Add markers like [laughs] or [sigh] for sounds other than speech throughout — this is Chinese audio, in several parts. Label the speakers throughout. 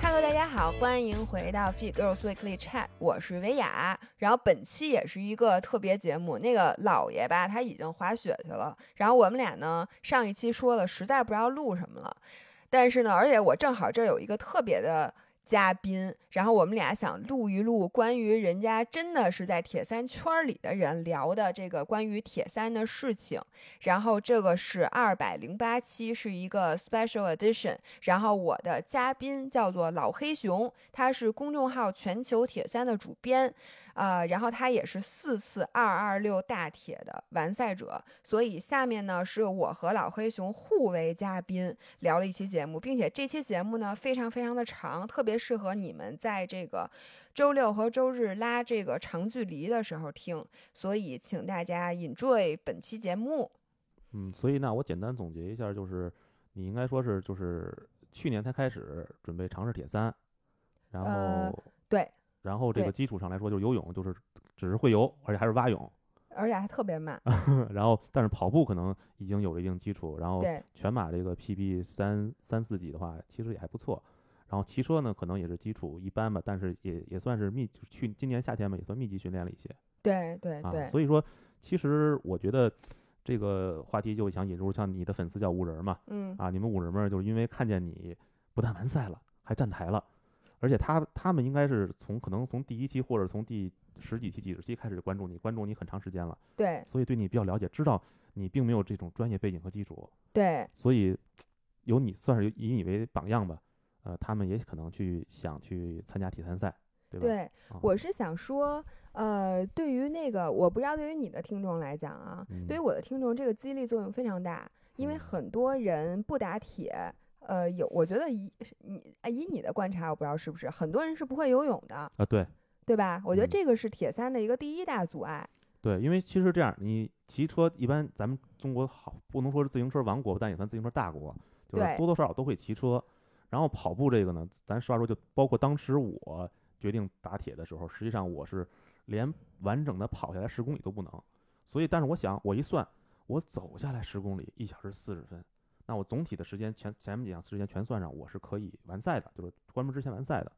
Speaker 1: Hello，大家好，欢迎回到 Fit Girls Weekly Chat，我是维雅。然后本期也是一个特别节目，那个老爷吧他已经滑雪去了，然后我们俩呢上一期说了，实在不知道录什么了，但是呢，而且我正好这儿有一个特别的。嘉宾，然后我们俩想录一录关于人家真的是在铁三圈儿里的人聊的这个关于铁三的事情。然后这个是二百零八期，是一个 special edition。然后我的嘉宾叫做老黑熊，他是公众号全球铁三的主编。呃，然后他也是四次二二六大铁的完赛者，所以下面呢是我和老黑熊互为嘉宾聊了一期节目，并且这期节目呢非常非常的长，特别适合你们在这个周六和周日拉这个长距离的时候听，所以请大家 enjoy 本期节目。
Speaker 2: 嗯，所以呢，我简单总结一下，就是你应该说是就是去年才开始准备尝试铁三，然后、
Speaker 1: 呃对，
Speaker 2: 然后这个
Speaker 1: 对
Speaker 2: 基础上来说就是游泳，就是只是会游，而且还是蛙泳， [laughs]
Speaker 1: 而且还特别慢，
Speaker 2: 哦然后但是跑步可能已经有了一定基础，然后
Speaker 1: 对
Speaker 2: 全马这个 PB 三三四几的话，其实也还不错。然后骑车呢，可能也是基础一般吧，但是也也算是密，就是去今年夏天吧，也算密集训练了一些。
Speaker 1: 对对哎对，
Speaker 2: 啊，所以说，其实我觉得这个话题就想引入，像你的粉丝叫五人儿嘛，
Speaker 1: 嗯，
Speaker 2: 啊，你们五人们儿就是因为看见你不但完赛了，还站台了，而且他他们应该是从可能从第一期或者从第十几期、几十期开始关注你，关注你很长时间了，
Speaker 1: 对
Speaker 2: 所以对你比较了解，知道你并没有这种专业背景和基础，
Speaker 1: 对
Speaker 2: 所以有你算是以你为榜样吧，呃，他们也可能去想去参加体坛赛，对吧？
Speaker 1: 对，
Speaker 2: 啊
Speaker 1: 我是想说，呃，对于那个，我不知道对于你的听众来讲啊，对于
Speaker 2: 嗯
Speaker 1: 我的听众，这个激励作用非常大，因为
Speaker 2: 嗯
Speaker 1: 很多人不打铁。呃，有，我觉得以你啊以你的观察，我不知道是不是很多人是不会游泳的，
Speaker 2: 啊，对
Speaker 1: 对吧？我觉得
Speaker 2: 嗯
Speaker 1: 这个是铁三的一个第一大阻碍。
Speaker 2: 对，因为其实这样，你骑车一般咱们中国好不能说是自行车王国，但也算自行车大国，就是
Speaker 1: 对
Speaker 2: 多多少少都会骑车。然后跑步这个呢，咱实话说，就包括当时我决定打铁的时候，实际上我是连完整的跑下来十公里都不能。所以，但是我想，我一算，我走下来十公里一小时四十分，那我总体的时间前前面几项时间全算上，我是可以完赛的，就是关门之前完赛的。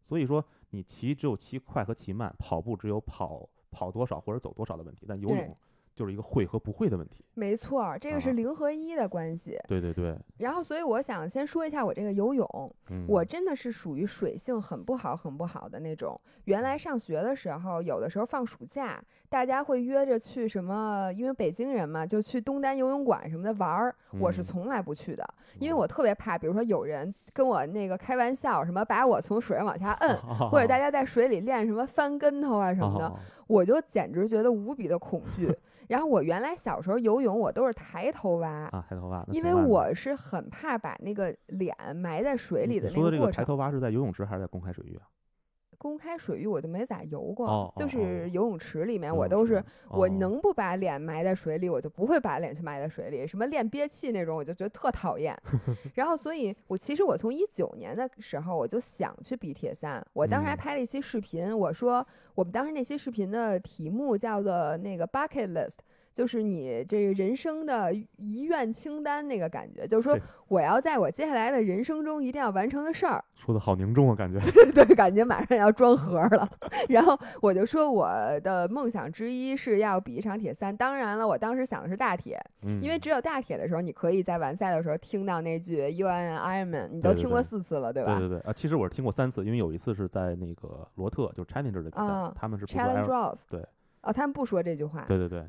Speaker 2: 所以说，你骑只有骑快和骑慢，跑步只有跑跑多少或者走多少的问题，但游
Speaker 1: 对
Speaker 2: 泳就是一个会和不会的问题。
Speaker 1: 没错儿，这个是
Speaker 2: 啊
Speaker 1: 零和一的关系。
Speaker 2: 对对对，
Speaker 1: 然后，所以我想先说一下我这个游泳，
Speaker 2: 嗯，
Speaker 1: 我真的是属于水性很不好、很不好的那种。原
Speaker 2: 嗯
Speaker 1: 来上学的时候，有的时候放暑假，大家会约着去什么，因为北京人嘛，就去东单游泳馆什么的玩儿。我是
Speaker 2: 嗯
Speaker 1: 从来不去的，因为
Speaker 2: 嗯
Speaker 1: 我特别怕，比如说有人跟我那个开玩笑，什么把我从水上往下
Speaker 2: 嗯
Speaker 1: 摁。或
Speaker 2: [laughs]
Speaker 1: 者大家在水里练什么翻跟头啊什么的，
Speaker 2: 哦
Speaker 1: 我就简直觉得无比的恐惧。然后我原来小时候游泳，我都是抬头蛙，
Speaker 2: 啊，抬头蛙，那
Speaker 1: 因
Speaker 2: 挺
Speaker 1: 为
Speaker 2: 慢的
Speaker 1: 我是很怕把那个脸埋在水
Speaker 2: 你
Speaker 1: 里的
Speaker 2: 你
Speaker 1: 那
Speaker 2: 说的
Speaker 1: 个
Speaker 2: 这个
Speaker 1: 过
Speaker 2: 抬
Speaker 1: 程。
Speaker 2: 头蛙是在游泳池还是在公开水域啊？
Speaker 1: 公开水域我就没咋游过，
Speaker 2: 哦
Speaker 1: 就
Speaker 2: 哦
Speaker 1: 是
Speaker 2: 哦
Speaker 1: 游泳池里面
Speaker 2: 游
Speaker 1: 我
Speaker 2: 泳
Speaker 1: 都
Speaker 2: 池
Speaker 1: 是、我
Speaker 2: 哦
Speaker 1: 能不把脸埋在水里，我就不会把脸去埋在水里。什么练憋气那种，我就觉得特讨
Speaker 2: [laughs]
Speaker 1: 厌。然后，所以我其实我从一九年的时候我就想去比铁三，我当时还
Speaker 2: 嗯
Speaker 1: 拍了一期视频，我说我们当时那期视频的题目叫做那个 bucket list。就是你这个人生的遗愿清单那个感觉，就是说
Speaker 2: 对
Speaker 1: 我要在我接下来的人生中一定要完成的事儿，
Speaker 2: 说的好凝重
Speaker 1: [laughs]
Speaker 2: 啊，感觉
Speaker 1: 对，感觉马上要装盒儿了。然后我就说我的梦想之一是要比一场铁三。当然了，我当时想的是大铁，因为
Speaker 2: 嗯
Speaker 1: 只有大铁的时候，你可以在完赛的时候听到那句 “You are an Ironman”，你都
Speaker 2: 对对
Speaker 1: 听过
Speaker 2: 对
Speaker 1: 四次了，对
Speaker 2: 对
Speaker 1: 吧
Speaker 2: 对对啊，其实我是听过三次，因为有一次是在那个罗特，就是 Challenger 的比
Speaker 1: 啊
Speaker 2: 赛，他们是不说
Speaker 1: ？Challenge
Speaker 2: Iron，
Speaker 1: off。
Speaker 2: 对。
Speaker 1: 哦，他们不说这句话。
Speaker 2: 对对对，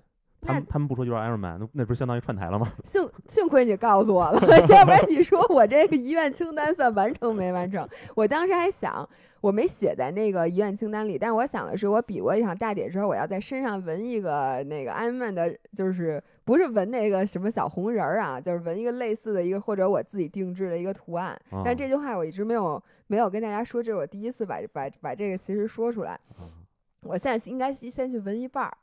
Speaker 1: 那
Speaker 2: 他们他们不说就是 Iron Man，那那不是相当于串台
Speaker 1: [laughs]
Speaker 2: 了吗？
Speaker 1: 幸幸亏你告诉我了，要不然你说我这个遗愿清单算完成没完成？我当时还想，我没写在那个遗愿清单里，但我想的是，我比过一场大铁之后，我要在身上纹一个那个安曼的，就是不是纹那个什么小红人儿啊，就是纹一个类似的一个或者我自己定制的一个图案。但
Speaker 2: 啊
Speaker 1: 这句话我一直没有没有跟大家说，这是我第一次把把把这个其实说出来。
Speaker 2: 啊
Speaker 1: 我现在应该先去纹一半
Speaker 2: [laughs]
Speaker 1: 儿，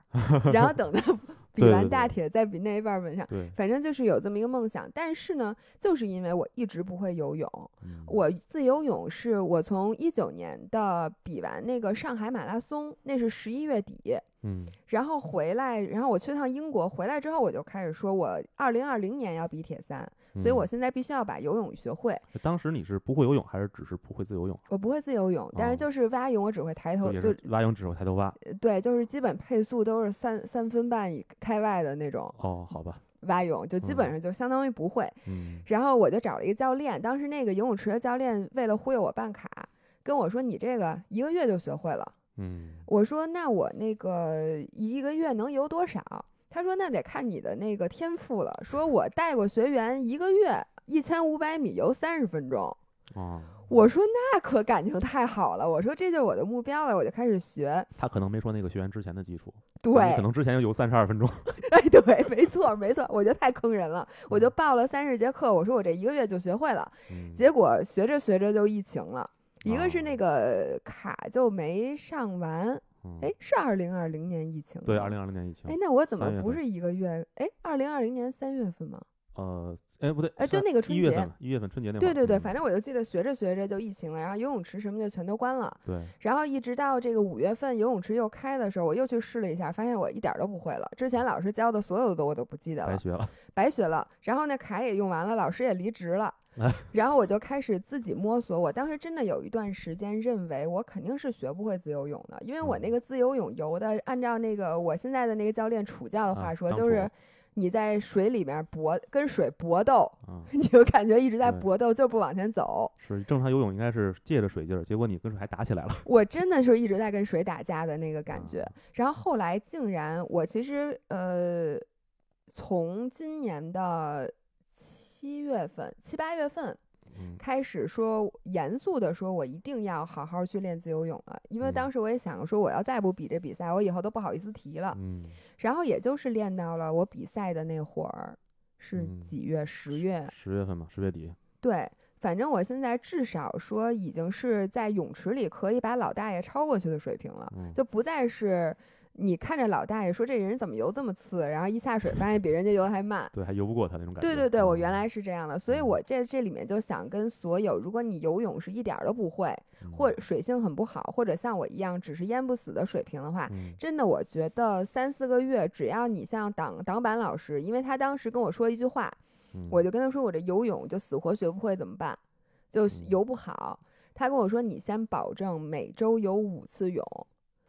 Speaker 1: 然后等到 [laughs] 比
Speaker 2: 对
Speaker 1: 完
Speaker 2: 对
Speaker 1: 大
Speaker 2: 对
Speaker 1: 铁再比那一半儿纹上。
Speaker 2: 对，
Speaker 1: 反正就是有这么一个梦想，但是呢，就是因为我一直不会游泳，
Speaker 2: 嗯
Speaker 1: 我自由泳是我从一九年的比完那个上海马拉松，那是十一月底，
Speaker 2: 嗯
Speaker 1: 然后回来，然后我去趟英国，回来之后我就开始说，我二零二零年要比铁三，
Speaker 2: 嗯，
Speaker 1: 所以我现在必须要把游泳学会。
Speaker 2: 当时你是不会游泳，还是只是不会自由泳？
Speaker 1: 我不会自由泳，但
Speaker 2: 哦
Speaker 1: 是就是蛙泳，我只会抬头，
Speaker 2: 就也
Speaker 1: 就是
Speaker 2: 蛙泳只会抬头蛙。
Speaker 1: 对，就是基本配速都是三三分半以开外的那种
Speaker 2: 哦，好吧，
Speaker 1: 蛙泳，就基本
Speaker 2: 嗯
Speaker 1: 上就相当于不会。 [laughs]
Speaker 2: 嗯
Speaker 1: 然后我就找了一个教练，当时那个游泳池的教练为了忽悠我办卡，跟我说你这个一个月就学会了。
Speaker 2: 嗯
Speaker 1: 我说那我那个一个月能游多少？他说那得看你的那个天赋了。说我带过学员一个月一千五百米游三十分钟。
Speaker 2: 哦，
Speaker 1: 我说那可感情太好了，我说这就是我的目标了，我就开始学。
Speaker 2: 他可能没说那个学员之前的基础，
Speaker 1: 对，
Speaker 2: 你可能之前就游三十二分钟。
Speaker 1: [laughs] 哎，对，没错，没错，我觉得太坑人了。我就报了三十节课，我说我这一个月就学会了，
Speaker 2: 嗯
Speaker 1: 结果学着学着就疫情了。一个是
Speaker 2: 哦
Speaker 1: 那个卡就没上完，
Speaker 2: 嗯
Speaker 1: 哎，是二零二零年疫情吗，
Speaker 2: 对，二零二零年疫情
Speaker 1: 哎，，那我怎
Speaker 2: 三月
Speaker 1: 么不
Speaker 2: 份
Speaker 1: 是一个月？哎，二零二零年三月份吗？
Speaker 2: 呃，哎，不对，
Speaker 1: 哎，就是那个
Speaker 2: 一
Speaker 1: 春
Speaker 2: 月
Speaker 1: 节。
Speaker 2: 份吧，一月份春节那会儿。
Speaker 1: 对对对，
Speaker 2: 嗯
Speaker 1: 反正我就记得学着学着就疫情了，然后游泳池什么就全都关了，
Speaker 2: 对，
Speaker 1: 然后一直到这个五月份游泳池又开的时候，我又去试了一下，发现我一点儿都不会了，之前老师教的所有的都我都不记得了
Speaker 2: 白，学了。
Speaker 1: 白学了，然后那卡也用完了，老师也离职
Speaker 2: [laughs]
Speaker 1: 了，
Speaker 2: 哎
Speaker 1: 然后我就开始自己摸索。我当时真的有一段时间认为我肯定是学不会自由泳的，因为我那
Speaker 2: 嗯
Speaker 1: 个自由泳游的，按照那个我现在的那个教练楚教的
Speaker 2: 啊
Speaker 1: 话说，
Speaker 2: 当
Speaker 1: 就
Speaker 2: 初
Speaker 1: 是你在水里面搏，跟水搏斗， [laughs]
Speaker 2: 嗯，
Speaker 1: 你就感觉一直在
Speaker 2: 对
Speaker 1: 搏斗，就不往前走。
Speaker 2: 是正常游泳应该是借着水劲儿，结果你跟水还打起来了。
Speaker 1: 我真的是一直在跟水打架的那个感觉
Speaker 2: 啊。
Speaker 1: 然后后来竟然，我其实呃，从今年的七月份、七八月份。
Speaker 2: [laughs] 嗯
Speaker 1: 开始说严肃的说，我一定要好好去练自由泳了，因为
Speaker 2: 嗯
Speaker 1: 当时我也想说，我要再不比这比赛，我以后都不好意思提了。
Speaker 2: 嗯，
Speaker 1: 然后也就是练到了我比赛的那会儿，是
Speaker 2: 嗯
Speaker 1: 几月？十月。
Speaker 2: 十月份嘛，十月底。
Speaker 1: 对，反正我现在至少说已经是在泳池里可以把老大爷超过去的水平了，
Speaker 2: 嗯，
Speaker 1: 就不再是你看着老大爷说这人怎么游这么次，然后一下水发现比人家游的还慢。
Speaker 2: 对，还游不过他那种感觉。
Speaker 1: 对对对，我原
Speaker 2: 嗯
Speaker 1: 来是这样的，所以
Speaker 2: 嗯
Speaker 1: 我这这里面就想跟所有，如果你游泳是一点儿都不会，
Speaker 2: 嗯
Speaker 1: 或水性很不好，或者像我一样只是淹不死的水平的话，
Speaker 2: 嗯
Speaker 1: 真的我觉得三四个月，只要你像党党板老师，因为他当时跟我说一句话，
Speaker 2: 嗯
Speaker 1: 我就跟他说我这游泳就死活学不会怎么办，就
Speaker 2: 嗯
Speaker 1: 游不好。他跟我说：“你先保证每周游五次泳。”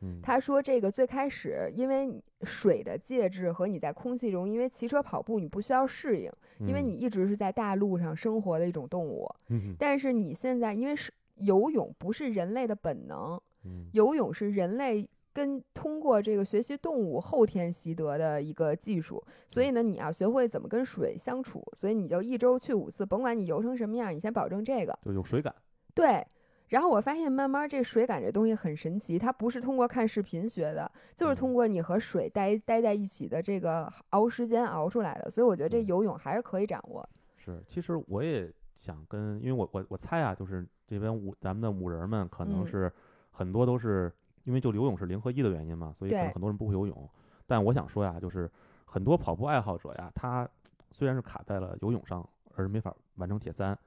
Speaker 2: 嗯
Speaker 1: 他说：“这个最开始，因为你水的介质和你在空气中，因为骑车、跑步你不需要适应，因为
Speaker 2: 嗯
Speaker 1: 你一直是在大陆上生活的一种动物。
Speaker 2: 嗯
Speaker 1: 但是你现在因为是游泳不是人类的本能，
Speaker 2: 嗯
Speaker 1: 游泳是人类跟通过这个学习动物后天习得的一个技术，所以呢，你要学会怎么跟水相处，所以你就一周去五次，甭管你游成什么样，你先保证这个
Speaker 2: 就有水感。
Speaker 1: 对。然后我发现，慢慢这水感这东西很神奇，它不是通过看视频学的，就是
Speaker 2: 嗯
Speaker 1: 通过你和水待待在一起的这个熬时间熬出来的。所以我觉得这
Speaker 2: 嗯
Speaker 1: 游泳还是可以掌握。
Speaker 2: 是，其实我也想跟，因为我我我猜啊，就是这边五咱们的五人儿们可能
Speaker 1: 嗯
Speaker 2: 是很多都是因为就游泳是零和一的原因嘛，所以可能
Speaker 1: 对
Speaker 2: 很多人不会游泳。但我想说呀，就是很多跑步爱好者呀，他虽然是卡在了游泳上，而没法完成铁三，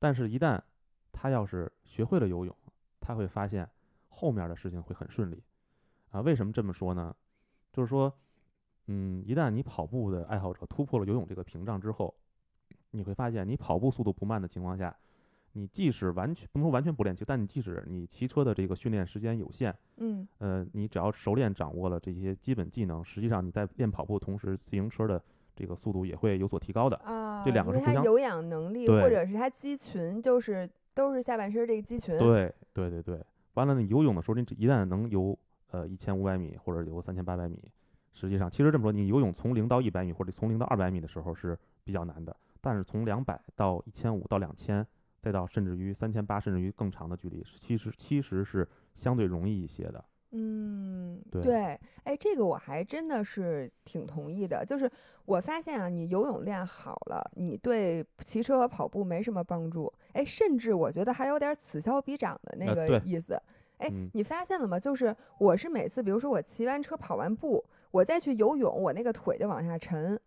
Speaker 2: 但是一旦他要是学会了游泳，他会发现后面的事情会很顺利。啊，为什么这么说呢？就是说，嗯，一旦你跑步的爱好者突破了游泳这个屏障之后，你会发现，你跑步速度不慢的情况下，你即使完全不能说完全不练骑，但你即使你骑车的这个训练时间有限，
Speaker 1: 嗯，
Speaker 2: 呃，你只要熟练掌握了这些基本技能，实际上你在练跑步的同时，自行车的这个速度也会有所提高的。
Speaker 1: 啊，
Speaker 2: 这两个
Speaker 1: 因
Speaker 2: 是
Speaker 1: 为
Speaker 2: 互
Speaker 1: 它
Speaker 2: 相
Speaker 1: 有氧能力，或
Speaker 2: 对
Speaker 1: 者是它肌群，就是都是下半身这个肌群。
Speaker 2: 对对对对，完了，你游泳的时候，你只一旦能游呃一千五百米或者游三千八百米，实际上其实这么说，你游泳从零到一百米或者从零到二百米的时候是比较难的，但是从两百到一千五到两千，再到甚至于三千八，甚至于更长的距离，是其实其实是相对容易一些的。
Speaker 1: 嗯，
Speaker 2: 对
Speaker 1: 哎，这个我还真的是挺同意的。就是我发现啊，你游泳练好了，你对骑车和跑步没什么帮助。哎，甚至我觉得还有点此消彼长的那
Speaker 2: 呃
Speaker 1: 个
Speaker 2: 对
Speaker 1: 意思。哎、
Speaker 2: 嗯
Speaker 1: 你发现了吗？就是我是每次，比如说我骑完车、跑完步，我再去游泳，我那个腿就往下沉。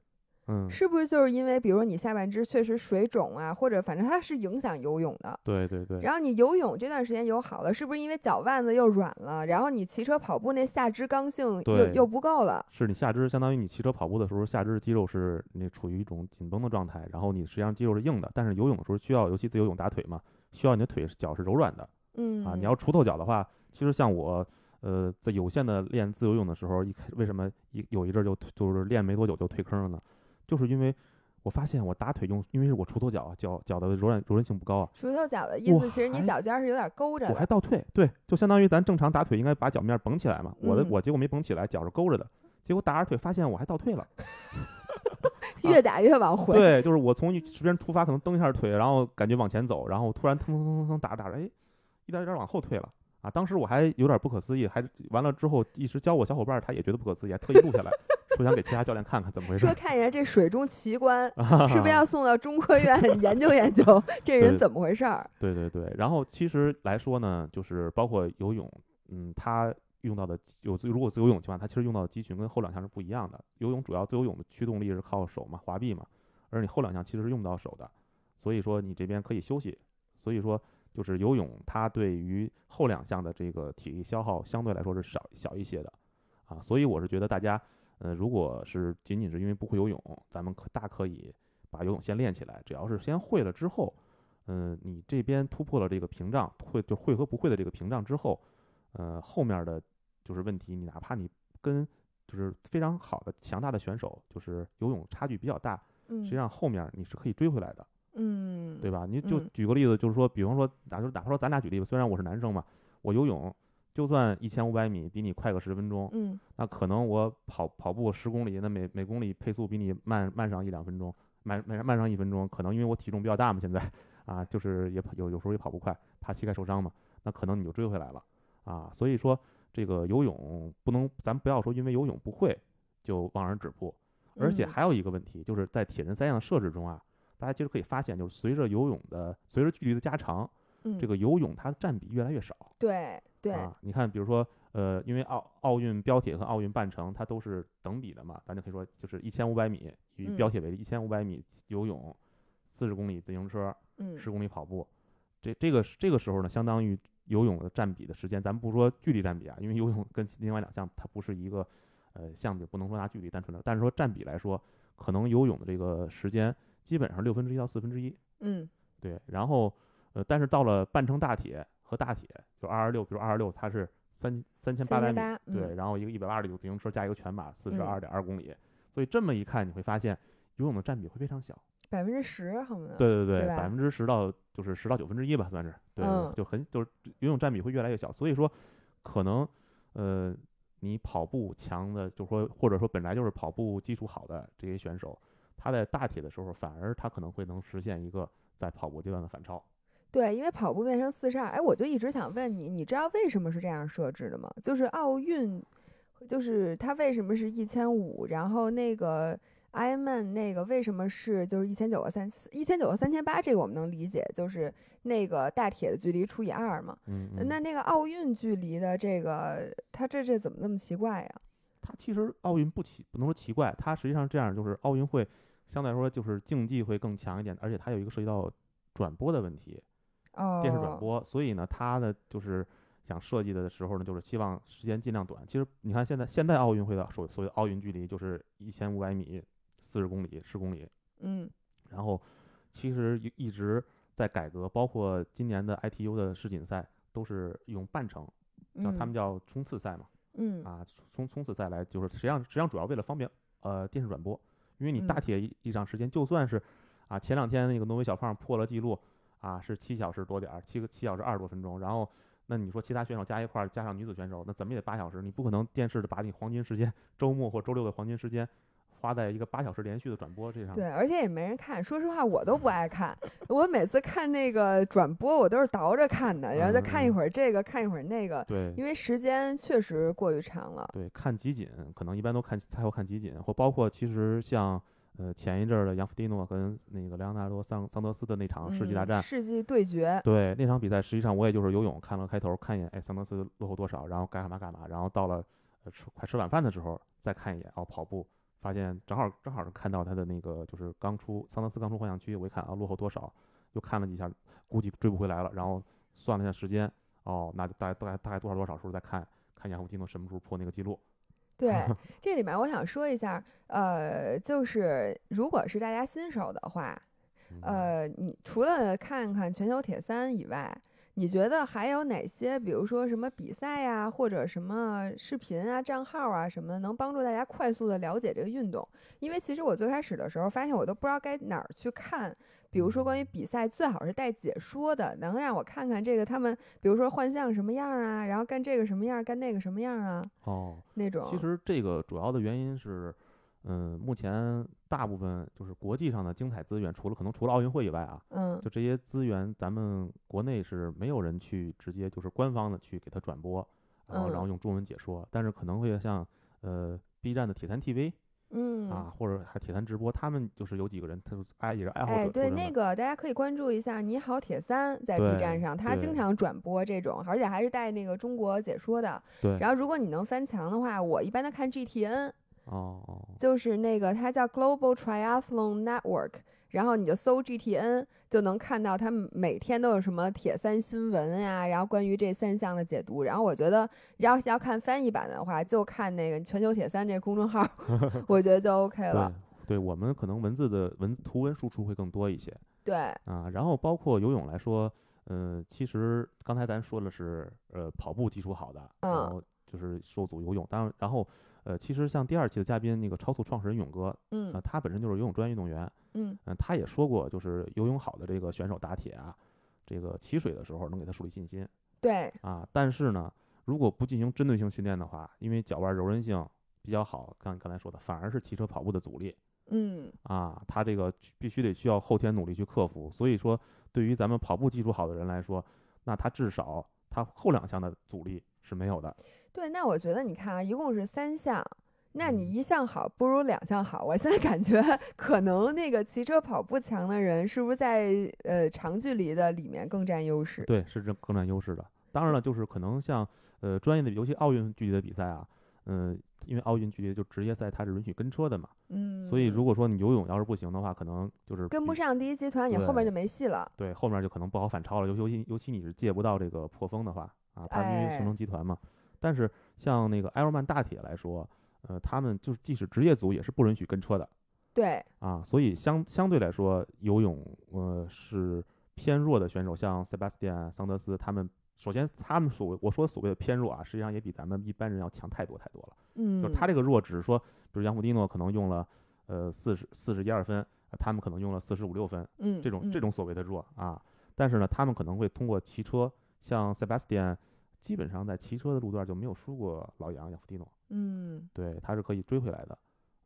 Speaker 2: 嗯，
Speaker 1: 是不是就是因为，比如说你下半肢确实水肿啊，或者反正它是影响游泳的。
Speaker 2: 对对对，
Speaker 1: 然后你游泳这段时间游好了，是不是因为脚腕子又软了？然后你骑车、跑步那下肢刚性又
Speaker 2: 对
Speaker 1: 又不够了。
Speaker 2: 是你下肢相当于你骑车跑步的时候，下肢肌肉是你处于一种紧绷的状态，然后你实际上肌肉是硬的，但是游泳的时候需要，尤其自由泳打腿嘛，需要你的腿是脚是柔软的
Speaker 1: 嗯
Speaker 2: 啊。你要锄头脚的话，其实像我。呃，在有限的练自由泳的时候，一开为什么一有一阵儿就就是练没多久就退坑了呢？就是因为我发现我打腿用，因为是我锄头脚啊，脚脚的柔软柔韧性不高啊，
Speaker 1: 锄头脚的意
Speaker 2: 我
Speaker 1: 思，其实你
Speaker 2: 还
Speaker 1: 脚尖儿是有点勾着
Speaker 2: 我还
Speaker 1: 的。
Speaker 2: 倒退，对，就相当于咱正常打腿应该把脚面儿绷起来嘛，我的
Speaker 1: 嗯
Speaker 2: 我结果没绷起来，脚是勾着的，结果打着腿发现我还倒退了，啊
Speaker 1: 越打越往回。
Speaker 2: 对，就是我从时边出发，可能蹬一下腿，然后感觉往前走，然后突然腾腾腾腾腾打着打着，哎，一点一点往后退了啊！当时我还有点不可思议，还完了之后一直教我小伙伴儿，他也觉得不可思议，还特意录下来， [laughs] 说想给其他教练看看怎么回事
Speaker 1: 说
Speaker 2: 儿。
Speaker 1: 看一下这水中奇
Speaker 2: [laughs]
Speaker 1: 观，是不是要送到中科院 [laughs] 研究研究这人
Speaker 2: 对
Speaker 1: 怎么回事儿？
Speaker 2: 对对对，然后其实来说呢，就是包括游泳，嗯，它用到的有自如果自由泳情况，它其实用到的肌群跟后两项是不一样的。游泳主要自由泳的驱动力是靠手嘛，滑臂嘛，而你后两项其实是用不到手的，所以说你这边可以休息。所以说就是游泳，它对于后两项的这个体力消耗相对来说是少小一些的，啊，所以我是觉得大家，呃，如果是仅仅是因为不会游泳，咱们可大可以把游泳先练起来，只要是先会了之后。嗯，你这边突破了这个屏障，会就会和不会的这个屏障之后，呃，后面儿的就是问题，你哪怕你跟就是非常好的强大的选手，就是游泳差距比较大，实
Speaker 1: 嗯
Speaker 2: 际上后面儿你是可以追回来的，
Speaker 1: 嗯，
Speaker 2: 对吧？你就
Speaker 1: 嗯
Speaker 2: 举个例子，就是说，比方说，哪就哪怕说咱俩举例吧，虽然我是男生嘛，我游泳就算一千五百米比你快个十分钟，
Speaker 1: 嗯
Speaker 2: 那可能我跑跑步十公里，那每每公里配速比你慢慢上一两分钟，慢慢慢上一分钟，可能因为我体重比较大嘛，现在啊，就是也跑有有时候也跑不快，怕膝盖受伤嘛，那可能你就追回来了啊。所以说这个游泳不能，咱不要说因为游泳不会就望而止步，而且
Speaker 1: 嗯
Speaker 2: 还有一个问题，就是在铁人三项的设置中啊，大家其实可以发现，就是随着游泳的随着距离的加长，
Speaker 1: 嗯，
Speaker 2: 这个游泳它的占比越来越少。
Speaker 1: 对对，
Speaker 2: 啊，你看，比如说，呃，因为奥奥运标铁和奥运半程它都是等比的嘛，咱就可以说就是一千五百米以标
Speaker 1: 嗯
Speaker 2: 铁为例，一千五百米游泳，四十公里自行车，
Speaker 1: 嗯
Speaker 2: 十公里跑步，这这个这个时候呢，相当于游泳的占比的时间，咱不说距离占比啊，因为游泳跟另外两项它不是一个呃项目，不能说拿距离单纯的，但是说占比来说，可能游泳的这个时间基本上六分之一到四分之一，
Speaker 1: 嗯
Speaker 2: 对，然后呃，但是到了半程大铁和大铁，就二十六，比如二十六，它是三三千八百米，
Speaker 1: 3800
Speaker 2: 对，
Speaker 1: 嗯
Speaker 2: 然后一个一百八十里自行车加一个全马，四十
Speaker 1: 嗯
Speaker 2: 二点二公里，所以这么一看，你会发现游泳的占比会非常小，
Speaker 1: 百分之十好吗？
Speaker 2: 对对
Speaker 1: 嗯对吧
Speaker 2: 百分之十到就是十到九分之一吧，算是，对，
Speaker 1: 嗯
Speaker 2: 就很就是游泳占比会越来越小，所以说可能呃，你跑步强的，就是说或者说本来就是跑步基础好的这些选手，他在大铁的时候反而他可能会能实现一个在跑步阶段的反超。
Speaker 1: 对，因为跑步变成四十二，哎，我就一直想问你，你知道为什么是这样设置的吗？就是奥运，就是它为什么是一千五，然后那个 Ironman 那个为什么是就是一千九和啊三一千九和三千八，这个我们能理解，就是那个大铁的距离除以二嘛。
Speaker 2: 嗯，嗯
Speaker 1: 那那个奥运距离的这个，它这这怎么那么奇怪呀、
Speaker 2: 它其实奥运不奇，不能说奇怪，它实际上这样就是奥运会相对来说就是竞技会更强一点，而且它有一个涉及到转播的问题，
Speaker 1: 哦，
Speaker 2: 电视转播，所以呢，它呢就是想设计的时候呢，就是希望时间尽量短。其实你看现在现在奥运会的所所谓的奥运距离就是一千五百米、四十公里、十公里，
Speaker 1: 嗯
Speaker 2: 然后其实一一直在改革，包括今年的 ITU 的世锦赛都是用半程，叫他们叫冲刺赛嘛。
Speaker 1: 嗯嗯
Speaker 2: 啊，从从此再来，就是实际上实际上主要为了方便呃电视转播，因为你大
Speaker 1: 嗯
Speaker 2: 铁一一场时间，就算是啊前两天那个挪威小胖破了记录啊，是七小时多点儿，七个七小时二十多分钟，然后那你说其他选手加一块儿，加上女子选手，那怎么也得八小时，你不可能电视的把你黄金时间周末或周六的黄金时间花在一个八小时连续的转播这上面。
Speaker 1: 对，而且也没人看。说实话，我都不爱看。我每次看那个转播，我都是倒着看的，然后再看一
Speaker 2: 嗯
Speaker 1: 会儿这个，看一会儿那个，
Speaker 2: 对
Speaker 1: 因为时间确实过于长了。
Speaker 2: 对，看集锦，可能一般都看赛后看集锦，或包括其实像呃前一阵儿的杨弗蒂诺跟那个莱昂纳多桑桑德斯的那场啊世纪大
Speaker 1: 嗯
Speaker 2: 战，
Speaker 1: 世纪对决，
Speaker 2: 对那场比赛，实际上我也就是游泳看了开头，看一眼，哎，桑德斯落后多少，然后该干嘛干嘛，然后到了呃吃快吃晚饭的时候再看一眼，哦，跑步发发现正好正好是看到他的那个就是刚出桑德斯刚出幻想区，我一看啊落后多少，又看了几下，估计追不回来了，然后算了一下时间，哦，那就大概大概大概多少多少时候再看看雅虎基诺什么时候破那个记录， [laughs]
Speaker 1: 对，这里面我想说一下，呃，就是如果是大家新手的话，
Speaker 2: 嗯，
Speaker 1: 呃，你除了看看全球铁三以外，你觉得还有哪些，比如说什么比赛呀、或者什么视频啊、账号啊什么的，能帮助大家快速的了解这个运动？因为其实我最开始的时候发现我都不知道该哪儿去看，比如说关于比赛最好是带解说的，能让我看看这个他们，比如说幻象什么样啊，然后干这个什么样，干那个什么样啊，
Speaker 2: 哦，
Speaker 1: 那种。
Speaker 2: 其实这个主要的原因是，嗯，目前大部分就是国际上的精彩资源，除了可能除了奥运会以外啊，
Speaker 1: 嗯
Speaker 2: 就这些资源，咱们国内是没有人去直接就是官方的去给它转播，然后然后
Speaker 1: 嗯
Speaker 2: 用中文解说，但是可能会像呃 B 站的铁三 TV
Speaker 1: 嗯
Speaker 2: 啊，或者还铁三直播，他们就是有几个人，他就是爱也是爱好者
Speaker 1: 哎，
Speaker 2: 出
Speaker 1: 对，
Speaker 2: 身
Speaker 1: 那
Speaker 2: 的
Speaker 1: 个大家可以关注一下《你好，铁三》在 B
Speaker 2: 对
Speaker 1: 站上，他经
Speaker 2: 对
Speaker 1: 常转播这种，而且还是带那个中国解说的。
Speaker 2: 对，
Speaker 1: 然后，如果你能翻墙的话，我一般都看 GTN，
Speaker 2: 哦哦，
Speaker 1: 就是那个它叫 Global Triathlon Network，然后你就搜 GTN 就能看到它每天都有什么铁三新闻啊，然后关于这三项的解读。然后我觉得要要看翻译版的话，就看那个全球铁三这个公众号， [laughs] 我觉得就 OK 了
Speaker 2: 对。对，我们可能文字的文图文输出会更多一些
Speaker 1: 对，
Speaker 2: 啊，然后包括游泳来说，呃，其实刚才咱说的是呃跑步基础好的，
Speaker 1: 嗯
Speaker 2: 然后就是受阻游泳，当然然后呃，其实像第二期的嘉宾那个超速创始人勇哥，呃，
Speaker 1: 嗯
Speaker 2: 他本身就是游泳专业运动员，
Speaker 1: 嗯
Speaker 2: 嗯、他也说过，就是游泳好的这个选手打铁啊，这个起水的时候能给他树立信心
Speaker 1: 对，
Speaker 2: 啊。但是呢，如果不进行针对性训练的话，因为脚腕柔韧性比较好，刚刚才说的，反而是骑车跑步的阻力
Speaker 1: 嗯
Speaker 2: 啊，他这个去必须得需要后天努力去克服。所以说，对于咱们跑步技术好的人来说，那他至少他后两项的阻力是没有的。
Speaker 1: 对，那我觉得你看啊，一共是三项，那你
Speaker 2: 嗯
Speaker 1: 一项好不如两项好。我现在感觉可能那个骑车跑步强的人，是不是在呃长距离的里面更占优势？
Speaker 2: 对，是这更占优势的。当然了，就是可能像呃专业的，尤其奥运距离的比赛啊，嗯、因为奥运距离就职业赛它是允许跟车的嘛，
Speaker 1: 嗯，
Speaker 2: 所以如果说你游泳要是不行的话，可能就是
Speaker 1: 跟
Speaker 2: 比
Speaker 1: 不。上第一集团，你后面
Speaker 2: 对
Speaker 1: 就没戏了。
Speaker 2: 对，后面就可能不好反超了，尤尤其尤其你是借不到这个破风的话啊，他因为
Speaker 1: 哎
Speaker 2: 神龙集团嘛。但是像那个埃尔曼大铁来说，呃，他们就是即使职业组也是不允许跟车的
Speaker 1: 对，
Speaker 2: 啊，所以相相对来说，游泳呃是偏弱的选手，像塞巴斯蒂安、桑德斯他们，首先他们所谓我说所谓的偏弱啊，实际上也比咱们一般人要强太多太多了。
Speaker 1: 嗯，
Speaker 2: 就是他这个弱，只是说，比如杨普蒂诺可能用了呃四十四十一二分，呃他们可能用了四十五六分，
Speaker 1: 嗯
Speaker 2: 这种
Speaker 1: 嗯
Speaker 2: 这种所谓的弱啊。但是呢，他们可能会通过骑车，像 Sebastian，基本上在骑车的路段就没有输过老杨杨普蒂诺，
Speaker 1: 嗯
Speaker 2: 对，他是可以追回来的。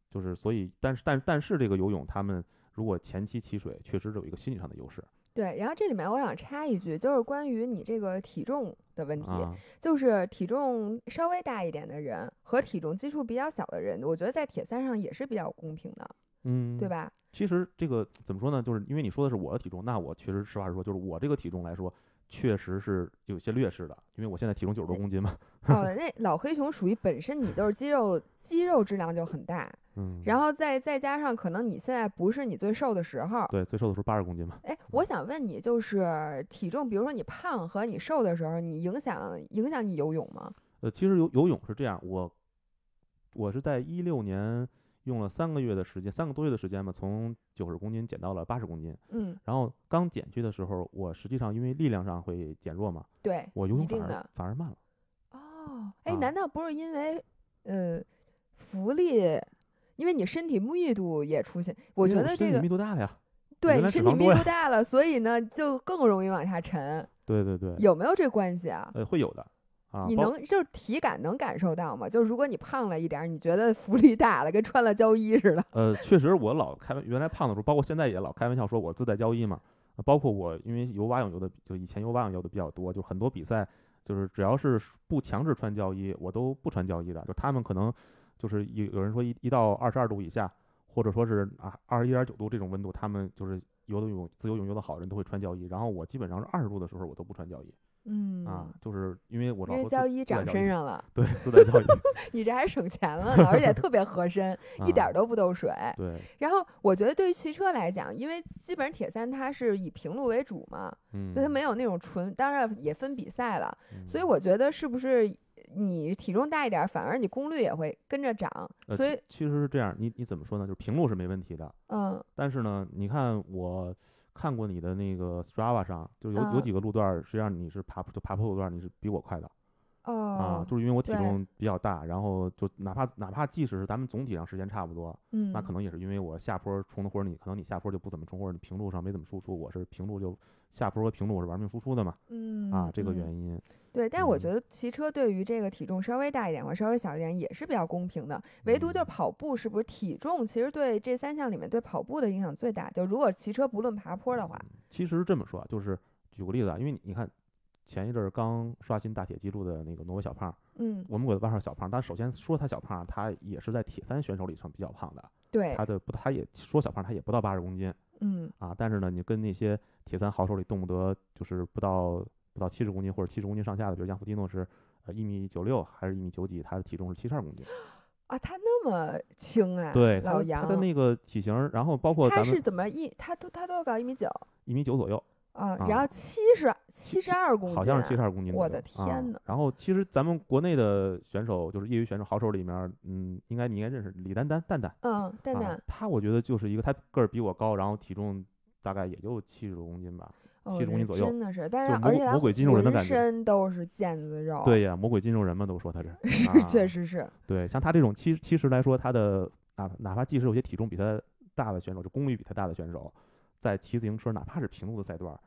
Speaker 2: 就是所以，但是但但是这个游泳，他们如果前期起水，确实是有一个心理上的优势
Speaker 1: 对。然后这里面我想插一句，就是关于你这个体重的问题。
Speaker 2: 啊。
Speaker 1: 就是体重稍微大一点的人和体重基数比较小的人，我觉得在铁三上也是比较公平的，
Speaker 2: 嗯，
Speaker 1: 对？吧？
Speaker 2: 其实这个怎么说呢？就是因为你说的是我的体重，那我确实实话实说，就是我这个体重来说，确实是有些劣势的，因为我现在体重九十多公斤嘛。 [laughs]
Speaker 1: 哦，那老黑熊属于本身你就是肌肉肌肉质量就很大，
Speaker 2: 嗯，
Speaker 1: 然
Speaker 2: 后
Speaker 1: 后再再加上可能你现在不是你最瘦的时候。
Speaker 2: 对最瘦的时候八十公斤嘛。
Speaker 1: 哎，我想问你，就是体重，比如说你胖和你瘦的时候，你影响影响你游泳吗？
Speaker 2: 呃，其实游游泳是这样，我我是在一六年用了三个月的时间，三个多月的时间吧，从九十公斤减到了八十公斤。
Speaker 1: 嗯，
Speaker 2: 然后刚减去的时候，我实际上因为力量上会减弱嘛，
Speaker 1: 对，
Speaker 2: 我游
Speaker 1: 一
Speaker 2: 泳反
Speaker 1: 定
Speaker 2: 而
Speaker 1: 的。
Speaker 2: 反而慢了。
Speaker 1: 哦，哎，
Speaker 2: 啊
Speaker 1: 难道不是因为呃浮力？因为你身体密度也出现，我
Speaker 2: 因
Speaker 1: 觉
Speaker 2: 为
Speaker 1: 得
Speaker 2: 身
Speaker 1: 这
Speaker 2: 体
Speaker 1: 个
Speaker 2: 密度大了呀。
Speaker 1: 对
Speaker 2: 原
Speaker 1: 你
Speaker 2: 来
Speaker 1: 身
Speaker 2: 脂
Speaker 1: 体
Speaker 2: 肪
Speaker 1: 密
Speaker 2: 多
Speaker 1: 度大了，所以呢就更容易往下沉，
Speaker 2: 对对对，
Speaker 1: 有没有这关系啊？
Speaker 2: 呃，会有的啊。
Speaker 1: 你
Speaker 2: 包
Speaker 1: 能就是体感能感受到吗？就是如果你胖了一点儿，你觉得浮力大了，跟穿了胶衣似的。
Speaker 2: 呃，确实我老开玩原来胖的时候，包括现在也老开玩笑说我自带胶衣嘛。呃包括我因为游蛙泳游的，就以前游蛙泳游的比较多，就很多比赛就是只要是不强制穿胶衣，我都不穿胶衣的。就他们可能就是有有人说一一到二十二度以下，或者说是啊二十一点九度这种温度，他们就是游的泳自由泳游的好的人都会穿胶衣。然后我基本上是二十度的时候我都不穿胶衣
Speaker 1: 嗯
Speaker 2: 啊，，就是因为我
Speaker 1: 因
Speaker 2: 老
Speaker 1: 为
Speaker 2: 说
Speaker 1: 胶
Speaker 2: 自
Speaker 1: 衣
Speaker 2: 自带
Speaker 1: 长
Speaker 2: 教
Speaker 1: 身
Speaker 2: 育， [laughs]
Speaker 1: 上了，
Speaker 2: 对，自带教育，
Speaker 1: 你这还省钱了
Speaker 2: [laughs]
Speaker 1: 呢，而且特别合身， [laughs] 一点
Speaker 2: 啊
Speaker 1: 儿都不漏水。
Speaker 2: 对，
Speaker 1: 然后我觉得对于汽车来讲，因为基本上铁三它是以平路为主嘛，
Speaker 2: 嗯，
Speaker 1: 所以它没有那种纯，当然也分比赛了，
Speaker 2: 嗯，
Speaker 1: 所以我觉得是不是你体重大一点儿，反而你功率也会跟着涨，
Speaker 2: 呃
Speaker 1: 所
Speaker 2: 其
Speaker 1: 以
Speaker 2: 其实是这样，你你怎么说呢？就是平路是没问题的，
Speaker 1: 嗯
Speaker 2: 但是呢，你看我看过你的那个 Strava 上，就有有
Speaker 1: 啊
Speaker 2: 几个路段儿，实际上你是爬坡就爬坡路段，你是比我快的啊
Speaker 1: 哦，，
Speaker 2: 就是因为我体
Speaker 1: 对
Speaker 2: 重比较大，然后就哪怕哪怕即使是咱们总体上时间差不多，
Speaker 1: 嗯，
Speaker 2: 那可能也是因为我下坡冲的，或者你可能你下坡就不怎么冲，或者你平路上没怎么输出，我是平路就下坡和平路我是玩命输出的嘛，
Speaker 1: 嗯
Speaker 2: 啊，这个
Speaker 1: 嗯
Speaker 2: 原因，
Speaker 1: 对，但我
Speaker 2: 嗯
Speaker 1: 觉得骑车对于这个体重稍微大一点或者稍微小一点也是比较公平的，唯独就是
Speaker 2: 嗯
Speaker 1: 跑步是不是体重其实对这三项里面对跑步的影响最大，就如果骑车不论爬坡的话，
Speaker 2: 其实这么说啊，就是举个例子啊，因为你你看前一阵儿刚刷新大铁纪录的那个挪威小胖，
Speaker 1: 嗯，
Speaker 2: 我们管他外号小胖，但首先说他小胖，啊他也是在铁三选手里上比较胖的，
Speaker 1: 对
Speaker 2: 他，的不他也说小胖，他也不到八十公斤
Speaker 1: 嗯
Speaker 2: 啊，但是呢，你跟那些铁三好手里动不得就是不到不到七十公斤或者七十公斤上下的，比如杨福基诺是呃一米九六还是一米九几，他的体重是七十二公斤，
Speaker 1: 啊，他那么轻啊，
Speaker 2: 对，他
Speaker 1: 老
Speaker 2: 的
Speaker 1: 杨
Speaker 2: 他的那个体型儿，然后包括
Speaker 1: 他
Speaker 2: 咱
Speaker 1: 是
Speaker 2: 们
Speaker 1: 怎么一他都他都搞一米九
Speaker 2: 一米九左右，
Speaker 1: 啊，
Speaker 2: 啊
Speaker 1: 然后七十七十二公斤啊，
Speaker 2: 好像是七十二公斤左右。
Speaker 1: 我的天
Speaker 2: 啊
Speaker 1: 呐！
Speaker 2: 然后其实咱们国内的选手，就是业余选手好手里面儿，嗯，应该你应该认识李丹丹蛋蛋。
Speaker 1: 嗯，蛋
Speaker 2: 啊
Speaker 1: 蛋，
Speaker 2: 他我觉得就是一个，他个儿比我高，然后体重大概也就七十多公斤吧。
Speaker 1: 哦
Speaker 2: 70公斤
Speaker 1: 这
Speaker 2: 左右
Speaker 1: 真的是，但
Speaker 2: 就
Speaker 1: 而
Speaker 2: 是魔鬼
Speaker 1: 且他
Speaker 2: 魔鬼筋肉人的
Speaker 1: 浑
Speaker 2: 感觉
Speaker 1: 身都是腱子肉，
Speaker 2: 对，呀，魔鬼筋肉人嘛，都说他是。
Speaker 1: 是
Speaker 2: 啊
Speaker 1: 确。实是，
Speaker 2: 对，像他这种其其实来说，他的哪哪怕即使有些体重比他大的选手，就功率比他大的选手，在骑自行车哪怕是平路的赛段儿，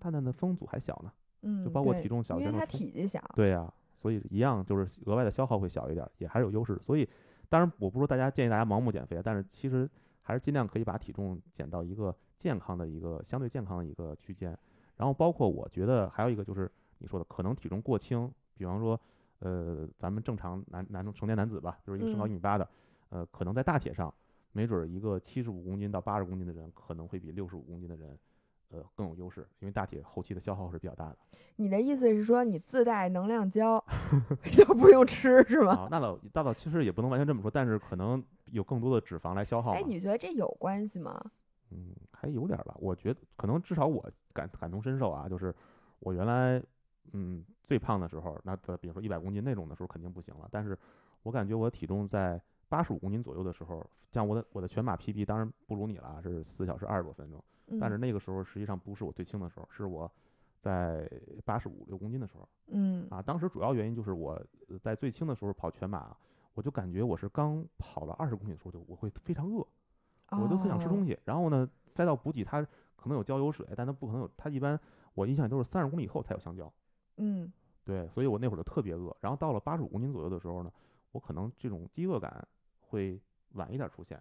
Speaker 2: 蛋蛋的风阻还小呢。
Speaker 1: 嗯，
Speaker 2: 包括
Speaker 1: 对
Speaker 2: 体重小
Speaker 1: 因
Speaker 2: 选
Speaker 1: 为他
Speaker 2: 手冲
Speaker 1: 体积小，
Speaker 2: 对呀、所以一样就是额外的消耗会小一点儿，也还是有优势。所以，当然我不是说大家建议大家盲目减肥啊，但是其实还是尽量可以把体重减到一个健康的一个相对健康的一个区间。然后包括我觉得还有一个就是你说的可能体重过轻，比方说呃咱们正常男男成年男子吧，就是一个身高
Speaker 1: 嗯
Speaker 2: 一米八的，呃可能在大铁上没准儿一个七十五公斤到八十公斤的人可能会比六十五公斤的人。呃，更有优势，因为大铁后期的消耗是比较大的。
Speaker 1: 你的意思是说你自带能量
Speaker 2: [laughs]
Speaker 1: 胶，就不用吃是吗？
Speaker 2: 啊，那倒那倒其实也不能完全这么说，但是可能有更多的脂肪来消耗嘛。
Speaker 1: 哎，你觉得这有关系吗？
Speaker 2: 嗯，还有点儿吧，我觉得可能至少我感感同身受啊，就是我原来嗯最胖的时候，那的比如说一百公斤那种的时候肯定不行了，但是我感觉我体重在八十五公斤左右的时候，像我的我的全马 PB 当然不如你了啊，是四小时二十多分钟，但是
Speaker 1: 嗯
Speaker 2: 那个时候实际上不是我最轻的时候，是我在八十五六公斤的时候。
Speaker 1: 嗯
Speaker 2: 啊，当时主要原因就是我呃在最轻的时候跑全马，啊我就感觉我是刚跑了二十公里的时候就我会非常饿，啊我就很想吃东
Speaker 1: 西。
Speaker 2: 西。然后呢，赛道补给它可能有浇油水，但它不可能有，它一般我印象里都是三十公里以后才有香蕉。
Speaker 1: 嗯
Speaker 2: 对，所以我那会儿就特别饿。然后到了八十五公斤左右的时候呢，我可能这种饥饿感会晚一点儿出现。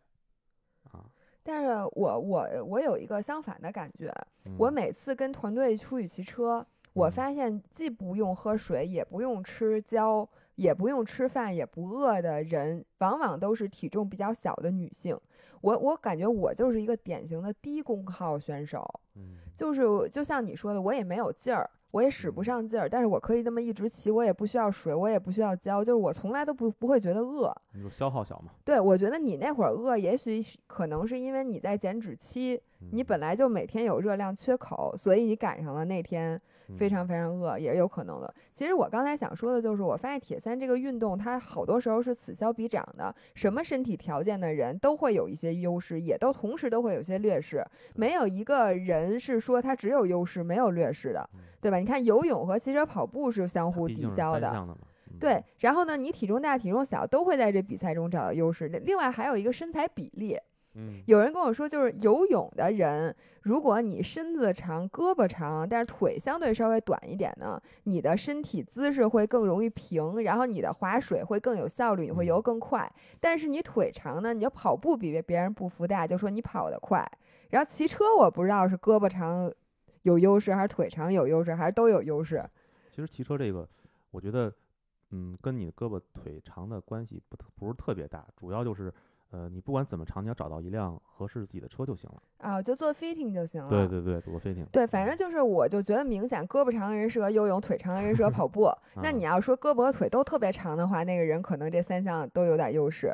Speaker 2: 啊，
Speaker 1: 但是我我我有一个相反的感觉，我
Speaker 2: 嗯
Speaker 1: 每次跟团队出去骑车，我
Speaker 2: 嗯
Speaker 1: 发现既不用喝水，也不用吃胶，也不用吃饭，也不饿的人，往往都是体重比较小的女性。我我感觉我就是一个典型的低功耗选手，
Speaker 2: 嗯
Speaker 1: 就是我就像你说的，我也没有劲儿，我也使不
Speaker 2: 嗯
Speaker 1: 上劲儿，但是我可以这么一直骑，我也不需要水，我也不需要胶，就是我从来都不不会觉得饿。
Speaker 2: 你说消耗小嘛，
Speaker 1: 对，我觉得你那会儿饿，也许是可能是因为你在减脂期，你
Speaker 2: 嗯
Speaker 1: 本来就每天有热量缺口，所以你赶上了那天非
Speaker 2: 嗯
Speaker 1: 常非常饿，也是有可能的。其实我刚才想说的就是，我发现铁三这个运动，它好多时候是此消彼长的。什么身体条件的人都会有一些优势，也都同时都会有一些劣势，没有一个人是说他只有优势没有劣势的
Speaker 2: 嗯，
Speaker 1: 对吧？你看游泳和骑车、跑步是相
Speaker 2: 它
Speaker 1: 互
Speaker 2: 毕
Speaker 1: 抵
Speaker 2: 竟是
Speaker 1: 消
Speaker 2: 三
Speaker 1: 的，
Speaker 2: 项的嘛。嗯
Speaker 1: 对，，然后呢，你体重大、体重小都会在这比赛中找到优势。另外还有一个身材比例，
Speaker 2: 嗯，
Speaker 1: 有人跟我说，就是游泳的人，如果你身子长、胳膊长，但是腿相对稍微短一点呢，你的身体姿势会更容易平，然后你的划水会更有效率，你会游
Speaker 2: 嗯
Speaker 1: 更快。但是你腿长呢，你就跑步比别别人不服大，就说你跑得快。然后骑车，我不知道是胳膊长有优势，还是腿长有优势，还是都有优势。
Speaker 2: 其实骑车这个，我觉得，嗯，跟你胳膊腿长的关系不特不是特别大，主要就是，嗯、呃，你不管怎么长，你要找到一辆合适自己的车就行了。啊
Speaker 1: 啊，就做 fitting 就行了。
Speaker 2: 对对对，我 fitting。
Speaker 1: 对，反正就是，我就觉得明显，胳膊长的人适合游泳，腿长的人适合跑步。
Speaker 2: 嗯
Speaker 1: 那
Speaker 2: 啊
Speaker 1: 你要说胳膊和腿都特别长的话，那个人可能这三项都有点优势。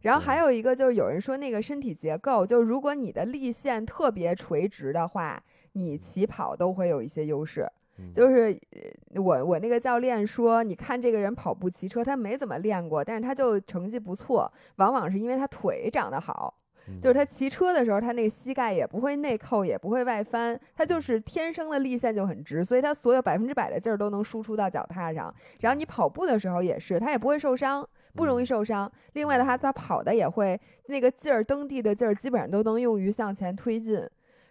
Speaker 1: 然后还有一个就是，有人说那个身体结构，就是如果你的力线特别垂直的话，你起跑都会有一些优势。
Speaker 2: 嗯
Speaker 1: 就是呃我我那个教练说，你看这个人跑步、骑车，他没怎么练过，但是他就成绩不错，往往是因为他腿长得好。
Speaker 2: 嗯
Speaker 1: 就是他，骑车的时候，他那个膝盖也不会内扣，也不会外翻，他就是天生的力线就很直，所以他所有百分之百的劲儿都能输出到脚踏上。然后你跑步的时候也是，他也不会受伤，不容易
Speaker 2: 嗯
Speaker 1: 受伤。另外的话，他跑的也会那个劲儿，蹬地的劲儿基本上都能用于向前推进。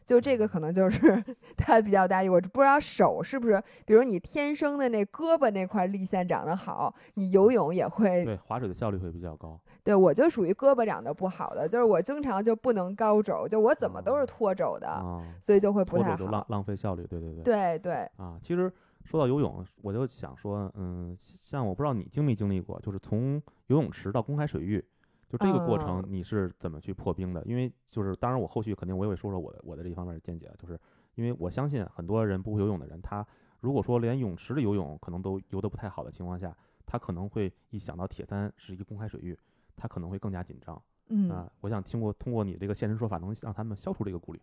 Speaker 1: 就这个可能就是 [laughs] 他比较大意，我不知道手是不是，比如你天生的那胳膊那块力线长得好，你游泳也会
Speaker 2: 嗯对划水的效率会比较高。
Speaker 1: 对我就属于胳膊长得不好的，就是我经常就不能高肘，就我怎么都是拖肘的，
Speaker 2: 啊，
Speaker 1: 所以就会不
Speaker 2: 哦拖
Speaker 1: 太
Speaker 2: 着就浪
Speaker 1: 好。
Speaker 2: 浪费效率。对对对。
Speaker 1: 对对，
Speaker 2: 啊，其实说到游泳，我就想说，嗯，像我不知道你经没经历过，就是从游泳池到公开水域，就这个过程
Speaker 1: 嗯
Speaker 2: 你是怎么去破冰的？因为就是，当然我后续肯定我也会说说我的我的这一方面的见解啊，就是因为我相信很多人不会游泳的人，他如果说连泳池里游泳可能都游得不太好的情况下，他可能会一想到铁三是一个公开水域，他可能会更加紧张。
Speaker 1: 嗯，
Speaker 2: 啊，我想听过通过你这个现身说法，能让他们消除这个顾虑。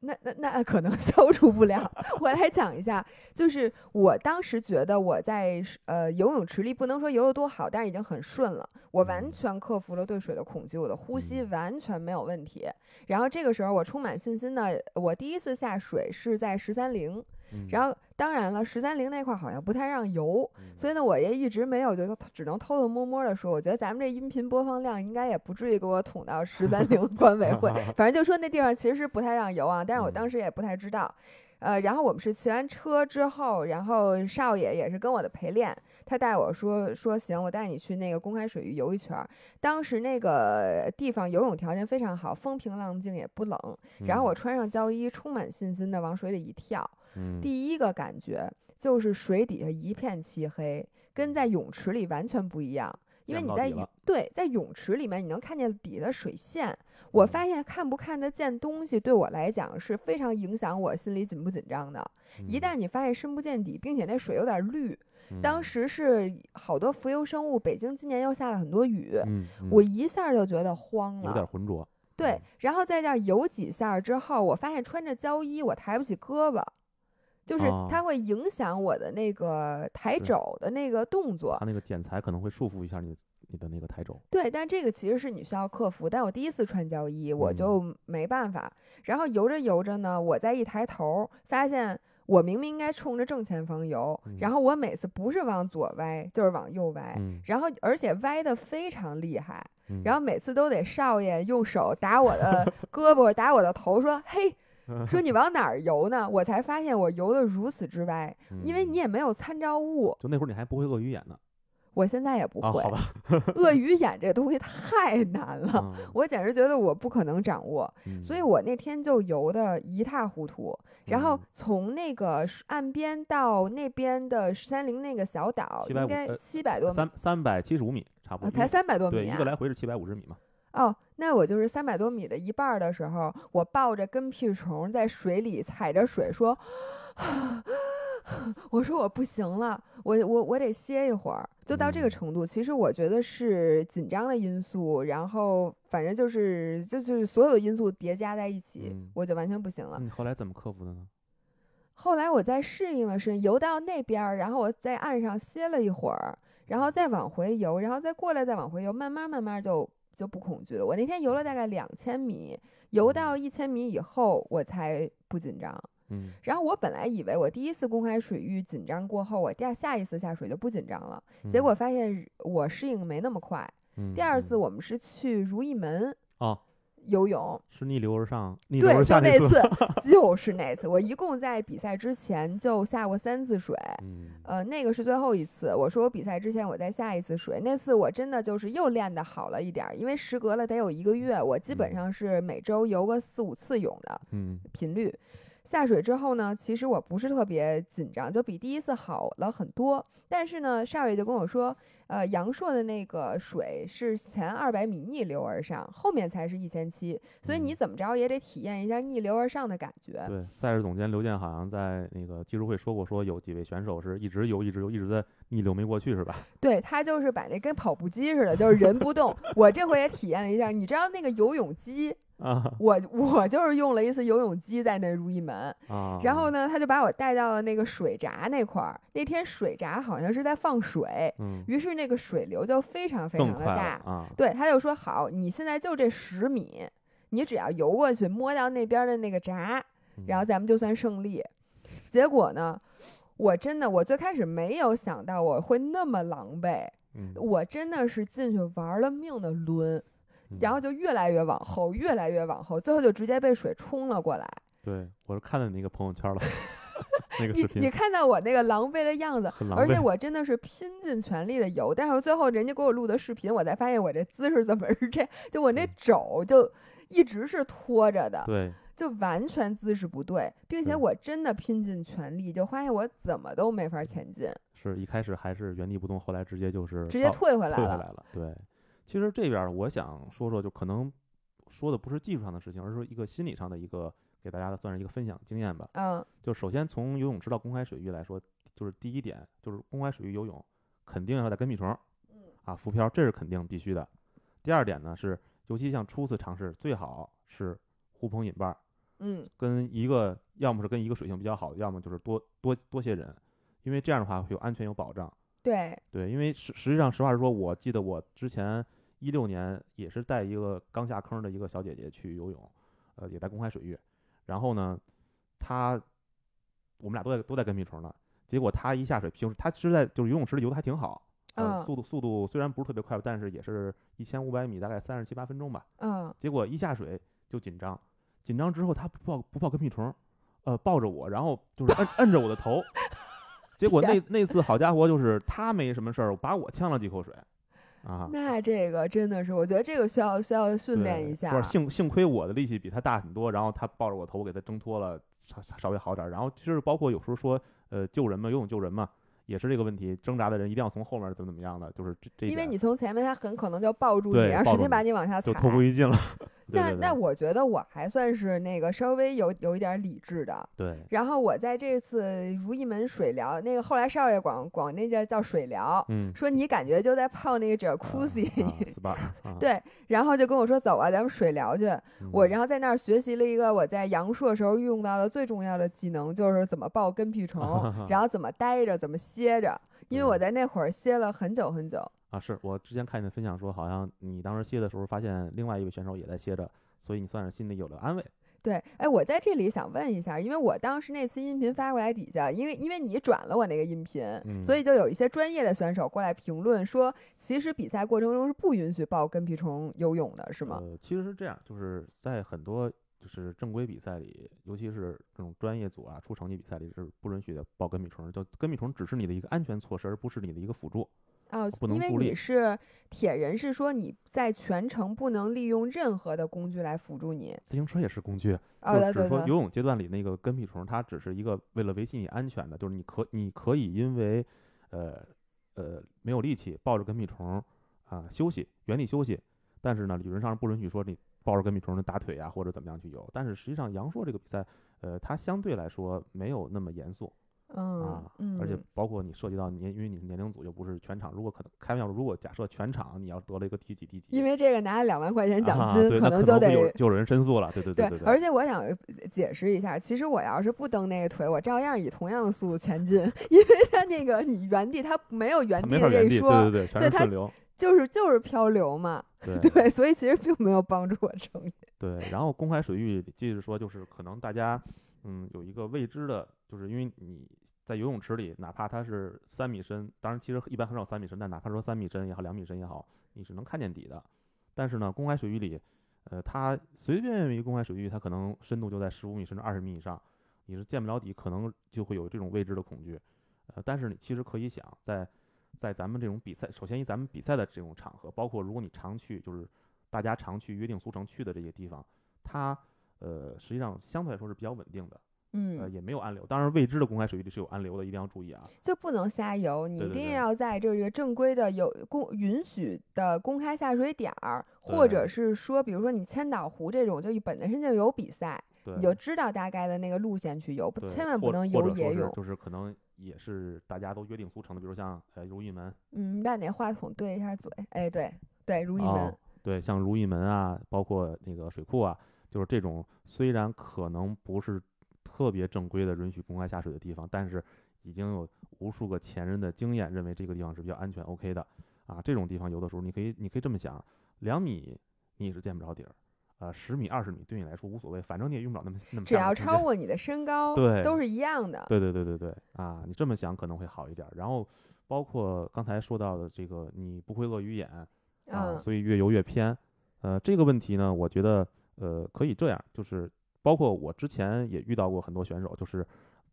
Speaker 1: 那那那可能 [laughs] 消除不了。我来讲一下，就是我当时觉得我在是呃游泳池里不能说游得多好，但是已经很顺了，我完
Speaker 2: 嗯
Speaker 1: 全克服了对水的恐惧，我的呼吸
Speaker 2: 嗯
Speaker 1: 完全没有问题。然后这个时候我充满信心的，我第一次下水是在十三陵，
Speaker 2: 嗯、
Speaker 1: 然后当然了，十三陵那块儿好像不太让游，
Speaker 2: 嗯，
Speaker 1: 所以呢，我也一直没有，就只能偷偷摸摸的说，我觉得咱们这音频播放量应该也不至于给我捅到十三陵管委
Speaker 2: [laughs]
Speaker 1: 会，反正就说那地方其实是不太让游啊，但是我当
Speaker 2: 嗯
Speaker 1: 时也不太知道。呃，然后我们是骑完车之后，然后少爷也是跟我的陪练，他带我说说行，我带你去那个公开水域游一圈儿。当时那个地方游泳条件非常好，风平浪静也不冷。
Speaker 2: 嗯
Speaker 1: 然后我穿上胶衣，充满信心的往水里一跳，
Speaker 2: 嗯、嗯
Speaker 1: 第一个感觉就是水底下一片漆黑，跟在泳池里完全不一样。因为
Speaker 2: 嗯见
Speaker 1: 你在
Speaker 2: 不到底
Speaker 1: 泳
Speaker 2: 了
Speaker 1: 对在泳池里面，你能看见底的水线。我
Speaker 2: 嗯
Speaker 1: 发现看不看得见东西，对我来讲是非常影响我心里紧不紧张的。一
Speaker 2: 嗯
Speaker 1: 旦你发现深不见底，并且那水有点绿，当
Speaker 2: 嗯
Speaker 1: 时是好多浮游生物。北京今年又下了很多雨，
Speaker 2: 嗯，嗯
Speaker 1: 我一下就觉得慌
Speaker 2: 有
Speaker 1: 了
Speaker 2: 点。浑浊。
Speaker 1: 对
Speaker 2: 嗯，
Speaker 1: 然后在这儿游几下儿之后，我发现穿着胶衣我抬不起胳膊，就是
Speaker 2: 哦
Speaker 1: 它会影响我的那个抬
Speaker 2: 是啊
Speaker 1: 肘的那个动作
Speaker 2: 它。那个剪裁可能会束缚一下你你的那个抬肘。
Speaker 1: 对，但这个其实是你需要克服。但我第一次穿胶衣，我
Speaker 2: 嗯
Speaker 1: 就没办法。然后游着游着呢，我再一抬头，发现我明明应该冲着正前方游，然
Speaker 2: 嗯
Speaker 1: 后我每次不是往左歪，就是往右歪，
Speaker 2: 嗯，
Speaker 1: 然后而且歪的非常厉害。
Speaker 2: 嗯
Speaker 1: 然后每次都得少爷用手打我的
Speaker 2: [laughs]
Speaker 1: 胳膊，打我的头，说：“嘿，说你往哪儿游呢？”我才发现我游得如此之歪，因为
Speaker 2: 嗯
Speaker 1: 你也没有参照物。
Speaker 2: 就那会儿你还不会鳄鱼眼呢。
Speaker 1: 我现在也不
Speaker 2: 啊，
Speaker 1: 会
Speaker 2: 好，吧。
Speaker 1: 鳄鱼眼这东西太难了，
Speaker 2: 嗯
Speaker 1: [laughs] 我简直觉得我不可能掌握。所以
Speaker 2: 嗯
Speaker 1: 我那天就游得一塌糊涂，然后
Speaker 2: 嗯
Speaker 1: 从那个水岸边到那边的十三陵那个小岛，
Speaker 2: 750
Speaker 1: 应该
Speaker 2: 呃
Speaker 1: 七百多米，
Speaker 2: 三三百七十五米差不
Speaker 1: 呃
Speaker 2: 多，
Speaker 1: 才
Speaker 2: 因为
Speaker 1: 三百多
Speaker 2: 对
Speaker 1: 米
Speaker 2: 一
Speaker 1: 啊
Speaker 2: 个！来回是七百五十米嘛。
Speaker 1: 哦，那我就是三百多米的一半儿的时候，我抱着跟屁虫在水里踩着水说， [laughs] 我说我不行了，我我我得歇一会儿，就到这个
Speaker 2: 嗯
Speaker 1: 程度。其实我觉得是紧张的因素，然后反正就是就是所有的因素叠加在一起，
Speaker 2: 嗯
Speaker 1: 我就完全不行了
Speaker 2: 那。你后来怎么克服的呢？
Speaker 1: 后来我再适应了适应，游到那边儿，然后我在岸上歇了一会儿，然后再往回游，然后再过来，再往回游，慢慢慢慢就就不恐惧了。我那天游了大概两千米，游到一千米以后，我才不紧张。
Speaker 2: 嗯，
Speaker 1: 然后我本来以为我第一次公开水域紧张过后，我第二下一次下水就不紧张了，结
Speaker 2: 嗯
Speaker 1: 果发现我适应没那么快。第二次
Speaker 2: 嗯
Speaker 1: 我们是去如意门
Speaker 2: 哦
Speaker 1: 游泳，
Speaker 2: 是逆流而上，逆流
Speaker 1: 对，
Speaker 2: 而
Speaker 1: 就
Speaker 2: 下
Speaker 1: 那
Speaker 2: 次。
Speaker 1: 次， [laughs]
Speaker 2: [laughs]
Speaker 1: 就是那次。我一共在比赛之前就下过三次水，
Speaker 2: 嗯，
Speaker 1: 呃，那个是最后一次。我说我比赛之前我再下一次水，那次我真的就是又练得好了一点儿，因为时隔了得有一个月，我基本
Speaker 2: 嗯
Speaker 1: 上是每周游个四五次泳的
Speaker 2: 嗯
Speaker 1: 频率。下水之后呢，其实我不是特别紧张，就比第一次好了很多。但是呢，少爷就跟我说，呃，阳朔的那个水是前二百米逆流而上，后面才是一千七，所以你
Speaker 2: 嗯
Speaker 1: 怎么着也得体验一下逆流而上的感觉。
Speaker 2: 对，赛事总监刘健好像在那个技术会说过，说有几位选手是一直游，一直游，一直在逆流没过去，是吧？ [laughs]
Speaker 1: 对他就是把那跟跑步机似的，就是人不动。我这回也体验了一下，你知道那个游泳机，
Speaker 2: 啊
Speaker 1: 我我就是用了一次游泳机在那如意门，
Speaker 2: 啊！
Speaker 1: 然后，呢，他就把我带到了那个水闸那块儿。那天水闸好像是在放水，
Speaker 2: 嗯，
Speaker 1: 于是那个水流就非常非
Speaker 2: 更
Speaker 1: 常的
Speaker 2: 快了
Speaker 1: 大。
Speaker 2: 啊！
Speaker 1: 对，他就说好，你现在就这十米，你只要游过去，摸到那边的那个闸，
Speaker 2: 嗯
Speaker 1: 然后咱们就算胜利。结果呢，我真的我最开始没有想到我会那么狼狈，
Speaker 2: 嗯，嗯
Speaker 1: 我真的是进去玩了命的抡，然后
Speaker 2: 嗯
Speaker 1: 就越来越往后，越来越往后，最后就直接被水冲了过来。
Speaker 2: 对我是看了你那个朋友
Speaker 1: [laughs]
Speaker 2: 圈了，那个
Speaker 1: 你
Speaker 2: 视
Speaker 1: 你
Speaker 2: 频
Speaker 1: 看到我那个狼狈的样子，
Speaker 2: 很狼
Speaker 1: 而且
Speaker 2: 狈。
Speaker 1: 我真的是拼尽全力的游，但是最后人家给我录的视频，我才发现我这姿势怎么是这样，就我那
Speaker 2: 嗯
Speaker 1: 肘就一直是拖着的，
Speaker 2: 对，
Speaker 1: 就完全姿势不对，并且
Speaker 2: 是
Speaker 1: 我真的拼尽全力，就发现我怎么都没法前进，
Speaker 2: 是一开始还是原地不动，后来直接就是
Speaker 1: 直接
Speaker 2: 倒
Speaker 1: 退回来
Speaker 2: 哦退回来
Speaker 1: 了。
Speaker 2: 了。对，其实这边儿我想说说，就可能说的不是技术上的事情，而是说一个心理上的一个给大家的算是一个分享经验吧。
Speaker 1: 嗯，
Speaker 2: 就首先从游泳池到公开水域来说，就是第一点就是公开水域游泳肯定要带跟屁虫，
Speaker 1: 嗯
Speaker 2: 啊浮漂这是肯定必须的。第二点呢是，尤其像初次尝试，最好是呼朋引伴儿，
Speaker 1: 嗯，
Speaker 2: 跟一个要么是跟一个水性比较好的，要么就是多多多些人，因为这样的话会有安全有保障。
Speaker 1: 对，
Speaker 2: 对，因为实实际上，实话实说，我记得我之前一六年也是带一个刚下坑的一个小姐姐去游泳，呃，也在公开水域。然后呢，她我们俩都在都在跟屁虫呢。结果她一下水，平时她其实在就是游泳池里游的还挺好，呃，
Speaker 1: 嗯
Speaker 2: 速度速度虽然不是特别快，但是也是一千五百米，大概三十七八分钟吧。
Speaker 1: 嗯，
Speaker 2: 结果一下水就紧张，紧张之后她不抱不抱跟屁虫，呃，抱着我，然后就是摁摁着我
Speaker 1: [laughs]
Speaker 2: 的头。结果那那次好家伙，就是她没什么事儿，把我呛了几口水，啊，
Speaker 1: 那这个真的是，我觉得这个需要需要训练
Speaker 2: 对
Speaker 1: 一下
Speaker 2: 不
Speaker 1: 啊。
Speaker 2: 是幸幸亏我的力气比她大很多，然后她抱着我头，我给她挣脱了，稍稍微好点儿。然后其实包括有时候说，呃，救人嘛，游泳救人嘛，也是这个问题，挣扎的人一定要从后面怎么怎么样的，就是这这一
Speaker 1: 因为
Speaker 2: 点
Speaker 1: 你从前面，他很可能就抱住你，
Speaker 2: 对
Speaker 1: 然后
Speaker 2: 抱
Speaker 1: 使
Speaker 2: 住
Speaker 1: 劲把
Speaker 2: 你
Speaker 1: 你往下踩
Speaker 2: 就。脱规于尽了。对
Speaker 1: 那
Speaker 2: [laughs] 对
Speaker 1: 那我觉得我还算是那个稍微有有一点理智的。
Speaker 2: 对对，
Speaker 1: 然后我在这次如意门水疗，那个后来少爷管管那叫叫水疗，
Speaker 2: 嗯，啊
Speaker 1: 说你感觉就在泡那个 jacuzzi，、
Speaker 2: 四八，
Speaker 1: [laughs]
Speaker 2: 啊
Speaker 1: 对，然后就跟我说走啊，咱们水疗去。
Speaker 2: 嗯
Speaker 1: 我然后在那儿学习了一个我在阳朔时候用到的最重要的技能，就是怎么抱跟屁虫，
Speaker 2: [laughs]
Speaker 1: 然后怎么待着，怎么歇着。因为我
Speaker 2: 嗯
Speaker 1: 在那会儿歇了很久很久，
Speaker 2: 啊，是我之前看你的分享说，好像你当时歇的时候发现另外一位选手也在歇着，所以你算是心里有了安慰。
Speaker 1: 对，哎，我在这里想问一下，因为我当时那次音频发过来底下，因为因为你转了我那个音频，所
Speaker 2: 嗯
Speaker 1: 以就有一些专业的选手过来评论说，其实比赛过程中是不允许抱跟屁虫游泳的，是吗？
Speaker 2: 呃，其实是这样，就是在很多就是正规比赛里，尤其是这种专业组啊出成绩比赛里是不允许的抱跟屁虫的，就跟屁虫只是你的一个安全措施，而不是你的一个辅助。
Speaker 1: 哦，
Speaker 2: 呃不
Speaker 1: 因
Speaker 2: 能
Speaker 1: 为
Speaker 2: 助
Speaker 1: 你
Speaker 2: 力
Speaker 1: 是铁人，是说你在全程不能利用任何的工具来辅助你。
Speaker 2: 自行车也是工具，
Speaker 1: 哦，
Speaker 2: 啊就
Speaker 1: 对
Speaker 2: 只
Speaker 1: 对
Speaker 2: 是说
Speaker 1: 对，
Speaker 2: 游泳阶段里那个跟屁虫，它只是一个为了维系你安全的，就是你可你可以因为呃呃没有力气抱着跟屁虫啊、休息，原地休息，但是呢理论上是不允许说你抱着跟屁虫的打腿呀、或者怎么样去游，但是实际上阳朔这个比赛，呃它相对来说没有那么严肃
Speaker 1: 嗯
Speaker 2: 啊，
Speaker 1: 嗯，
Speaker 2: 而且包括你涉及到年，因为你是年龄组又不是全场，如果可能开玩笑，如果假设全场你要得了一个第几第几，
Speaker 1: 因为这个拿了两万块钱奖
Speaker 2: 啊
Speaker 1: 金，
Speaker 2: 对
Speaker 1: 可
Speaker 2: 那
Speaker 1: 能
Speaker 2: 可
Speaker 1: 就
Speaker 2: 能
Speaker 1: 得
Speaker 2: 会有就有人申诉了，对对对对，
Speaker 1: 而且我想呃解释一下，其实我要是不蹬那个腿，我照样以同样的速度前进， [laughs] 因为它那个你原地它没有原
Speaker 2: 它
Speaker 1: 地
Speaker 2: 没
Speaker 1: 的
Speaker 2: 法
Speaker 1: 这
Speaker 2: 原
Speaker 1: 一
Speaker 2: 地，
Speaker 1: 说，
Speaker 2: 对对对，全
Speaker 1: 对
Speaker 2: 是
Speaker 1: 它
Speaker 2: 顺流。
Speaker 1: 就是就是漂流嘛，
Speaker 2: 对
Speaker 1: [laughs] 对，所以其实并没有帮助我成
Speaker 2: [laughs]
Speaker 1: 绩。
Speaker 2: 对，然后公开水域，接着说，就是可能大家，嗯，有一个未知的，就是因为你在游泳池里，哪怕它是三米深，当然其实一般很少三米深，但哪怕说三米深也好，两米深也好，你是能看见底的。但是呢，公开水域里，呃，它随便一个公开水域，它可能深度就在十五米甚至二十米以上，你是见不了底，可能就会有这种未知的恐惧。呃，但是你其实可以想，在在咱们这种比赛，首先以咱们比赛的这种场合，包括如果你常去，就是大家常去约定俗成去的这些地方，它呃实际上相对来说是比较稳定的。呃，
Speaker 1: 嗯，
Speaker 2: 也没有暗流。当然，未知的公开水域里是有暗流的，一定要注意啊。
Speaker 1: 就不能瞎游，你
Speaker 2: 对
Speaker 1: 一
Speaker 2: 对
Speaker 1: 定
Speaker 2: 对
Speaker 1: 要在这个正规的有公允许的公开下水点儿，或者
Speaker 2: 对
Speaker 1: 是说，比如说你千岛湖这种，就一本身就有比赛，
Speaker 2: 对，
Speaker 1: 你就知道大概的那个路线去游，不
Speaker 2: 对
Speaker 1: 千万不
Speaker 2: 或
Speaker 1: 能
Speaker 2: 或
Speaker 1: 游
Speaker 2: 者说
Speaker 1: 野
Speaker 2: 是
Speaker 1: 泳。
Speaker 2: 就是可能也是大家都约定俗成的，比如像呃如意门，
Speaker 1: 嗯，那得话筒对一下嘴，哎，对对，如意门，
Speaker 2: 哦对，像如意门啊，包括那个水库啊，就是这种虽然可能不是特别正规的允许公开下水的地方，但是已经有无数个前人的经验认为这个地方是比较安全 OK 的啊。这种地方游的时候，你可以你可以这么想，两米你也是见不着底儿，呃，十米二十米对你来说无所谓，反正你也用不了那么那么
Speaker 1: 只
Speaker 2: 大
Speaker 1: 要
Speaker 2: 的空
Speaker 1: 超
Speaker 2: 间
Speaker 1: 过你的身高，
Speaker 2: 对
Speaker 1: 都是一样的。
Speaker 2: 对对对对对啊，你这么想可能会好一点儿。然后包括刚才说到的这个，你不会鳄鱼眼啊，
Speaker 1: 嗯
Speaker 2: 所以越游越偏。呃，这个问题呢，我觉得呃可以这样，就是包括我之前也遇到过很多选手，就是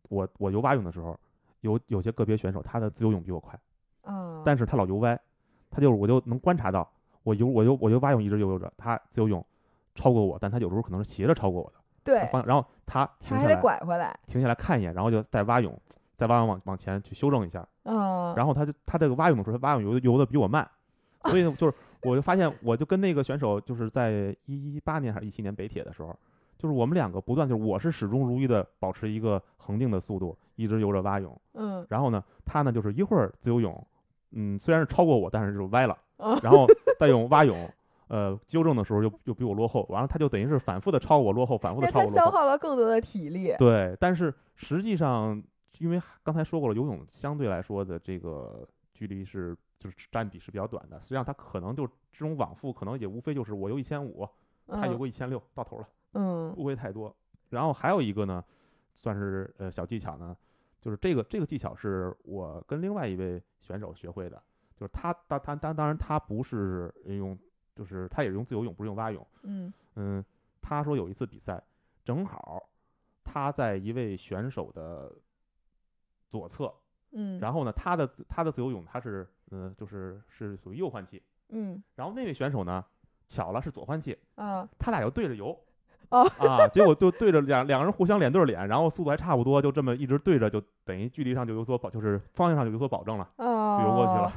Speaker 2: 我我游蛙泳的时候，有有些个别选手他的自由泳比我快，
Speaker 1: 嗯，
Speaker 2: 哦但是他老游歪，他就是我就能观察到，我游我游我游蛙泳一直游游着，他自由泳超过我，但他有时候可能是斜着超过我的他
Speaker 1: 对，
Speaker 2: 方，然后他停
Speaker 1: 他还
Speaker 2: 下
Speaker 1: 得
Speaker 2: 来。
Speaker 1: 拐回来。
Speaker 2: 停下来看一眼，然后就再蛙泳，再蛙泳往往前去修正一下。
Speaker 1: 嗯，
Speaker 2: 然后他就他这个蛙泳的时候，他蛙泳游的游的比
Speaker 1: [laughs]
Speaker 2: 我慢，所以呢就是我就发现，我就跟那个选手就是在一八年还是一七年北铁的时候，就是我们两个不断就是我是始终如一的保持一个恒定的速度，一直游着蛙泳。
Speaker 1: 嗯，
Speaker 2: 然后呢，他呢就是一会儿自由泳，嗯，虽然是超过我，但是就
Speaker 1: [laughs]
Speaker 2: 歪了
Speaker 1: 啊，
Speaker 2: 然后再用蛙泳。呃，纠正的时候又又比我落后，完了他就等于是反复的超我落后，反复的
Speaker 1: 那
Speaker 2: 超
Speaker 1: 他
Speaker 2: 我落
Speaker 1: 消。
Speaker 2: 后
Speaker 1: 耗了更多的体力。
Speaker 2: 对，但是实际上，因为刚才说过了，游泳相对来说的这个距离是就是占比是比较短的。实际上，它可能就这种往复，可能也无非就是我游一千五，他游
Speaker 1: 嗯
Speaker 2: 过一千六，到头了，
Speaker 1: 嗯
Speaker 2: 不会太多。然后还有一个呢，算是呃小技巧呢，就是这个这个技巧是我跟另外一位选手学会的，就是他当他当当然他不是用，就是他也是用自由泳，不是用蛙泳。
Speaker 1: 嗯
Speaker 2: 嗯，他说有一次比赛，正好他在一位选手的左侧，
Speaker 1: 嗯，
Speaker 2: 然后呢，他的自他的自由泳他是嗯、呃就是是属于右换气，
Speaker 1: 嗯
Speaker 2: 然后那位选手呢，巧了是左换气，
Speaker 1: 啊
Speaker 2: 他俩就对着游。
Speaker 1: 哦
Speaker 2: 啊，结果就对着两两个人互相脸对脸，然后速度还差不多，就这么一直对着，就等于距离上就有所保，就是方向上就有所保证了，就
Speaker 1: 啊，
Speaker 2: 游过去了。。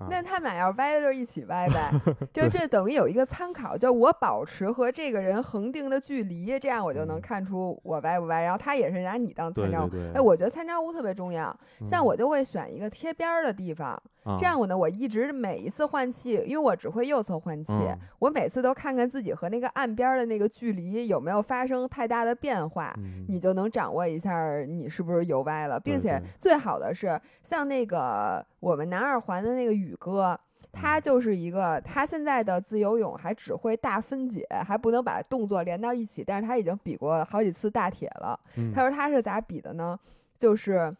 Speaker 2: 啊、
Speaker 1: 哦那他们俩要是歪的，就一起歪
Speaker 2: [laughs]
Speaker 1: 呗，就
Speaker 2: 对
Speaker 1: 这等于有一个参考，就我保持和这个人恒定的距离，这样我就能
Speaker 2: 嗯
Speaker 1: 看出我歪不歪。然后他也是拿你当参
Speaker 2: 对
Speaker 1: 照
Speaker 2: 对
Speaker 1: 物。
Speaker 2: 对，
Speaker 1: 哎，我觉得参照物特别重要，像
Speaker 2: 嗯
Speaker 1: 我就会选一个贴边儿的地方，
Speaker 2: 啊
Speaker 1: 这样我呢，我一直每一次换气，因为我只会右侧换气，
Speaker 2: 嗯
Speaker 1: 我每次都看看自己和那个岸边儿的那个距离有没有发生太大的变化，
Speaker 2: 嗯
Speaker 1: 你就能掌握一下儿你是不是游歪了，并
Speaker 2: 对
Speaker 1: 且
Speaker 2: 对
Speaker 1: 最好的是，像那个我们南二环的那个宇哥。他
Speaker 2: 嗯
Speaker 1: 就是一个，他现在的自由泳还只会大分解，还不能把动作连到一起，但是他已经比过好几次大铁了。
Speaker 2: 嗯
Speaker 1: 他说他是咋比的呢？就是，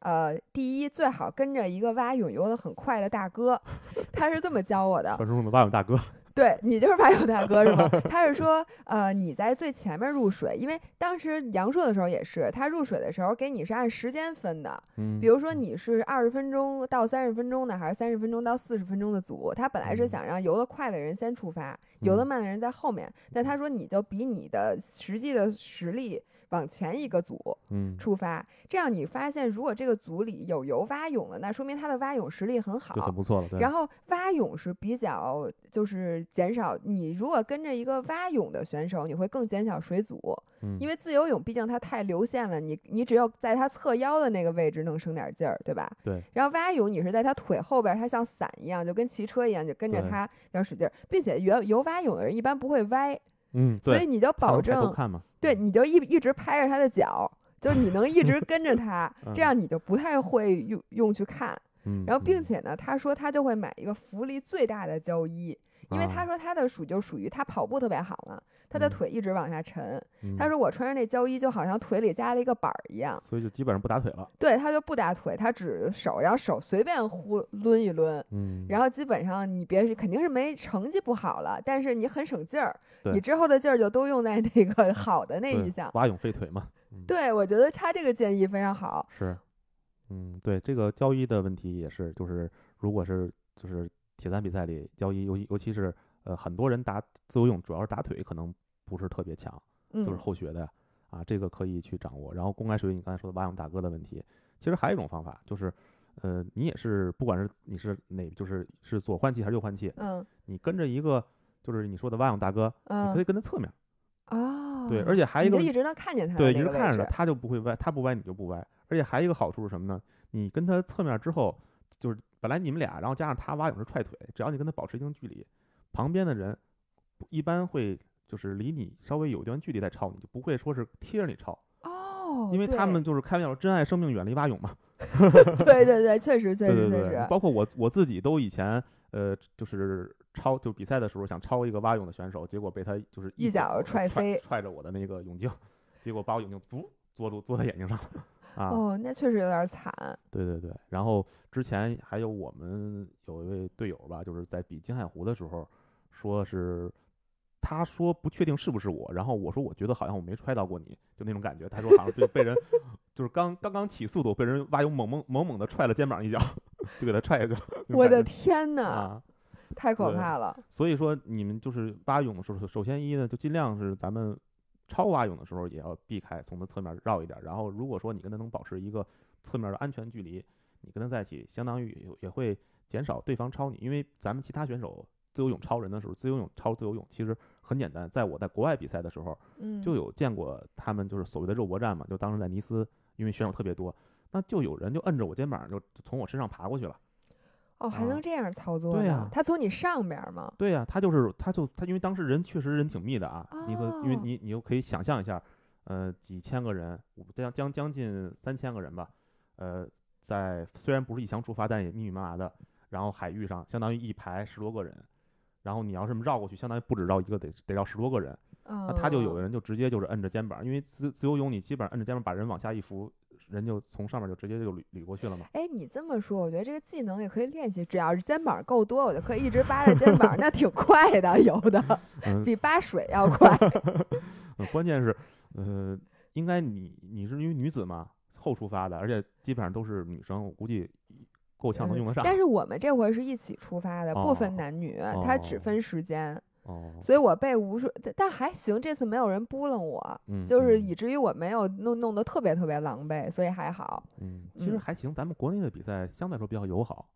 Speaker 1: 呃，第一最好跟着一个蛙泳游得很快的大哥， [laughs] 他是这么教我
Speaker 2: [laughs]
Speaker 1: 的。
Speaker 2: 传说中的蛙泳大哥，
Speaker 1: 对你就是蛙泳大哥是
Speaker 2: [laughs]
Speaker 1: 吗？他是说，呃，你在最前面入水，因为当时杨硕的时候也是，他入水的时候给你是按时间分的，
Speaker 2: 嗯
Speaker 1: 比如说你是二十分钟到三十分钟的，还是三十分钟到四十分钟的组？他本来是
Speaker 2: 嗯
Speaker 1: 想让游得快的人先出发，游得
Speaker 2: 嗯
Speaker 1: 慢的人在后面。但他说你就比你的实际的实力往前一个组，
Speaker 2: 嗯，
Speaker 1: 出发，这样你发现，如果这个组里有游蛙泳的，那说明他的蛙泳实力很
Speaker 2: 就很嗯
Speaker 1: 好。
Speaker 2: 不错了。对，
Speaker 1: 然后蛙泳是比较，就是减少你如果跟着一个蛙泳的选手，你会更减少水阻，
Speaker 2: 嗯
Speaker 1: 因为自由泳毕竟它太流线了，你你只有在它侧腰的那个位置能省点劲儿，对吧？
Speaker 2: 对。
Speaker 1: 然后蛙泳你是在它腿后边儿，它像伞一样，就跟骑车一样，就跟着
Speaker 2: 对
Speaker 1: 它要使劲儿，并且游游蛙泳的人一般不会歪，
Speaker 2: 嗯，
Speaker 1: 所
Speaker 2: 对，
Speaker 1: 以你就
Speaker 2: 他
Speaker 1: 保
Speaker 2: 能抬头
Speaker 1: 证
Speaker 2: 看嘛，
Speaker 1: 对，
Speaker 2: 嗯
Speaker 1: 你就一一直拍着他的脚，就是你能一直跟着他，
Speaker 2: [laughs] 嗯
Speaker 1: 这样你就不太会用用去看。
Speaker 2: 嗯，
Speaker 1: 然后，并
Speaker 2: 嗯
Speaker 1: 且呢，他说他就会买一个浮力最大的胶衣，因为他
Speaker 2: 啊
Speaker 1: 说他的属就属于他跑步特别好嘛，他的
Speaker 2: 嗯
Speaker 1: 腿一直往下沉。
Speaker 2: 嗯
Speaker 1: 他说我穿上那胶衣就好像腿里加了一个板儿一样，
Speaker 2: 所以就基本上不打腿了，
Speaker 1: 对他就不打腿，他只手，然后手随便呼抡一抡。
Speaker 2: 嗯，
Speaker 1: 然后基本上你别是肯定是没成绩不好了，但是你很省劲儿，你
Speaker 2: 对
Speaker 1: 之后的劲儿就都用在那个 [laughs] 好的那
Speaker 2: 对
Speaker 1: 一项。
Speaker 2: 蛙泳废腿嘛，嗯，
Speaker 1: 对，我觉得他这个建议非常好。
Speaker 2: 是，嗯，对，这个交易的问题也是，就是如果是就是铁三比赛里交易，尤其尤其是呃很多人打自由泳，主要是打腿可能不是特别强，就是
Speaker 1: 嗯
Speaker 2: 后学的。啊，这个可以去掌握。然后公开水域，你刚才说的蛙泳大哥的问题，其实还有一种方法就是，呃，你也是不管是你是哪，就是是左换气还是右换气，
Speaker 1: 嗯
Speaker 2: 你跟着一个就是你说的蛙泳大哥，你可以
Speaker 1: 嗯
Speaker 2: 跟他侧面，
Speaker 1: 哦，
Speaker 2: 对，而且还有
Speaker 1: 你
Speaker 2: 一个
Speaker 1: 就一直能看见他的
Speaker 2: 对，
Speaker 1: 那
Speaker 2: 一直
Speaker 1: 个位
Speaker 2: 看着
Speaker 1: 置
Speaker 2: 他，他就不会歪，他不歪你就不歪。而且还有一个好处是什么呢？你跟他侧面之后，就是本来你们俩，然后加上他蛙泳是踹腿，只要你跟他保持一定距离，旁边的人一般会就是离你稍微有一段距离再抄你，就不会说是贴着你抄，
Speaker 1: 哦，
Speaker 2: 因为他
Speaker 1: 对
Speaker 2: 们就是开玩笑说“珍爱生命，远离蛙泳”嘛。
Speaker 1: 对对对，确实确
Speaker 2: 对
Speaker 1: 实
Speaker 2: 对
Speaker 1: 确
Speaker 2: 对
Speaker 1: 实，，
Speaker 2: 包括我我自己都以前呃就是抄就比赛的时候想抄一个蛙泳的选手，结果被他就是
Speaker 1: 一脚
Speaker 2: 踹
Speaker 1: 踹飞
Speaker 2: 踹着我的那个泳镜，结果把我泳镜噗嘬住嘬在眼睛上
Speaker 1: [laughs]
Speaker 2: 了啊。
Speaker 1: 哦，那确实有点惨，
Speaker 2: 对对对，然后之前还有我们有一位队友吧，就是在比金海湖的时候，说是他说不确定是不是我，然后我说我觉得好像我没踹到过你，就那种感觉。他说好像就被人 [laughs] 就是刚刚刚起速度，被人蛙泳猛猛猛猛的踹了肩膀一脚， [laughs] 就给他踹下去了。那种
Speaker 1: 我
Speaker 2: 感
Speaker 1: 的
Speaker 2: 觉
Speaker 1: 天呐，
Speaker 2: 啊！
Speaker 1: 太可
Speaker 2: 对
Speaker 1: 怕了，
Speaker 2: 所以说你们就是蛙泳的时候，首先一呢就尽量是咱们超蛙泳的时候也要避开，从他侧面绕一点儿。然后如果说你跟他能保持一个侧面的安全距离，你跟他在一起，相当于也也会减少对方超你，因为咱们其他选手自由泳超人的时候，自由泳超自由泳其实很简单。在我在国外比赛的时候，
Speaker 1: 嗯，
Speaker 2: 就有见过他们就是所谓的肉搏战嘛，就当时在尼斯，因为选手特别多，那就有人就摁着我肩膀就就从我身上爬过去了。
Speaker 1: 哦，还
Speaker 2: 啊
Speaker 1: 能这样操作
Speaker 2: 对
Speaker 1: 呢
Speaker 2: 呀
Speaker 1: 他从你上边儿吗？
Speaker 2: 对呀、他就是，他就他，因为当时人确实人挺密的啊，你说，因为
Speaker 1: 哦
Speaker 2: 你你就可以想象一下，呃，几千个人，我将将将近三千个人吧，呃，在虽然不是一枪出发，但也密密麻麻的，然后海域上相当于一排十多个人，然后你要这么绕过去，相当于不止绕一个，得得绕十多个人，
Speaker 1: 嗯，
Speaker 2: 啊那他就有的人就直接就是摁着肩膀，因为自自由泳你基本上摁着肩膀把人往下一扶，人就从上面就直接就捋捋过去了嘛。
Speaker 1: 哎，你这么说，我觉得这个技能也可以练习，只要是肩膀够多，我就可以一直扒着肩膀，那挺快的，有的
Speaker 2: 嗯，
Speaker 1: 比扒水要快。
Speaker 2: 呃，关键是，呃，应该你你是因为女子嘛，后出发的，而且基本上都是女生，我估计够呛
Speaker 1: 嗯
Speaker 2: 能用得上。
Speaker 1: 但是我们这回是一起出发的，不
Speaker 2: 哦
Speaker 1: 分男女，它只
Speaker 2: 哦
Speaker 1: 分时间，
Speaker 2: 哦，
Speaker 1: 所以我被无数，但但还行，这次没有人扑棱我，
Speaker 2: 嗯，
Speaker 1: 就是
Speaker 2: 嗯
Speaker 1: 以至于我没有弄弄得特别特别狼狈，所以还
Speaker 2: [laughs]
Speaker 1: 好。
Speaker 2: 嗯，其实
Speaker 1: 嗯
Speaker 2: 还行，咱们国内的比赛相对来说比较友好，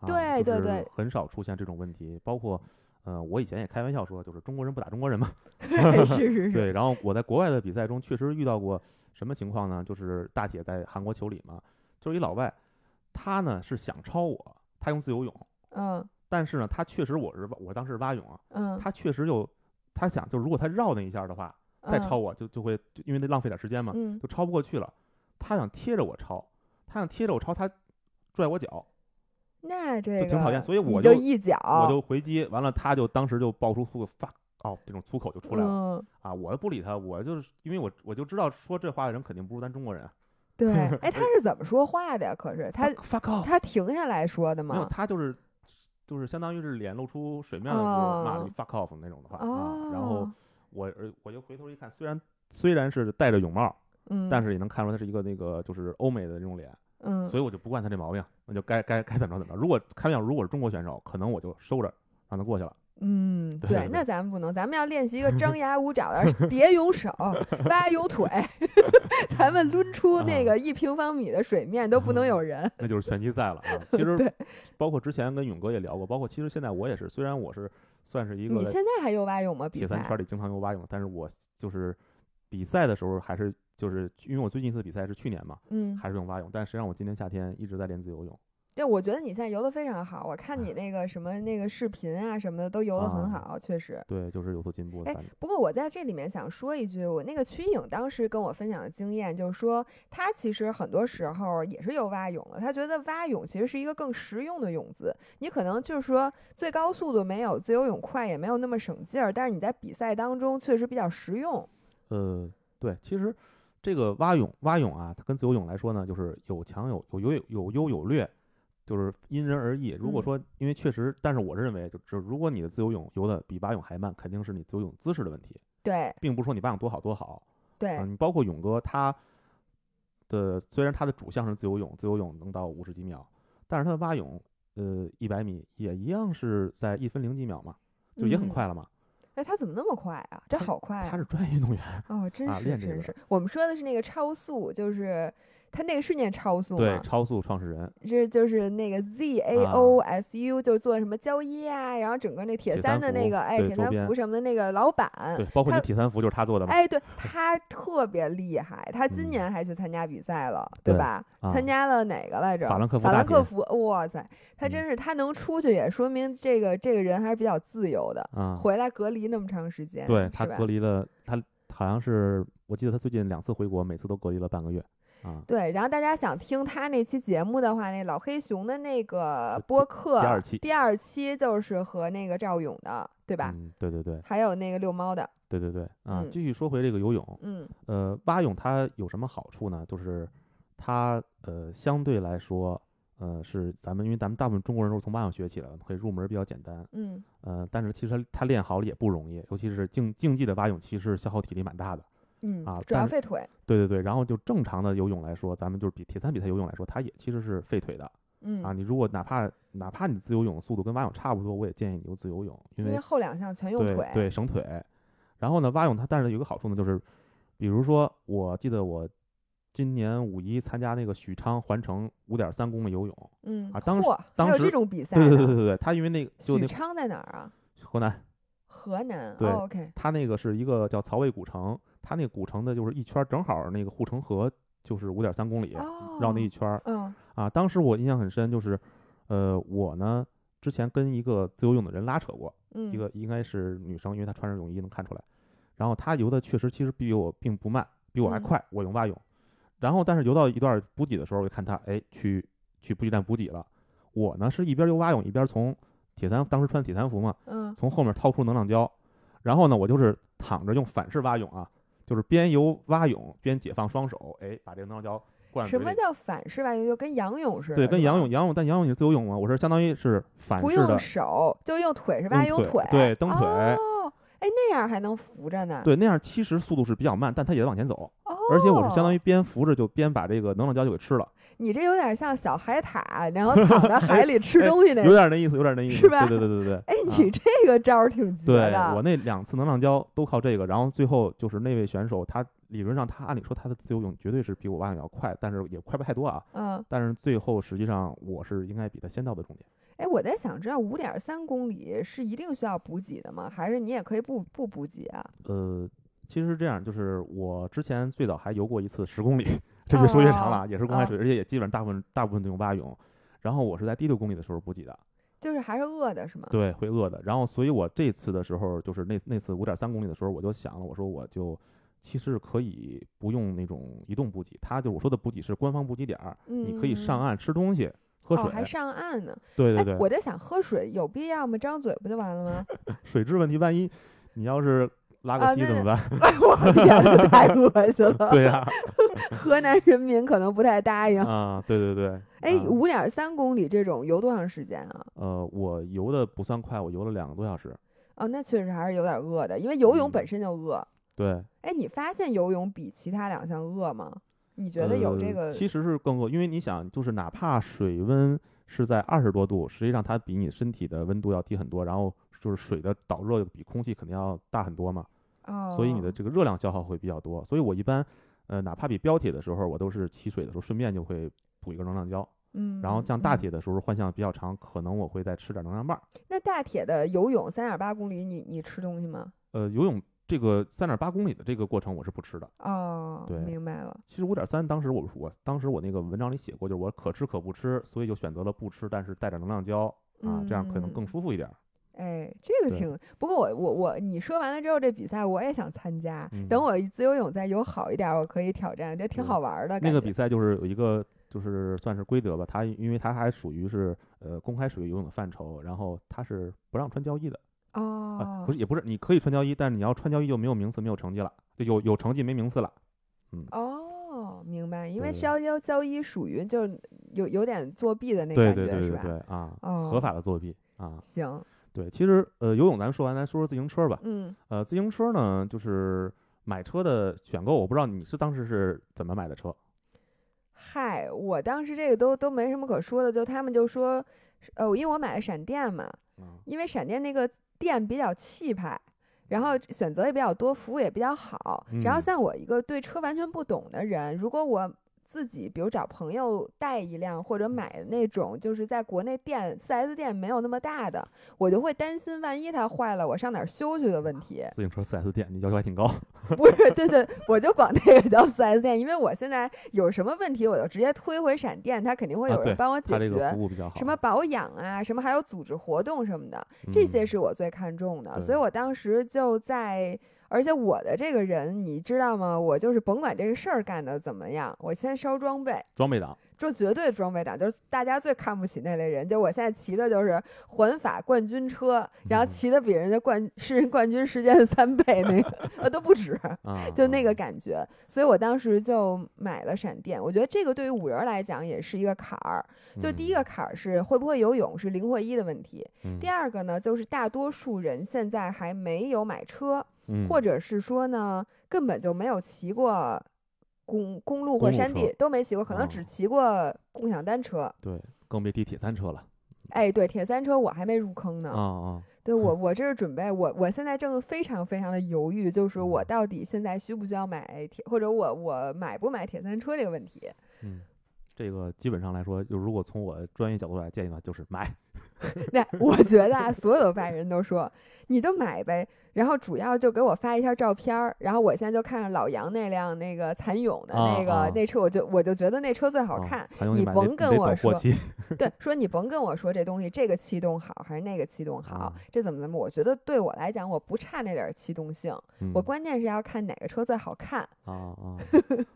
Speaker 2: 啊、
Speaker 1: 对
Speaker 2: 就
Speaker 1: 对
Speaker 2: 是
Speaker 1: 对
Speaker 2: 很少出现这种问题。包括，呃，我以前也开玩笑说，就是中国人不打中国人嘛，
Speaker 1: 是是是，
Speaker 2: [laughs] 对，然后我在国外的比赛中确实遇到过什么情况呢？就是大铁在韩国球里嘛，就是一老外，他呢是想超我，他用自由泳，
Speaker 1: 嗯
Speaker 2: 但是呢，他确实我是我当时是蛙泳啊，
Speaker 1: 嗯，
Speaker 2: 他确实就他想，就如果他绕那一下的话，再
Speaker 1: 嗯
Speaker 2: 超我就就会就因为那浪费点时间嘛，
Speaker 1: 嗯
Speaker 2: 就超不过去了。他想贴着我超，他想贴着我超，他拽我脚，
Speaker 1: 那这个
Speaker 2: 挺讨厌所以
Speaker 1: 你
Speaker 2: 我
Speaker 1: 就
Speaker 2: 就
Speaker 1: 一脚，
Speaker 2: 我就回击，完了他就当时就爆出粗口 fuck 哦这种粗口就出来了、 [laughs]
Speaker 1: 嗯，
Speaker 2: 啊！我不理他，我就是因为我我就知道说这话的人肯定不是咱中国人啊， [laughs]
Speaker 1: 对，哎，他是怎么说话的呀？可是他
Speaker 2: fuck off
Speaker 1: 他停下来说的
Speaker 2: 没有，
Speaker 1: 吗？
Speaker 2: 他就是就是相当于是脸露出水面的时候骂了一
Speaker 1: 哦
Speaker 2: fuck off 那种的话、
Speaker 1: 哦
Speaker 2: 啊，，然后我呃我就回头一看，虽然虽然是戴着泳帽。
Speaker 1: 嗯，
Speaker 2: 但
Speaker 1: 是
Speaker 2: 是也能看出他是一个那个就是欧美的那种脸，
Speaker 1: 嗯，
Speaker 2: 所以我就不惯他这毛病，那就该该该怎么着怎么着。如果开玩笑，如果是中国选手，可能我就收着让他过去了。
Speaker 1: 嗯，
Speaker 2: 对对
Speaker 1: 那咱们不能，咱们要练习一
Speaker 2: [laughs]
Speaker 1: 个张牙舞爪的蝶泳手、蛙泳腿， [laughs] 咱们抡出那
Speaker 2: 啊
Speaker 1: 个一平方米的水面都不能有人。
Speaker 2: 那就是拳击赛了啊。其实
Speaker 1: 对
Speaker 2: 包括之前跟勇哥也聊过，包括其实现在我也是，虽然我是算是一
Speaker 1: 你
Speaker 2: 个
Speaker 1: 现在还有蛙泳吗？比
Speaker 2: 铁三
Speaker 1: 赛
Speaker 2: 圈里经常游蛙泳，但是我就是比赛的时候还是就是因为我最近一次比赛是去年嘛，
Speaker 1: 嗯，
Speaker 2: 还是用蛙泳，但实际上我今年夏天一直在练自由泳。
Speaker 1: 对，我觉得你现在游的非常好，我看你那个什么那个视频啊什么的都游的很
Speaker 2: 哎啊
Speaker 1: 好，确实。
Speaker 2: 对，就是有所进步的
Speaker 1: 哎
Speaker 2: 感觉。
Speaker 1: 不过我在这里面想说一句，我那个瞿颖当时跟我分享的经验，就是说她其实很多时候也是游蛙泳了。她觉得蛙泳其实是一个更实用的泳姿，你可能就是说最高速度没有自由泳快，也没有那么省劲儿，但是你在比赛当中确实比较实用。
Speaker 2: 呃，对，其实这个蛙泳，蛙泳啊，它跟自由泳来说呢，就是有强有有优有有优有劣，就是因人而异。如果
Speaker 1: 嗯
Speaker 2: 说，因为确实，但是我认为，就只如果你的自由泳游的比蛙泳还慢，肯定是你自由泳姿势的问题，
Speaker 1: 对
Speaker 2: 并不是说你蛙泳多好多好。
Speaker 1: 对，
Speaker 2: 嗯，你包括勇哥他的，虽然他的主项是自由泳，自由泳能到五十几秒，但是他的蛙泳，呃，一百米也一样是在一分零几秒嘛，就也很
Speaker 1: 嗯
Speaker 2: 快了嘛。
Speaker 1: 哎，他怎么那么快啊？这
Speaker 2: 他
Speaker 1: 好快
Speaker 2: 他
Speaker 1: 啊！
Speaker 2: 是专业运动员，
Speaker 1: 哦，真
Speaker 2: 啊
Speaker 1: 是
Speaker 2: 练这
Speaker 1: 真
Speaker 2: 个
Speaker 1: 是。我们说的是那个超速，就是他那个是啊念超速
Speaker 2: 对
Speaker 1: 吗，？
Speaker 2: 超速创始人，
Speaker 1: 这就是那个 Z A
Speaker 2: 啊
Speaker 1: O S U，就是做什么胶衣啊，然后整个那铁
Speaker 2: 铁
Speaker 1: 三
Speaker 2: 三
Speaker 1: 的那
Speaker 2: 服
Speaker 1: 个，哎，
Speaker 2: 对
Speaker 1: 铁
Speaker 2: 周
Speaker 1: 三
Speaker 2: 边
Speaker 1: 服什么的那个老板，
Speaker 2: 对，包括
Speaker 1: 嗯他
Speaker 2: 你铁三服就是他做的嘛，
Speaker 1: 哎，对他特别厉害，他今
Speaker 2: 嗯
Speaker 1: 年还去参加比赛了，对
Speaker 2: 对
Speaker 1: 吧？
Speaker 2: 啊
Speaker 1: 参加了哪个来着？
Speaker 2: 法兰克福
Speaker 1: 法
Speaker 2: 大嗯
Speaker 1: 兰克
Speaker 2: 铁
Speaker 1: 福，哇塞，他真是他能出去，也说明这个这个人还是比较自由的。
Speaker 2: 啊，
Speaker 1: 回来隔离那么长时间，
Speaker 2: 对
Speaker 1: 是
Speaker 2: 他
Speaker 1: 吧
Speaker 2: 隔离了，他好像是我记得他最近两次回国，每次都隔离了半个月啊。
Speaker 1: 对，然后大家想听他那期节目的话，那老黑熊的那个
Speaker 2: 就
Speaker 1: 播客
Speaker 2: 第二期
Speaker 1: 第二期就是和那个赵勇的，对吧？
Speaker 2: 嗯，对对对
Speaker 1: 还有那个遛猫的，
Speaker 2: 对对对啊！
Speaker 1: 嗯
Speaker 2: 继续说回这个游泳，
Speaker 1: 嗯
Speaker 2: 呃，蛙泳它有什么好处呢？就是它呃相对来说，呃是咱们因为咱们大部分中国人都是从蛙泳学起来的，可以入门儿比较简单。
Speaker 1: 嗯，
Speaker 2: 呃，但是其实它它练好了也不容易，尤其是竞竞技的蛙泳，其实消耗体力蛮大的。
Speaker 1: 嗯，
Speaker 2: 啊
Speaker 1: 主要
Speaker 2: 但是
Speaker 1: 费腿，
Speaker 2: 对对对，然后就正常的游泳来说，咱们就是比铁三比赛游泳来说，它也其实是废腿的
Speaker 1: 嗯，
Speaker 2: 啊。你如果哪怕哪怕你自由泳速度跟蛙泳差不多，我也建议你游自由泳，因
Speaker 1: 因
Speaker 2: 为
Speaker 1: 为后两项全用
Speaker 2: 对
Speaker 1: 腿，
Speaker 2: 对省腿。然后呢，蛙泳它但是有一个好处呢，就是比如说我记得我今年五一参加那个许昌环城五点三公里游泳，
Speaker 1: 嗯
Speaker 2: 啊当时
Speaker 1: 嚯还
Speaker 2: 当
Speaker 1: 有这
Speaker 2: 时
Speaker 1: 种
Speaker 2: [laughs]
Speaker 1: 比赛
Speaker 2: 对
Speaker 1: 呢，
Speaker 2: 对对对对，它因为那个就
Speaker 1: 许
Speaker 2: 那
Speaker 1: 昌在哪儿啊？
Speaker 2: 河南，
Speaker 1: 河南。
Speaker 2: 对
Speaker 1: 哦、，OK，
Speaker 2: 它那个是一个叫曹魏古城，它那个古城的就是一圈儿正好那个护城河就是五点三公里。绕那一
Speaker 1: 哦
Speaker 2: 圈儿
Speaker 1: 嗯
Speaker 2: 啊，当时我印象很深，就是，呃，我呢之前跟一个自由泳的人拉扯过，
Speaker 1: 嗯，
Speaker 2: 一个应该是女生，因为她穿着泳衣能看出来。然后她游的确实其实比我并不慢，比我还
Speaker 1: 嗯
Speaker 2: 快，我游蛙泳。然后但是游到一段补给的时候，我就看她哎去去补给站补给了。我呢是一边游蛙泳一边从铁三当时穿铁三服嘛，
Speaker 1: 嗯
Speaker 2: 从后面掏出能量胶，然后呢我就是躺着用反式蛙泳啊，就是边游蛙泳边解放双手，哎把这个能量胶灌
Speaker 1: 嗯什
Speaker 2: 嘴
Speaker 1: 么
Speaker 2: 里。
Speaker 1: 叫反式蛙泳？就跟仰泳似的，
Speaker 2: 对，跟
Speaker 1: 是吧
Speaker 2: 仰泳，仰泳，但仰泳你是自由泳嘛，我是相当于是反
Speaker 1: 不
Speaker 2: 式的
Speaker 1: 用，手，就用腿是
Speaker 2: 用
Speaker 1: 吧？用
Speaker 2: 腿对蹬腿
Speaker 1: 哦，哎，那样还能扶着呢。
Speaker 2: 对，那样其实速度是比较慢，但它也往前走，
Speaker 1: 哦，
Speaker 2: 而且我是相当于边扶着就边把这个能量胶就给吃了，
Speaker 1: 你这有点像小海獭，然后躺在海里
Speaker 2: [laughs]
Speaker 1: 吃东西那
Speaker 2: 哎有。点那意思，有点那意思，
Speaker 1: 是
Speaker 2: 对
Speaker 1: 吧
Speaker 2: 对对对 [laughs] 对。
Speaker 1: 哎，
Speaker 2: 啊
Speaker 1: 你这个招儿挺绝
Speaker 2: 对
Speaker 1: 的。
Speaker 2: 我那两次能量胶都靠这个，然后最后就是那位选手，他理论上他按理说他的自由泳绝对是比我蛙泳要快，但是也快不太多啊。
Speaker 1: 嗯，
Speaker 2: 但是最后实际上我是应该比他先到的终点。
Speaker 1: 哎，我在想，知道五点三公里是一定需要补给的吗？还是你也可以不不补给啊？
Speaker 2: 呃，其实是这样，就是我之前最早还游过一次十 [laughs] 公里，这越说越长了，啊，也是公开水，而且也基本上大部分大部分都用蛙泳。然后我是在第六公里的时候补给的，
Speaker 1: 就是还是饿的是吗？
Speaker 2: 对，会饿的。然后，所以我这次的时候，就是那那次五点三公里的时候，我就想了，我说我就其实是可以不用那种移动补给，它就我说的补给是官方补给点儿，
Speaker 1: 嗯，
Speaker 2: 你可以上岸吃东西、喝水
Speaker 1: 哦，。还上岸呢。
Speaker 2: 对
Speaker 1: 哎
Speaker 2: 对，对，
Speaker 1: 我在想，喝水有必要吗？张嘴不就完了
Speaker 2: [laughs]
Speaker 1: 吗？
Speaker 2: 水质问题，万一你要是拉
Speaker 1: 啊
Speaker 2: 个稀
Speaker 1: 那
Speaker 2: 怎么办？
Speaker 1: [laughs] 我天呐，太恶心了。
Speaker 2: 对呀，
Speaker 1: 河南人民可能不太答
Speaker 2: [laughs]
Speaker 1: 应。
Speaker 2: 啊，对对对。
Speaker 1: 哎，
Speaker 2: 啊
Speaker 1: 五点三公里这种游多长时间啊？
Speaker 2: 呃，我游的不算快，我游了两个多小时。
Speaker 1: 哦，那确实还是有点饿的，因为游泳
Speaker 2: 嗯
Speaker 1: 本身就饿。
Speaker 2: 对，
Speaker 1: 哎，你发现游泳比其他两项饿吗？你觉得有这
Speaker 2: 呃
Speaker 1: 个？
Speaker 2: 其实是更饿，因为你想，就是哪怕水温是在二十多度，实际上它比你身体的温度要低很多，然后就是水的导热比空气肯定要大很多嘛，
Speaker 1: 哦，
Speaker 2: 所以你的这个热量消耗会比较多。所以我一般，呃，哪怕比标铁的时候，我都是起水的时候顺便就会补一个能量胶，
Speaker 1: 嗯，
Speaker 2: 然后像大
Speaker 1: 嗯
Speaker 2: 铁的时候换项比较长，可能我会再吃点能量棒儿。
Speaker 1: 那大铁的游泳三点八公里你，你吃东西吗？
Speaker 2: 呃，游泳这个三点八公里的这个过程我是不吃的。
Speaker 1: 哦，
Speaker 2: 对
Speaker 1: 明白了。
Speaker 2: 其实五点三，当时我我当时我那个文章里写过，就是我可吃可不吃，所以就选择了不吃，但是带点能量胶啊，这样可能
Speaker 1: 嗯
Speaker 2: 更舒服一点儿。
Speaker 1: 哎，这个
Speaker 2: 对
Speaker 1: 挺不过我我我你说完了之后，这比赛我也想参加。等
Speaker 2: 嗯
Speaker 1: 我自由泳再游好一点，我可以挑战，这挺
Speaker 2: 对
Speaker 1: 好玩儿的感觉。
Speaker 2: 那个比赛就是有一个就是算是规则吧，它因为它还属于是呃公开水域游泳的范畴，然后它是不让穿胶衣的啊，
Speaker 1: 哦
Speaker 2: 不，是也不是，你可以穿胶衣，但是你要穿胶衣就没有名次，没有成绩了，就有有成绩没名次了。
Speaker 1: 哦，明白，因为
Speaker 2: 对对
Speaker 1: 交交交一属于就是有有点作弊的那
Speaker 2: 对
Speaker 1: 感
Speaker 2: 对
Speaker 1: 觉
Speaker 2: 对
Speaker 1: 是
Speaker 2: 对
Speaker 1: 吧？
Speaker 2: 对啊，
Speaker 1: 哦
Speaker 2: 合法的作弊啊，
Speaker 1: 行，
Speaker 2: 对，其实呃游泳咱们说完，咱说说自行车吧。
Speaker 1: 嗯，
Speaker 2: 呃，自行车呢，就是买车的选购，我不知道你是当时是怎么买的车。
Speaker 1: 嗨，我当时这个都都没什么可说的，就他们就说，哦呃，因为我买了闪电嘛，
Speaker 2: 嗯，
Speaker 1: 因为闪电那个电比较气派，然后选择也比较多，服务也比较好。然后
Speaker 2: 嗯
Speaker 1: 像我一个对车完全不懂的人，如果我自己比如找朋友带一辆，或者买
Speaker 2: 嗯
Speaker 1: 那种就是在国内店 4S 店没有那么大的，我就会担心万一它坏了，我上哪儿修去的问题。 [laughs]
Speaker 2: 自行车 4S 店，你要求还挺高。
Speaker 1: 不是，对对，我就管那个叫 4S 店，因为我现在有什么问题，我就直接推回闪电，它肯定会
Speaker 2: 啊
Speaker 1: 有
Speaker 2: 对
Speaker 1: 人帮我解
Speaker 2: 它这
Speaker 1: 决。
Speaker 2: 个服务比较好。
Speaker 1: 什么保养啊，什么还有组织活动什么的，这些
Speaker 2: 嗯
Speaker 1: 是我最看重的。所
Speaker 2: 对
Speaker 1: 以我当时就在，而且我的这个人，你知道吗？我就是甭管这个事儿干的怎么样，我先烧装备，
Speaker 2: 装备党？
Speaker 1: 就绝对装备党，就是大家最看不起那类人。就我现在骑的就是环法冠军车，然后
Speaker 2: 嗯
Speaker 1: 骑的比人家冠世人冠军时间的三倍，那个 [laughs] 呃都不止。
Speaker 2: 啊，
Speaker 1: 就那
Speaker 2: 啊
Speaker 1: 个感觉，所以我当时就买了闪电。我觉得这个对于五人儿来讲也是一个坎儿，就第一个坎儿是会不会游泳是零或一的问题，
Speaker 2: 嗯
Speaker 1: 第二个呢就是大多数人现在还没有买车，
Speaker 2: 嗯
Speaker 1: 或者是说呢根本就没有骑过公公路
Speaker 2: 公
Speaker 1: 或
Speaker 2: 路
Speaker 1: 山地
Speaker 2: 车
Speaker 1: 都没骑过，可能
Speaker 2: 嗯
Speaker 1: 只骑过共享单车。
Speaker 2: 对，更别提铁三车了
Speaker 1: 哎，对，铁三车我还没入坑呢。
Speaker 2: 啊啊！
Speaker 1: 对我，我这是准备，我我现在正非常非常的犹豫，就是
Speaker 2: 嗯
Speaker 1: 我到底现在需不需要买铁，或者我我买不买铁三车这个问题。
Speaker 2: 嗯，这个基本上来说，就如果从我专业角度来建议呢，就是买。
Speaker 1: [laughs] 那我觉得啊，所有的外人都说你就买呗，然后主要就给我发一下照片儿，然后我现在就看上老杨那辆那个蚕蛹的
Speaker 2: 啊
Speaker 1: 那个、
Speaker 2: 啊
Speaker 1: 那车，我就我就觉得那车最好
Speaker 2: 啊
Speaker 1: 看。
Speaker 2: 还有
Speaker 1: 你
Speaker 2: 买
Speaker 1: 甭
Speaker 2: 那
Speaker 1: 跟
Speaker 2: 那
Speaker 1: 我
Speaker 2: 保
Speaker 1: 说
Speaker 2: 货期
Speaker 1: 对，说你甭跟我说这东西这个气动好还是那个气动好，
Speaker 2: 啊
Speaker 1: 这怎么怎么，我觉得对我来讲我不差那点儿气动性，我
Speaker 2: 嗯
Speaker 1: 关键是要看哪个车最好看。
Speaker 2: 啊啊，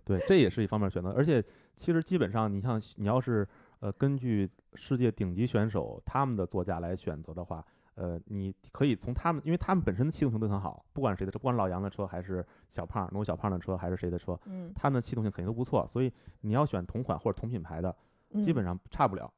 Speaker 2: 对，这也是一方面选择。而且其实基本上，你像你要是呃根据世界顶级选手他们的座驾来选择的话，呃，你可以从他们，因为他们本身的气动性都很好，不管谁的车，不管老杨的车还是小胖农小胖的车还是谁的车，
Speaker 1: 嗯，
Speaker 2: 他们的气动性肯定都不错。所以你要选同款或者同品牌的，基
Speaker 1: 嗯
Speaker 2: 本上差不了。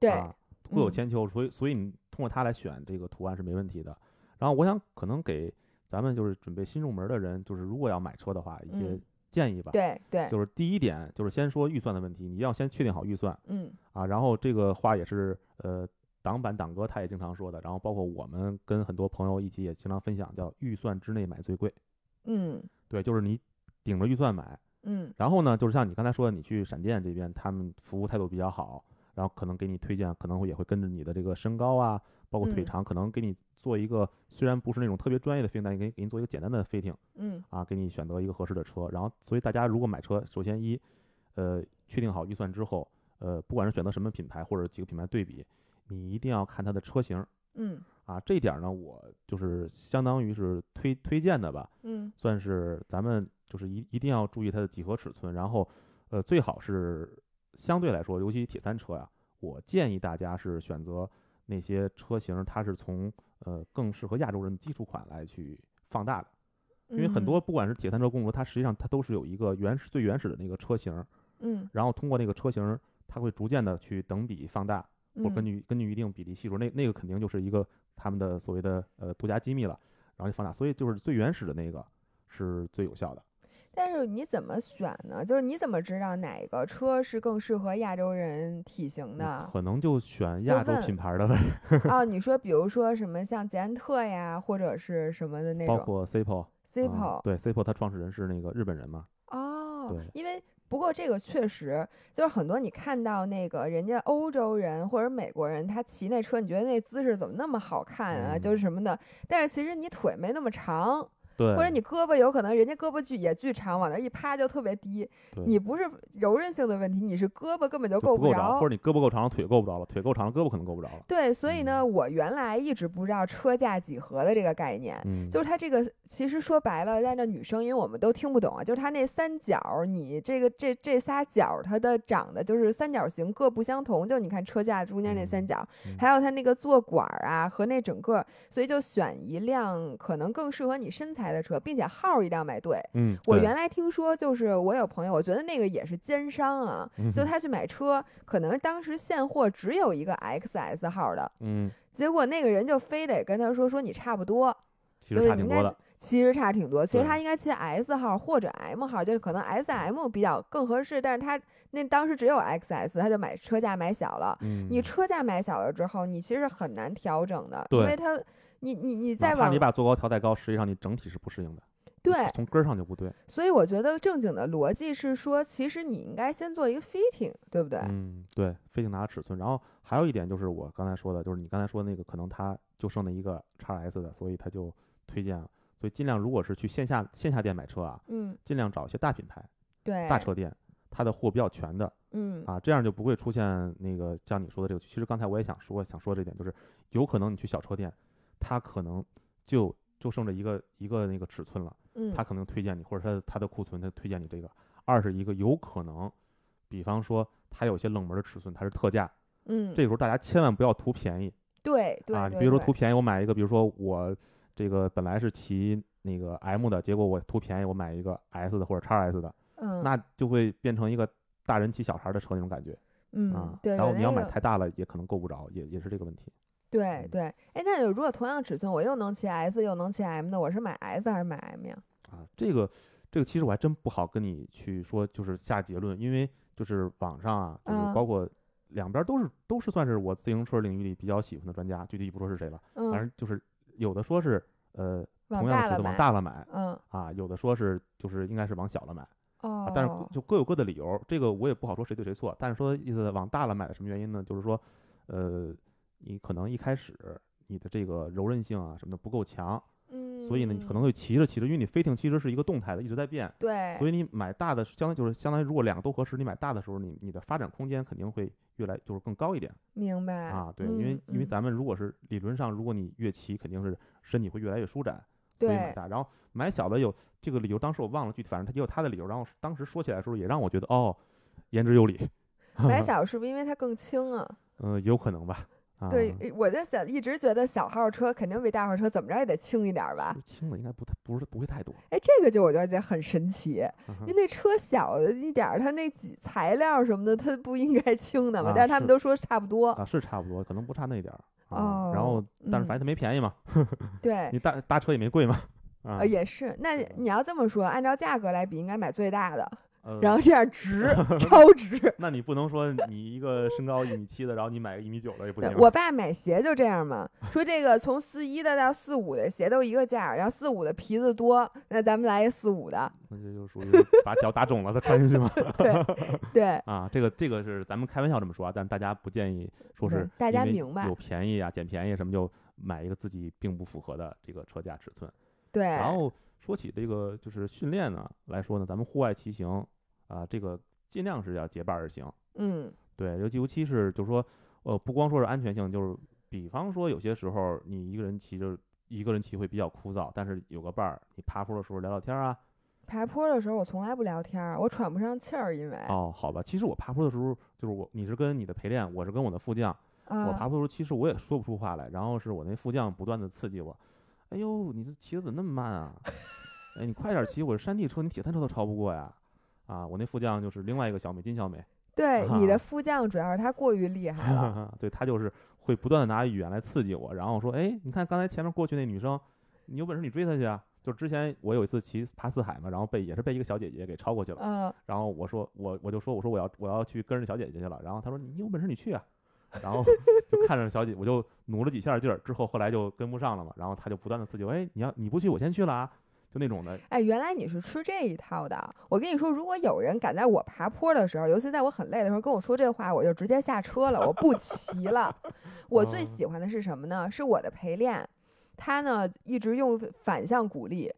Speaker 1: 对，
Speaker 2: 啊，各
Speaker 1: 嗯
Speaker 2: 有千秋，所以所以你通过它来选这个图案是没问题的。然后我想可能给咱们就是准备新入门的人，就是如果要买车的话，一些
Speaker 1: 嗯
Speaker 2: 建议吧。
Speaker 1: 对对，
Speaker 2: 就是第一点，就是先说预算的问题，你要先确定好预算
Speaker 1: 嗯
Speaker 2: 啊。然后这个话也是呃，党版党哥他也经常说的，然后包括我们跟很多朋友一起也经常分享，叫预算之内买最贵。
Speaker 1: 嗯
Speaker 2: 对，就是你顶着预算买，
Speaker 1: 嗯
Speaker 2: 然后呢，就是像你刚才说的，你去闪电这边，他们服务态度比较好，然后可能给你推荐，可能会也会跟着你的这个身高啊，包括腿
Speaker 1: 嗯
Speaker 2: 长，可能给你做一个虽然不是那种特别专业的 fitting，但也给给你做一个简单的 fitting
Speaker 1: 嗯
Speaker 2: 啊，给你选择一个合适的车。然后，所以大家如果买车，首先一，呃，确定好预算之后，呃，不管是选择什么品牌或者几个品牌对比，你一定要看它的车型
Speaker 1: 嗯
Speaker 2: 啊。这一点儿呢，我就是相当于是推推荐的吧，
Speaker 1: 嗯
Speaker 2: 算是咱们就是一一定要注意它的几何尺寸，然后呃最好是相对来说，尤其铁三车呀，我建议大家是选择那些车型，它是从呃更适合亚洲人的基础款来去放大的，因为很
Speaker 1: 嗯
Speaker 2: 多不管是铁三车、公路车，它实际上它都是有一个原始最原始的那个车型，
Speaker 1: 嗯，
Speaker 2: 然后通过那个车型，它会逐渐的去等比放大，或者
Speaker 1: 嗯
Speaker 2: 根据根据一定比例系数，那那个肯定就是一个他们的所谓的呃独家机密了，然后就放大，所以就是最原始的那个是最有效的。
Speaker 1: 但是你怎么选呢？就是你怎么知道哪个车是更适合亚洲人体型
Speaker 2: 我
Speaker 1: 的？
Speaker 2: 嗯可能就选
Speaker 1: 就
Speaker 2: 亚洲
Speaker 1: 问
Speaker 2: 品牌的 [laughs] 呗，
Speaker 1: [laughs] 哦，你说比如说什么像捷安特呀，或者是什么的那
Speaker 2: 包
Speaker 1: 种
Speaker 2: 括 Cipo。
Speaker 1: c i
Speaker 2: 嗯
Speaker 1: p E
Speaker 2: 对 Cipo，它创始人是那个日本人嘛？
Speaker 1: 哦
Speaker 2: 对，
Speaker 1: 因为不过这个确实就是很多你看到那个人家欧洲人或者美国人，他骑那车，你觉得那姿势怎么那么好看啊，就
Speaker 2: 嗯
Speaker 1: 是什么的。但是其实你腿没那么长，
Speaker 2: 对，
Speaker 1: 或者你胳膊有可能人家胳膊巨也巨长，往那儿一趴就特别低。
Speaker 2: 对
Speaker 1: 你不是柔韧性的问题，你是胳膊根本就
Speaker 2: 就
Speaker 1: 够
Speaker 2: 不
Speaker 1: 不
Speaker 2: 够着，
Speaker 1: 着
Speaker 2: 或。者你胳膊够长了，腿够不着了；腿够长了，胳膊可能够不着了。
Speaker 1: 对，所以
Speaker 2: 嗯
Speaker 1: 呢，我原来一直不知道车架几何的这个概念。
Speaker 2: 嗯，
Speaker 1: 就是它这个，其实说白了，按照女生，因为我们都听不懂啊，就是它那三角儿，你这个这这仨角儿，它的长得就是三角形，各不相同。就你看车架中间那三
Speaker 2: 嗯
Speaker 1: 角儿，
Speaker 2: 嗯
Speaker 1: 还有它那个坐管儿啊和那整个，所以就选一辆可能更适合你身材的车，并且号儿一定要买对。
Speaker 2: 嗯，
Speaker 1: 我
Speaker 2: 对
Speaker 1: 原来听说，就是我有朋友，我觉得那个也是奸商啊，
Speaker 2: 嗯
Speaker 1: 就
Speaker 2: 哼
Speaker 1: 他去买车，可能当时现货只有一个 XS 号的，
Speaker 2: 嗯，
Speaker 1: 结果那个人就非得跟他说说你差不多，
Speaker 2: 其
Speaker 1: 就是
Speaker 2: 实差
Speaker 1: 你
Speaker 2: 挺
Speaker 1: 应该
Speaker 2: 多的。
Speaker 1: 其实差挺多。其实
Speaker 2: 对
Speaker 1: 他应该骑 S 号或者 M 号，就是可能 S M 比较更合适，但是他那当时只有 XS，他就买车价买小了。
Speaker 2: 嗯，
Speaker 1: 你车价买小了之后，你其实是很难调整的，因
Speaker 2: 对
Speaker 1: 为它你你你再
Speaker 2: 哪怕
Speaker 1: 往
Speaker 2: 你把坐高调太高，实际上你整体是不适应的，
Speaker 1: 对，
Speaker 2: 从根儿上就不对。
Speaker 1: 所以我觉得正经的逻辑是说，其实你应该先做一个 fitting，对不对？
Speaker 2: 嗯，对，非得拿尺寸。然后还有一点就是我刚才说的，就是你刚才说那个，可能它就剩那一个 x S 的，所以他就推荐了。所以尽量如果是去线下线下店买车啊，
Speaker 1: 嗯，
Speaker 2: 尽量找一些大品牌、
Speaker 1: 对，
Speaker 2: 大车店，它的货比较全的
Speaker 1: 嗯，
Speaker 2: 啊，这样就不会出现那个像你说的这个。其实刚才我也想说，想说这点，就是有可能你去小车店，它可能就就剩这一个一个那个尺寸了。
Speaker 1: 嗯，
Speaker 2: 他可能推荐你，或者他的他的库存他推荐你这个。二是一个有可能，比方说他有些冷门的尺寸，它是特价，
Speaker 1: 嗯，
Speaker 2: 这个时候大家千万不要图便宜
Speaker 1: 对对
Speaker 2: 啊！你
Speaker 1: 对
Speaker 2: 比如说
Speaker 1: 对
Speaker 2: 图便宜，我买一个，比如说我这个本来是骑那个 M 的，结果我图便宜我买一个 S 的或者 x S 的，
Speaker 1: 嗯
Speaker 2: 那就会变成一个大人骑小孩的车那种感觉啊
Speaker 1: 嗯。对，
Speaker 2: 然后
Speaker 1: 对
Speaker 2: 你要
Speaker 1: 那
Speaker 2: 买
Speaker 1: 个
Speaker 2: 太大了，也可能够不着，也也是这个问题。
Speaker 1: 对
Speaker 2: 嗯
Speaker 1: 对，哎，那如果同样尺寸，我又能骑 S 又能骑 M 的，我是买 S 还是买 M 呀？
Speaker 2: 啊，这个这个其实我还真不好跟你去说，就是下结论，因为就是网上啊，就是
Speaker 1: 啊
Speaker 2: 包括两边儿都是都是算是我自行车领域里比较喜欢的专家，具体不说是谁了，反
Speaker 1: 嗯，
Speaker 2: 正就是有的说是呃
Speaker 1: 往
Speaker 2: 同样
Speaker 1: 大了
Speaker 2: 的车子
Speaker 1: 买
Speaker 2: 往，大了买
Speaker 1: 嗯
Speaker 2: 啊，有的说是就是应该是往小了买啊，但是
Speaker 1: 哦
Speaker 2: 各，就各有各的理由，这个我也不好说谁对谁错，但是说意思往大了买的什么原因呢？就是说呃你可能一开始你的这个柔韧性啊什么的不够强，
Speaker 1: 嗯，
Speaker 2: 所以呢你可能会骑着骑着，因为你飞艇其实是一个动态的，一直在变。
Speaker 1: 对，
Speaker 2: 所以你买大的，相当于就是相当于，如果两个都合适，你买大的时候，你你的发展空间肯定会越来就是更高一点
Speaker 1: 明白
Speaker 2: 啊。对，因为
Speaker 1: 嗯
Speaker 2: 因为
Speaker 1: 嗯
Speaker 2: 咱们如果是理论上，如果你越骑，肯定是身体会越来越舒展，所以买
Speaker 1: 对
Speaker 2: 大。然后买小的有这个理由，当时我忘了具体，反正他也有他的理由。然后当时说起来的时候，也让我觉得哦，言之有理。 [laughs]
Speaker 1: 买小是不是因为它更轻啊？
Speaker 2: 嗯、有可能吧。啊、
Speaker 1: 对，我在想，一直觉得小号车肯定比大号车怎么着也得轻一点儿吧
Speaker 2: 其？实轻的应该不太不是不会太多。
Speaker 1: 哎，这个就我觉得很神奇，
Speaker 2: 嗯哼
Speaker 1: 因为那车小的一点儿，它那几材料什么的，它不应该轻的嘛？
Speaker 2: 啊
Speaker 1: 但是他们
Speaker 2: 是
Speaker 1: 都说差不多，
Speaker 2: 啊，是差不多，可能不差那一点儿啊。然后
Speaker 1: 哦，
Speaker 2: 但是
Speaker 1: 嗯哎
Speaker 2: 反正它没便宜嘛，
Speaker 1: 对，
Speaker 2: 你搭搭车也没
Speaker 1: [laughs]
Speaker 2: 贵嘛。啊
Speaker 1: 呃，，也是。那
Speaker 2: 对吧
Speaker 1: 你要这么说，按照价格来比，应该买最大的，[laughs]
Speaker 2: 呃
Speaker 1: 然后这样值
Speaker 2: [laughs]
Speaker 1: 超值。
Speaker 2: 那你不能说你一个身高一米七的，然后你买个一米九的也不行啊
Speaker 1: 对。我爸买鞋就这样
Speaker 2: [laughs]
Speaker 1: 嘛，说这个从四一的到四五的鞋都一个价儿，然后四五的皮子多，那咱们来一四五
Speaker 2: [laughs]
Speaker 1: 的。
Speaker 2: 那这就属于把脚打肿了再穿进去嘛。
Speaker 1: 对，
Speaker 2: 啊，这个这个是咱们开玩笑这么说，啊，但大家不建议说
Speaker 1: 对
Speaker 2: 是
Speaker 1: 大
Speaker 2: 因
Speaker 1: 家
Speaker 2: 为
Speaker 1: 明白
Speaker 2: 有便宜啊、捡便宜什么就买一个自己并不符合的这个车架尺寸。
Speaker 1: 对，
Speaker 2: 然后说起这个就是训练呢来说呢，咱们户外骑行啊，这个尽量是要结伴而行。
Speaker 1: 嗯，
Speaker 2: 对，尤其尤其是就是说，呃，不光说是安全性，就是比方说有些时候你一个人骑着一个人骑会比较枯燥，但是有个伴儿，你爬坡的时候聊聊天儿啊。
Speaker 1: 爬坡的时候我从来不聊天儿，我喘不上气儿，因为
Speaker 2: 哦，好吧，其实我爬坡的时候，就是我你是跟你的陪练，我是跟我的副将，我
Speaker 1: 啊，
Speaker 2: 爬坡的时候其实我也说不出话来，然后是我那副将不断的刺激我，哎呦，你这骑的怎么那么慢啊？哎，你快点儿骑，我是山地车，你铁三车都超不过呀。啊，我那副将就是另外一个小美金小美， [laughs]
Speaker 1: 对，你的
Speaker 2: 啊。
Speaker 1: 副将主要是他过于厉害了
Speaker 2: [laughs] 对他就是会不断的拿语言来刺激我，然后说，哎，你看刚才前面过去那女生，你有本事你追她去啊！就之前我有一次骑爬四海嘛，然后被也是被一个小姐姐给超过去了，
Speaker 1: 嗯，
Speaker 2: 然后我说我我就说我说我要我要去跟着小姐姐去了，然后她说你有本事你去啊，然 [laughs] 后就看着小姐我就努了几下劲儿，之后后来就跟不上了嘛，然后她就不断的刺激我，哎，你要你不去我先去了啊，就那种的，
Speaker 1: 哎，原来你是吃这一套的。我跟你说，如果有人敢在我爬坡的时候，尤其在我很累的时候跟我说这话，我就直接下车了，我不骑
Speaker 2: [laughs]
Speaker 1: 了。我最
Speaker 2: 嗯
Speaker 1: 喜欢的是什么呢？是我的陪练，他呢一直用反向鼓励。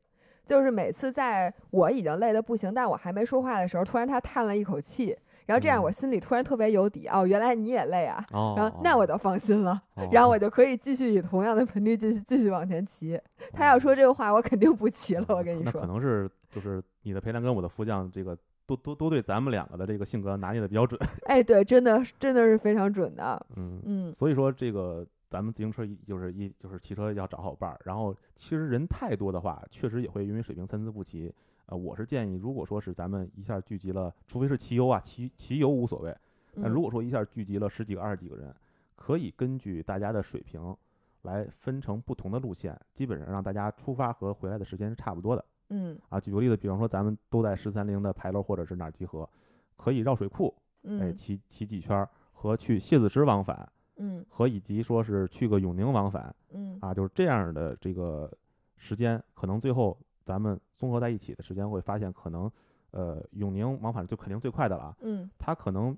Speaker 1: 就是每次在我已经累得不行，但我还没说话的时候，突然他叹了一口气，然后这样
Speaker 2: 嗯
Speaker 1: 我心里突然特别有底哦，原来你也累啊，
Speaker 2: 哦，
Speaker 1: 然后那我就放心了，
Speaker 2: 哦，哦
Speaker 1: 然后我就可以继续以同样的频率继续继续往前骑。他要说这个话，我肯定不骑了，我跟你
Speaker 2: 那
Speaker 1: 说
Speaker 2: 可。能是就是你的陪练跟我的副将这个都都都对咱们两个的这个性格拿捏的比较准，
Speaker 1: 哎，对，真的真的是非常准的。
Speaker 2: [laughs] 嗯，
Speaker 1: 嗯，
Speaker 2: 所以说这个咱们自行车一就是一就是骑车要找好伴儿，然后其实人太多的话，确实也会因为水平参差不齐。呃，我是建议，如果说是咱们一下聚集了，除非是骑游啊，骑骑游无所谓，但如
Speaker 1: 嗯
Speaker 2: 果说一下聚集了十几个、二十几个人，可以根据大家的水平来分成不同的路线，基本上让大家出发和回来的时间是差不多的。
Speaker 1: 嗯
Speaker 2: 啊，举个例子，比方说咱们都在十三陵的牌楼或者是哪儿集合，可以绕水库，哎，
Speaker 1: 嗯
Speaker 2: 骑骑几圈儿和去谢子石往返
Speaker 1: 嗯
Speaker 2: 和以及说是去个永宁往返
Speaker 1: 嗯
Speaker 2: 啊，就是这样的这个时间，可能最后咱们综合在一起的时间会发现，可能呃永宁往返就肯定最快的了啊，
Speaker 1: 嗯
Speaker 2: 它可能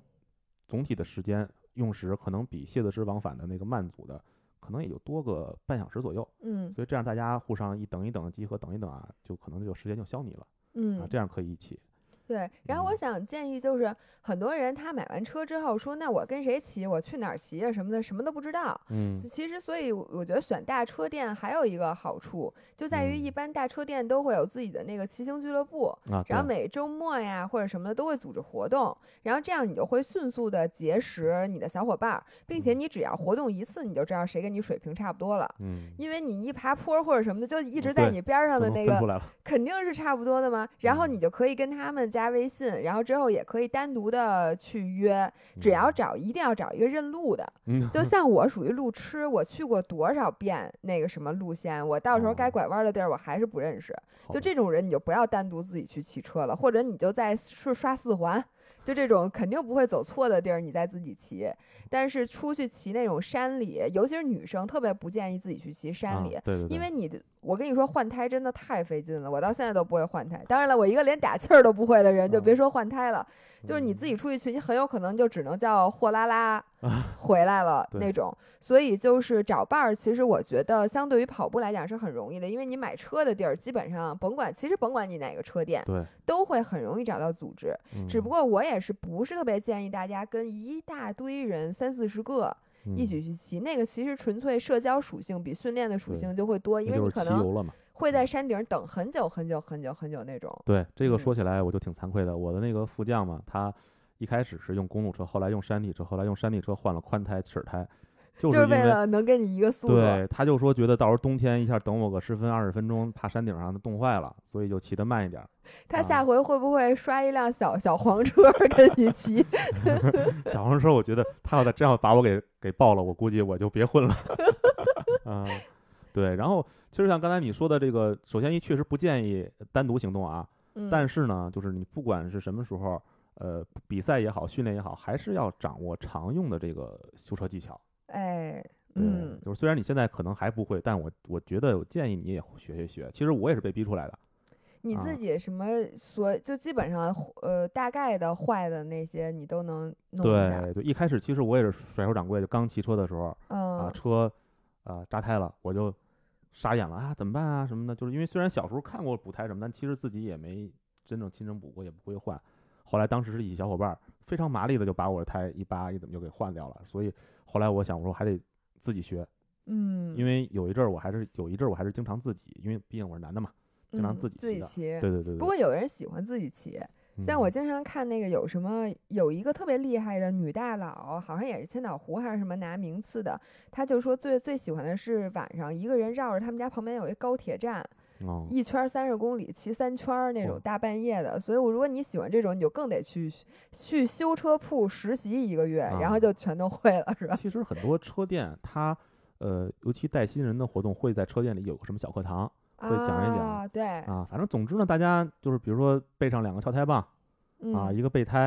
Speaker 2: 总体的时间用时可能比谢子师往返的那个慢组的可能也就多个半小时左右，
Speaker 1: 嗯
Speaker 2: 所以这样大家互上一等一等集合等一等啊，就可能就时间就消弭了
Speaker 1: 嗯
Speaker 2: 啊，这样可以一起。
Speaker 1: 对，然后我
Speaker 2: 嗯
Speaker 1: 想建议就是，很多人他买完车之后说，那我跟谁骑，我去哪儿骑啊什么的，什么都不知道。
Speaker 2: 嗯
Speaker 1: 其实，所以我我觉得选大车店还有一个好处，就在于一
Speaker 2: 嗯
Speaker 1: 般大车店都会有自己的那个骑行俱乐部，
Speaker 2: 啊，
Speaker 1: 然后
Speaker 2: 对
Speaker 1: 每周末呀或者什么的都会组织活动，然后这样你就会迅速的结识你的小伙伴儿，并且
Speaker 2: 嗯
Speaker 1: 你只要活动一次，你就知道谁跟你水平差不多了。
Speaker 2: 嗯，
Speaker 1: 因为你一爬坡儿或者什么的，就一直
Speaker 2: 嗯
Speaker 1: 在
Speaker 2: 对
Speaker 1: 你边儿上
Speaker 2: 就
Speaker 1: 的
Speaker 2: 能
Speaker 1: 那
Speaker 2: 分
Speaker 1: 个
Speaker 2: 出来了，
Speaker 1: 肯定是差不多的嘛。然后
Speaker 2: 嗯
Speaker 1: 你就可以跟他们加微信，然后之后也可以单独的去约，只要找一定要找一个认路的。
Speaker 2: 嗯 [laughs]
Speaker 1: 就像我属于路痴，我去过多少遍那个什么路线，我到时候该
Speaker 2: 哦
Speaker 1: 拐弯的地儿我还是不认识。
Speaker 2: 好
Speaker 1: 就这种人，你就不要单独自己去骑车了，或者你就在是刷四环，就这种肯定不会走错的地儿，你再自己骑。但是出去骑那种山里，尤其是女生，特别不建议自己去骑山
Speaker 2: 啊
Speaker 1: 里，
Speaker 2: 对对对，
Speaker 1: 因为你的，我跟你说换胎真的太费劲了，我到现在都不会换胎。当然了，我一个连打气儿都不会的人，就别
Speaker 2: 嗯
Speaker 1: 说换胎了，就是你自
Speaker 2: 己
Speaker 1: 己出去骑，你很有可能就只能叫货拉
Speaker 2: [laughs]
Speaker 1: 拉回来了
Speaker 2: 啊对
Speaker 1: 那种。所以就是找伴儿，其实我觉得相对于跑步来讲是很容易的，因为你买车的地儿基本上甭管，其实甭管你哪个车店，
Speaker 2: 对，嗯
Speaker 1: 都会很容易找到组织。只不
Speaker 2: 过
Speaker 1: 过我也是不是特别建议大家跟一大堆人三四十个
Speaker 2: 嗯
Speaker 1: 一起去骑，那个其实纯粹社交属性比训练的属
Speaker 2: 对
Speaker 1: 性就会多，因为你
Speaker 2: 就是
Speaker 1: 可
Speaker 2: 骑
Speaker 1: 能
Speaker 2: 游了嗯嘛。
Speaker 1: 会在山顶等很久很久很久很久那种。
Speaker 2: 对，这
Speaker 1: 嗯
Speaker 2: 个说起来我就挺惭愧的，我的那个副将嘛，他一开始是用公路车，后来用山地车，后来用山地车换了宽胎、齿胎，就
Speaker 1: 就是是
Speaker 2: 因
Speaker 1: 为
Speaker 2: 为。
Speaker 1: 了能给你一个速度，
Speaker 2: 对，他就说觉得到时候冬天一下等我个十分二十分钟，怕山顶上它冻坏了，所以就骑得慢一点儿。
Speaker 1: 他
Speaker 2: 啊
Speaker 1: 下回会不会刷一辆小小黄车儿跟你
Speaker 2: [laughs]
Speaker 1: 骑？
Speaker 2: 小黄车，我觉得他要再这样把我给给爆了，我估计我就别混了。 [laughs] 啊，对，然后其实像刚才你说的这个，首先一确实不建议单独行动啊，
Speaker 1: 嗯，
Speaker 2: 但是呢，就是你不管是什么时候，呃，比赛也好，训练也好，还是要掌握常用的这个修车技巧。
Speaker 1: 哎，
Speaker 2: 对
Speaker 1: 嗯，
Speaker 2: 就是虽然你现在可能还不会，但我我觉得我建议你也学学学。其实我也是被逼出来的。
Speaker 1: 你自
Speaker 2: 啊
Speaker 1: 己什么所就基本上呃大概的坏的那些你都能弄一下，
Speaker 2: 对，就一开始其实我也是甩手掌柜，就刚骑车的时候啊，
Speaker 1: 嗯，
Speaker 2: 车啊扎胎了，我就傻眼了啊，怎么办啊什么的。就是因为虽然小时候看过补胎什么，但其实自己也没真正亲身补过，也不会换。后来当时是一小伙伴儿非常麻利的就把我的胎一扒一怎么就给换掉了，所以后来我想我说还得自己学，
Speaker 1: 嗯，
Speaker 2: 因为有一阵儿我还是有一阵儿我还是经常自己，因为毕竟我是男的嘛，经常
Speaker 1: 嗯
Speaker 2: 自己骑的
Speaker 1: 骑
Speaker 2: 对。对对
Speaker 1: 不
Speaker 2: 对。
Speaker 1: 过有人喜欢自己骑，像我
Speaker 2: 嗯
Speaker 1: 经常看那个有什么有一个特别厉害的女大佬，好像也是千岛湖还是什么拿名次的，她就说最最喜欢的是晚上一个人绕着他们家旁边有一高铁站，
Speaker 2: 哦
Speaker 1: 一圈三十公里，骑三圈儿那种
Speaker 2: 哇
Speaker 1: 大半夜的。所以，我如果你喜欢这种，你就更得去去修车铺实习一个月，然后
Speaker 2: 啊
Speaker 1: 就全都会了，是吧？
Speaker 2: 其实很多车店它呃，尤其带新人的活动会在车店里有个什么小课堂。 [laughs] 会讲一讲
Speaker 1: 啊，对啊，
Speaker 2: 啊，反正总之呢，大家就是比如说备上两个撬胎棒啊，
Speaker 1: 嗯
Speaker 2: 一个备胎，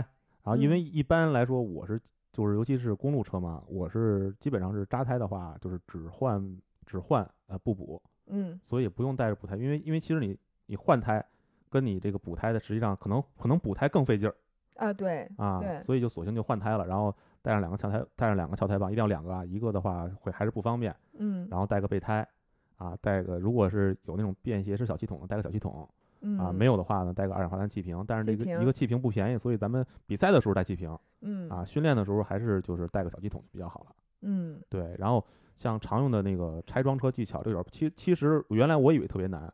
Speaker 2: 然后因
Speaker 1: 嗯
Speaker 2: 为一般来说我是就是尤其是公路车嘛，我是基本上是扎胎的话，就是只换只换呃不补，
Speaker 1: 嗯
Speaker 2: 所以不用带着补胎，因为因为其实你你换胎跟你这个补胎的实际上可能可能补胎更费劲儿
Speaker 1: 啊，对，
Speaker 2: 啊
Speaker 1: 对，
Speaker 2: 所以就索性就换胎了，然后带上两个撬胎，带上两个撬胎棒，一定要两个啊，一个的话会还是不方便，
Speaker 1: 嗯
Speaker 2: 然后带个备胎啊，带个如果是有那种便携式小系统的，带个小系统。
Speaker 1: 嗯
Speaker 2: 啊，没有的话呢，带个二氧化碳气瓶，但是
Speaker 1: 气
Speaker 2: 这个
Speaker 1: 瓶
Speaker 2: 一个气瓶不便宜，所以咱们比赛的时候带气瓶
Speaker 1: 嗯
Speaker 2: 啊，训练的时候还是就是带个小气筒比较好了。
Speaker 1: 嗯
Speaker 2: 对，然后像常用的那个拆装车技巧，这个其其实原来我以为特别难，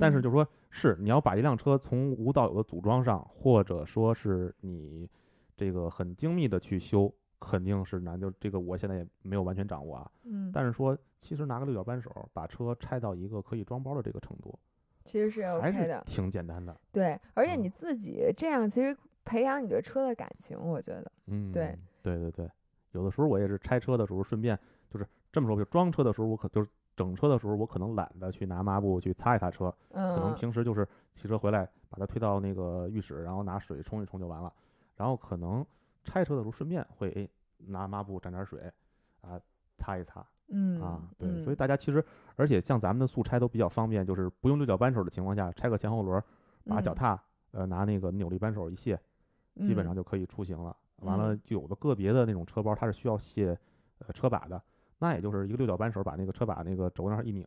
Speaker 2: 但是
Speaker 1: 嗯
Speaker 2: 就是说是你要把一辆车从无到有的组装上，或者说是你这个很精密的去修，肯定是难。就这个我现在也没有完全掌握啊，
Speaker 1: 嗯，
Speaker 2: 但是说其实拿个六角扳手把车拆到一个可以装包的这个程度，
Speaker 1: 其实是
Speaker 2: 还
Speaker 1: OK
Speaker 2: 是
Speaker 1: 的，
Speaker 2: 挺简单的。
Speaker 1: 对，而且
Speaker 2: 嗯
Speaker 1: 你自己这样其实培养你对车的感情，我觉得，
Speaker 2: 嗯，
Speaker 1: 对
Speaker 2: 对对对，有的时候我也是拆车的时候，顺便就是这么说，就装车的时候，我可就是整车的时候，我可能懒得去拿抹布去擦一擦车，可能
Speaker 1: 嗯
Speaker 2: 平时就是骑车回来把它推到那个浴室，然后拿水冲一冲就完了。然后可能拆车的时候顺便会哎拿抹布沾点水，啊擦一擦
Speaker 1: 嗯
Speaker 2: 啊，对，
Speaker 1: 嗯
Speaker 2: 所以大家其实，而且像咱们的速拆都比较方便，就是不用六角扳手的情况下，拆个前后轮儿，把脚
Speaker 1: 嗯
Speaker 2: 踏呃拿那个扭力扳手一卸，基本上
Speaker 1: 嗯
Speaker 2: 就可以出行了。完了，就有的个别的那种车包，它是需要卸呃车把的，那也就是一个六角扳手把那个车把那个轴那儿一拧，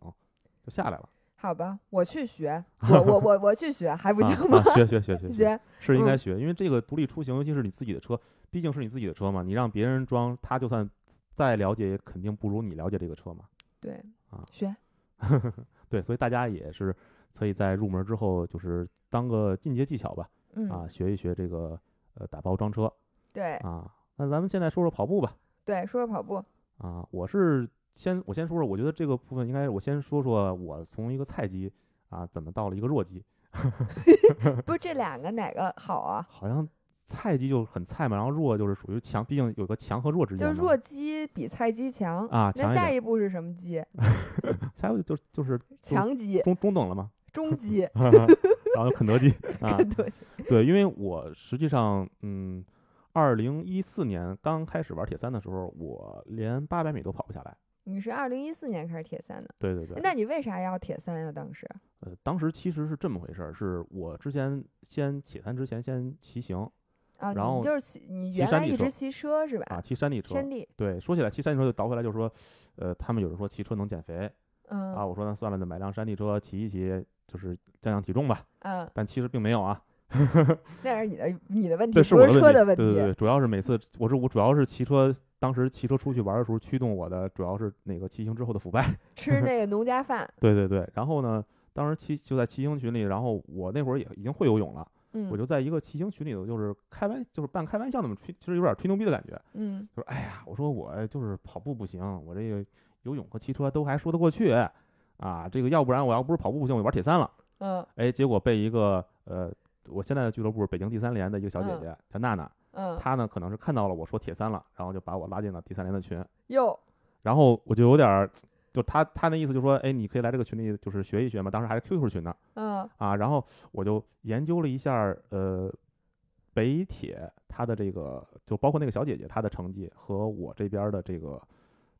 Speaker 2: 就下来了。
Speaker 1: 好吧，我去学，
Speaker 2: [laughs]
Speaker 1: 我我我我去学还不
Speaker 2: 啊
Speaker 1: 行吗？
Speaker 2: 啊、学学学学
Speaker 1: 学，
Speaker 2: 是应
Speaker 1: 嗯
Speaker 2: 该学，因为这个独立出行，尤其是你自己的车，毕竟是你自己的车嘛，你让别人装，他就算再了解，也肯定不如你了解这个车嘛。
Speaker 1: 对
Speaker 2: 啊，
Speaker 1: 学，
Speaker 2: 对，所以大家也是可以在入门之后，就是当个进阶技巧吧，
Speaker 1: 嗯，
Speaker 2: 啊，学一学这个呃打包装车
Speaker 1: 对
Speaker 2: 啊。那咱们现在说说跑步吧，
Speaker 1: 对，说说跑
Speaker 2: [laughs]
Speaker 1: 步，
Speaker 2: 啊，我是先我先说说，我觉得这个部分应该我先说说我从一个菜鸡啊，怎么到了一个弱鸡，
Speaker 1: 不是这两个哪个好啊？
Speaker 2: 好像菜鸡就很菜嘛，然后弱就是属于强，毕竟有个强和弱之间
Speaker 1: 就
Speaker 2: 嘛。
Speaker 1: 是弱鸡比菜鸡强
Speaker 2: 啊强
Speaker 1: 那
Speaker 2: 一
Speaker 1: 下
Speaker 2: 点
Speaker 1: 一步是什么鸡？
Speaker 2: 菜就就就是
Speaker 1: 强鸡、
Speaker 2: 中中等了嘛，，
Speaker 1: 中鸡
Speaker 2: [laughs] 然后肯
Speaker 1: [laughs]
Speaker 2: 德基啊，
Speaker 1: 跟多鸡
Speaker 2: 对，因为我实际上嗯。二零一四年刚开始玩铁三的时候，我连八百米都跑不下来。
Speaker 1: 你是二零一四年开始铁三的，
Speaker 2: 对对对，
Speaker 1: 那你为啥要铁三呀、当时，
Speaker 2: 呃，当时其实是这么回事儿，是我之前先铁三之前先骑行
Speaker 1: 啊，
Speaker 2: 然后
Speaker 1: 你就是骑，你
Speaker 2: 骑
Speaker 1: 原
Speaker 2: 山
Speaker 1: 来
Speaker 2: 地
Speaker 1: 一
Speaker 2: 车
Speaker 1: 直骑车是吧？
Speaker 2: 啊，骑山地车，
Speaker 1: 山地，
Speaker 2: 对，说起来骑山地车就倒回来，就是说，呃，他们有人说骑车能减肥
Speaker 1: 嗯
Speaker 2: 啊，我说那算了，那买辆山地车骑一骑，就是降降体重吧。
Speaker 1: 嗯，
Speaker 2: 但其实并没有啊，
Speaker 1: 那是你的你的问题，
Speaker 2: 这是
Speaker 1: 不
Speaker 2: 我
Speaker 1: 是
Speaker 2: 问
Speaker 1: 车的
Speaker 2: 对对对，主要是每次我是我主要是骑车，当时骑车出去玩的时候驱动我的主要是那个骑行之后的腐败。 [laughs]
Speaker 1: 吃那个农家饭，
Speaker 2: 对对对，然后呢，当时骑就在骑行群里，然后我那会儿也已经会游泳了，
Speaker 1: 嗯，
Speaker 2: 我就在一个骑行群里头，就是开玩就是半开玩笑那么吹，其实有点吹牛逼的感觉。
Speaker 1: 嗯
Speaker 2: 就说哎呀，我说我就是跑步不行，我这个游泳和骑车都还说得过去啊，这个要不然我要不是跑步不行，我就玩铁三了。
Speaker 1: 嗯
Speaker 2: 哎，结果被一个呃，我现在的俱乐部北京第三连的一个小姐
Speaker 1: 嗯
Speaker 2: 姐、叫娜娜，
Speaker 1: 嗯，
Speaker 2: 她呢可能是看到了我说铁三了，然后就把我拉进了第三连的群，
Speaker 1: 哟，
Speaker 2: 然后我就有点儿，就她她那意思就说，哎，你可以来这个群里就是学一学嘛，当时还是 QQ 群呢
Speaker 1: 嗯
Speaker 2: 啊，然后我就研究了一下儿呃。北铁她的这个，就包括那个小姐姐她的成绩和我这边儿的这个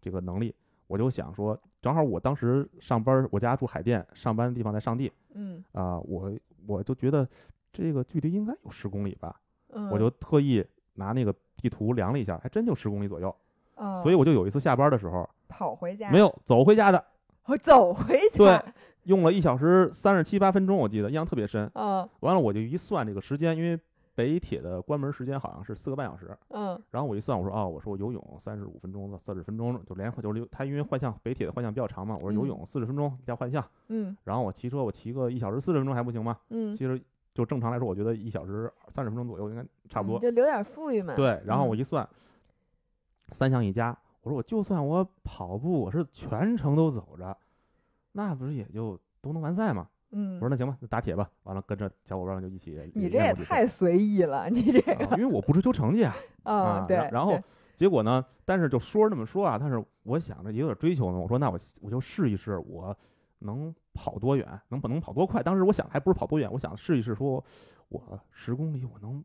Speaker 2: 这个能力，我就想说，正好我当时上班儿，我家住海淀，上班的地方在上地，
Speaker 1: 嗯
Speaker 2: 啊、我我就觉得这个距离应该有十公里吧，
Speaker 1: 嗯，
Speaker 2: 我就特意拿那个地图量了一下，还真就十公里左右。
Speaker 1: 嗯，
Speaker 2: 所以我就有一次下班的时候，
Speaker 1: 跑回家
Speaker 2: 没有走回家的，
Speaker 1: 我走回家，
Speaker 2: [laughs] 对用了一小时三十七八分钟，我记得印象特别深。
Speaker 1: 嗯
Speaker 2: 完了我就一算这个时间，因为北铁的关门时间好像是四个半小时，
Speaker 1: 嗯
Speaker 2: 然后我一算，我说哦，我说我游泳三十五分钟到四十分钟，就连就是它因为换向北铁的换向比较长嘛，我说游
Speaker 1: 嗯
Speaker 2: 泳四十分钟加换向，
Speaker 1: 嗯
Speaker 2: 然后我骑车我骑个一小时四十分钟还不行吗？
Speaker 1: 嗯，
Speaker 2: 其实就正常来说，我觉得一小时三十分钟左右应该差
Speaker 1: 嗯
Speaker 2: 不多。
Speaker 1: 就留点富裕嘛，
Speaker 2: 对，然后
Speaker 1: 嗯
Speaker 2: 我一算，三项一加，我说我就算我跑步，我是全程都走着，那不是也就都能完赛吗？
Speaker 1: 嗯，
Speaker 2: 我说那行吧，那打铁吧。完了，跟着小伙伴们就一起练过去。
Speaker 1: 你这也太随意了，你这
Speaker 2: 啊
Speaker 1: [laughs]
Speaker 2: 因为我不追求成绩啊
Speaker 1: 啊，
Speaker 2: 啊，
Speaker 1: 对
Speaker 2: 然，然后
Speaker 1: 对
Speaker 2: 结果呢？但是就说是这么说啊，但是我想着也有点追求呢。我说那我我就试一试，我能跑多远，能能跑多快？当时我想还不是跑多远，我想试一试，说我十公里我能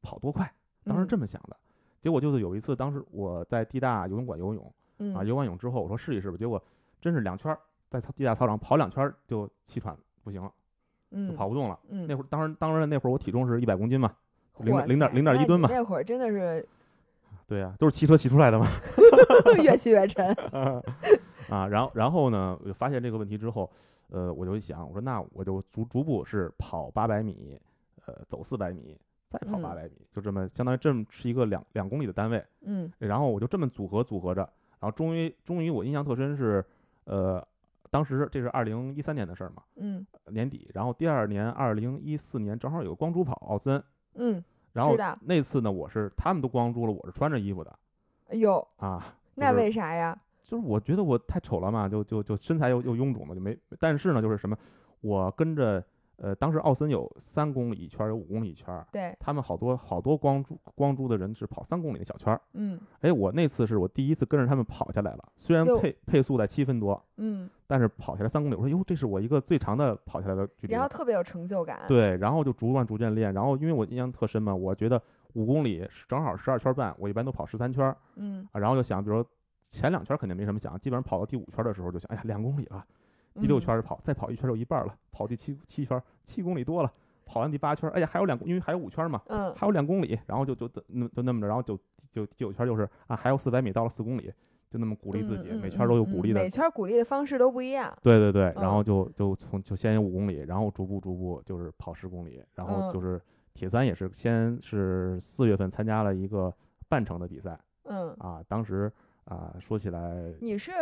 Speaker 2: 跑多快？当
Speaker 1: 嗯
Speaker 2: 时这么想的。结果就是有一次，当时我在地大游泳馆游泳
Speaker 1: 嗯
Speaker 2: 啊，
Speaker 1: 嗯
Speaker 2: 游完泳之后我说试一试吧，结果真是两圈儿在操地大操场跑两圈儿就气喘不行了，就
Speaker 1: 嗯
Speaker 2: 跑不动了。
Speaker 1: 嗯
Speaker 2: 那会儿当时当时那会儿我体重是一百公斤嘛，零
Speaker 1: 哇
Speaker 2: 点零点
Speaker 1: 塞
Speaker 2: 零点
Speaker 1: 那
Speaker 2: 一吨
Speaker 1: 你
Speaker 2: 嘛，
Speaker 1: 那会儿真的是
Speaker 2: 对呀、都是骑车骑出来的嘛。
Speaker 1: 越骑越沉， [laughs]
Speaker 2: 啊，然后然后呢，我就发现这个问题之后，呃，我就一想，我说那我就逐逐步是跑八百米，呃，走四百米，再跑
Speaker 1: 嗯
Speaker 2: 八百米，就这么相当于这么是一个两两公里的单位，
Speaker 1: 嗯
Speaker 2: 然后我就这么组合组合着，然后终于终于我印象特深是，呃，当时这是二零一三年的事儿嘛，
Speaker 1: 嗯
Speaker 2: 年底，然后第二年二零一四年正好有个光珠跑奥森，
Speaker 1: 嗯，
Speaker 2: 然后
Speaker 1: 知道
Speaker 2: 那次呢，我是他们都光珠了，我是穿着衣服的
Speaker 1: 哎呦，
Speaker 2: 啊，就
Speaker 1: 那
Speaker 2: 是
Speaker 1: 为啥呀？
Speaker 2: 就是我觉得我太丑了嘛，就就就身材又又臃肿了，就没。但是呢，就是什么，我跟着呃，当时奥森有三公里一圈儿，有五公里一圈儿，
Speaker 1: 对，
Speaker 2: 他们好多好多光珠光珠的人是跑三公里的小圈儿。
Speaker 1: 嗯
Speaker 2: 哎，我那次是我第一次跟着他们跑下来了，虽然
Speaker 1: 哟
Speaker 2: 配配速在七分多，
Speaker 1: 嗯，
Speaker 2: 但是跑下来三公里，我说哟，这是我一个最长的跑下来的距离
Speaker 1: 然后
Speaker 2: 了。
Speaker 1: 特别有成就感，
Speaker 2: 对，然后就逐渐逐渐练，然后因为我印象特深嘛，我觉得五公里是正好十二圈儿半，我一般都跑十三圈儿，
Speaker 1: 嗯
Speaker 2: 啊，然后就想，比如前两圈肯定没什么想，基本上跑到第五圈的时候就想，哎呀，两公里了，第
Speaker 1: 嗯
Speaker 2: 六圈儿跑，再跑一圈儿就一半儿了，跑第七七圈儿七公里多了，跑完第八圈儿，哎呀，还有两公，因为还有五圈儿嘛，
Speaker 1: 嗯，
Speaker 2: 还有两公里，然后就就那就那么着，然后就就第九圈儿就是啊，还有四百米到了四公里，就那么鼓励自己，
Speaker 1: 嗯
Speaker 2: 每
Speaker 1: 嗯
Speaker 2: 圈儿都有
Speaker 1: 嗯
Speaker 2: 鼓
Speaker 1: 嗯
Speaker 2: 励的，
Speaker 1: 每圈儿鼓励的方式都不一样。
Speaker 2: 对对对，然
Speaker 1: 嗯
Speaker 2: 后就就从就先有五公里，然后逐步逐步就是跑十公里，然
Speaker 1: 嗯
Speaker 2: 后就是铁三也是先是四月份参加了一个半程的比赛
Speaker 1: 嗯，
Speaker 2: 啊，当时啊说起来
Speaker 1: 你是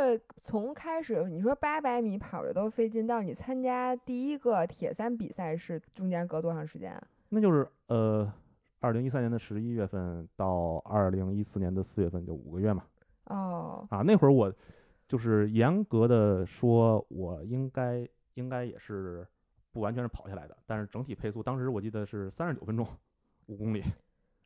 Speaker 1: 从开始你说八百米跑着都费劲，到你参加第一个铁三比赛是中间隔多长时间啊？
Speaker 2: 那就是呃，二零一三年的十一月份到二零一四年的四月份，就五个月嘛。
Speaker 1: 哦，
Speaker 2: 啊，那会儿我就是严格的说，我应该应该也是不完全是跑下来的，但是整体配速当时我记得是三十九分钟，五公里，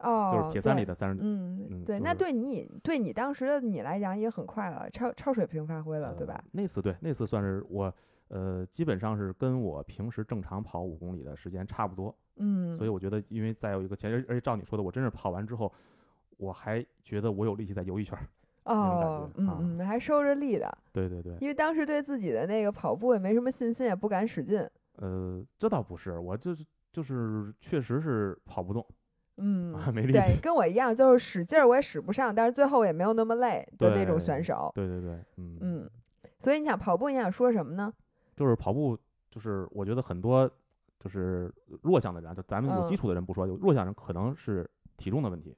Speaker 1: 哦，
Speaker 2: 就是铁三
Speaker 1: 对
Speaker 2: 里的三十九。
Speaker 1: 嗯，
Speaker 2: 嗯
Speaker 1: 对，
Speaker 2: 就
Speaker 1: 那
Speaker 2: 是
Speaker 1: 对你对你当时的你来讲也很快了，超超水平发挥了，嗯对
Speaker 2: 呃
Speaker 1: 吧？？
Speaker 2: 那次对，那次算是我呃，基本上是跟我平时正常跑五公里的时间差不多。
Speaker 1: 嗯，
Speaker 2: 所以我觉得，因为再有一个前，而且照你说的，我真是跑完之后，我还觉得我有力气再游一圈儿。 [laughs] 种感
Speaker 1: 哦，
Speaker 2: 觉啊
Speaker 1: 嗯嗯，还收着力的，
Speaker 2: 对对对，
Speaker 1: 因为当时对自己的那个跑步也没什么信心，也不敢使劲。
Speaker 2: 呃，这倒不是，我就是就是确实是跑不动，
Speaker 1: 嗯，
Speaker 2: 啊没力
Speaker 1: 对，
Speaker 2: 气
Speaker 1: 跟我一样，就是使劲儿我也使不上，但是最后也没有那么累的那种选
Speaker 2: 对
Speaker 1: 手。
Speaker 2: 对对对，嗯
Speaker 1: 嗯，所以你想跑步，你想说什么呢？
Speaker 2: 就是跑步，就是我觉得很多就是弱项的人啊，就咱们有基
Speaker 1: 嗯
Speaker 2: 础的人不说，有弱项人可能是体重的问题，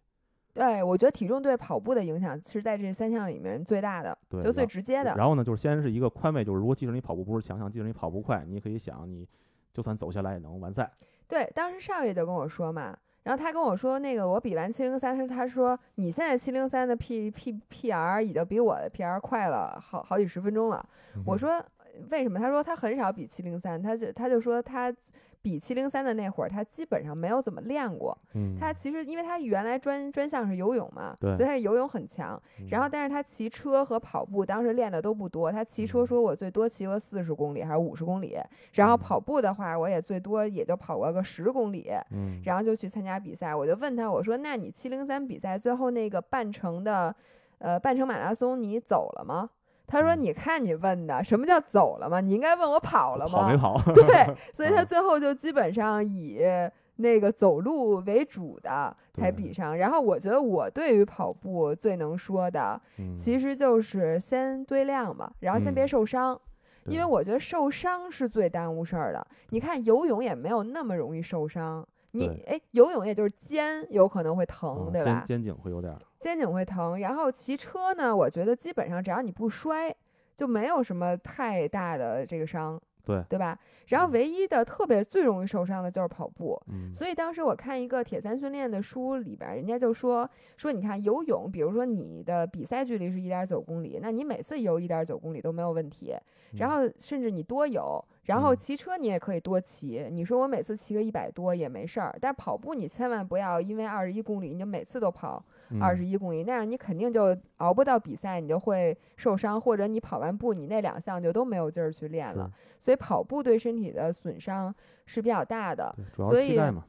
Speaker 1: 对，我觉得体重对跑步的影响是在这三项里面最大的，
Speaker 2: 对，
Speaker 1: 就最
Speaker 2: 然
Speaker 1: 直接的。
Speaker 2: 然后呢，就是先是一个宽慰，就是如果即使你跑步不是强项，即使你跑不快，你可以想你就算走下来也能完赛，
Speaker 1: 对，当时少爷就跟我说嘛，然后他跟我说那个我比完七零三时，他说你现在七零三的 P P P R 已经比我的 P R 快了好好几十分钟了。
Speaker 2: 嗯
Speaker 1: 我说为什么？他说他很少比七零三，他就他就说他比七零三的那会儿，他基本上没有怎么练过。
Speaker 2: 嗯，
Speaker 1: 他其实因为他原来专专项是游泳嘛，
Speaker 2: 对嗯
Speaker 1: 所以他游泳很强。然后，但是他骑车和跑步当时练的都不多。他骑车
Speaker 2: 嗯
Speaker 1: 说我最多骑过四十公里还是五十公里，然后
Speaker 2: 嗯
Speaker 1: 跑步的话我也最多也就跑过个十公里，
Speaker 2: 嗯，
Speaker 1: 然后就去参加比赛。我就问他，我说那你七零三比赛最后那个半程的，呃，半程马拉松你走了吗？他说：“
Speaker 2: 嗯
Speaker 1: 你看你问的，什么叫走了吗？你应该问我跑了吗？
Speaker 2: 跑没跑？ [laughs]
Speaker 1: 对，所以他
Speaker 2: 嗯
Speaker 1: 最后就基本上以那个走路为主的才
Speaker 2: 对
Speaker 1: 比上。然后我觉得我对于跑步最能说的，其
Speaker 2: 实
Speaker 1: 实就是先堆量吧，然后先别
Speaker 2: 嗯
Speaker 1: 受伤。因为
Speaker 2: 对
Speaker 1: 我觉得受伤是最耽误事儿的。你看游泳也没有那么容易受伤，你
Speaker 2: 对哦
Speaker 1: 哎，游泳也就是肩有可能会疼，对吧
Speaker 2: 嗯肩？肩颈会有点儿，
Speaker 1: 肩颈会疼。然后骑车呢，我觉得基本上只要你不摔，就没有什么太大的这个伤，
Speaker 2: 对
Speaker 1: 对吧？然后
Speaker 2: 嗯
Speaker 1: 唯一的特别最容易受伤的就是跑步。
Speaker 2: 嗯，
Speaker 1: 所以当时我看一个铁三训练的书里边儿，人家就说说你看游泳，比如说你的比赛距离是一点九公里，那你每次游一点九公里都没有问题，然
Speaker 2: 嗯
Speaker 1: 后甚至你多游，然后
Speaker 2: 嗯
Speaker 1: 骑车你也可以多骑。你说我每次骑个一百多也没事儿，但是跑步你千万不要因为二十一公里你就每次都跑二
Speaker 2: 嗯
Speaker 1: 十一公里，那样你肯定就熬不到比赛，你就会受伤，或者你跑完步你那两项就都没有劲儿去练了。所以跑步对身体的损伤是比较大的，
Speaker 2: 对，主要
Speaker 1: 所
Speaker 2: 是
Speaker 1: 以
Speaker 2: 膝盖嘛，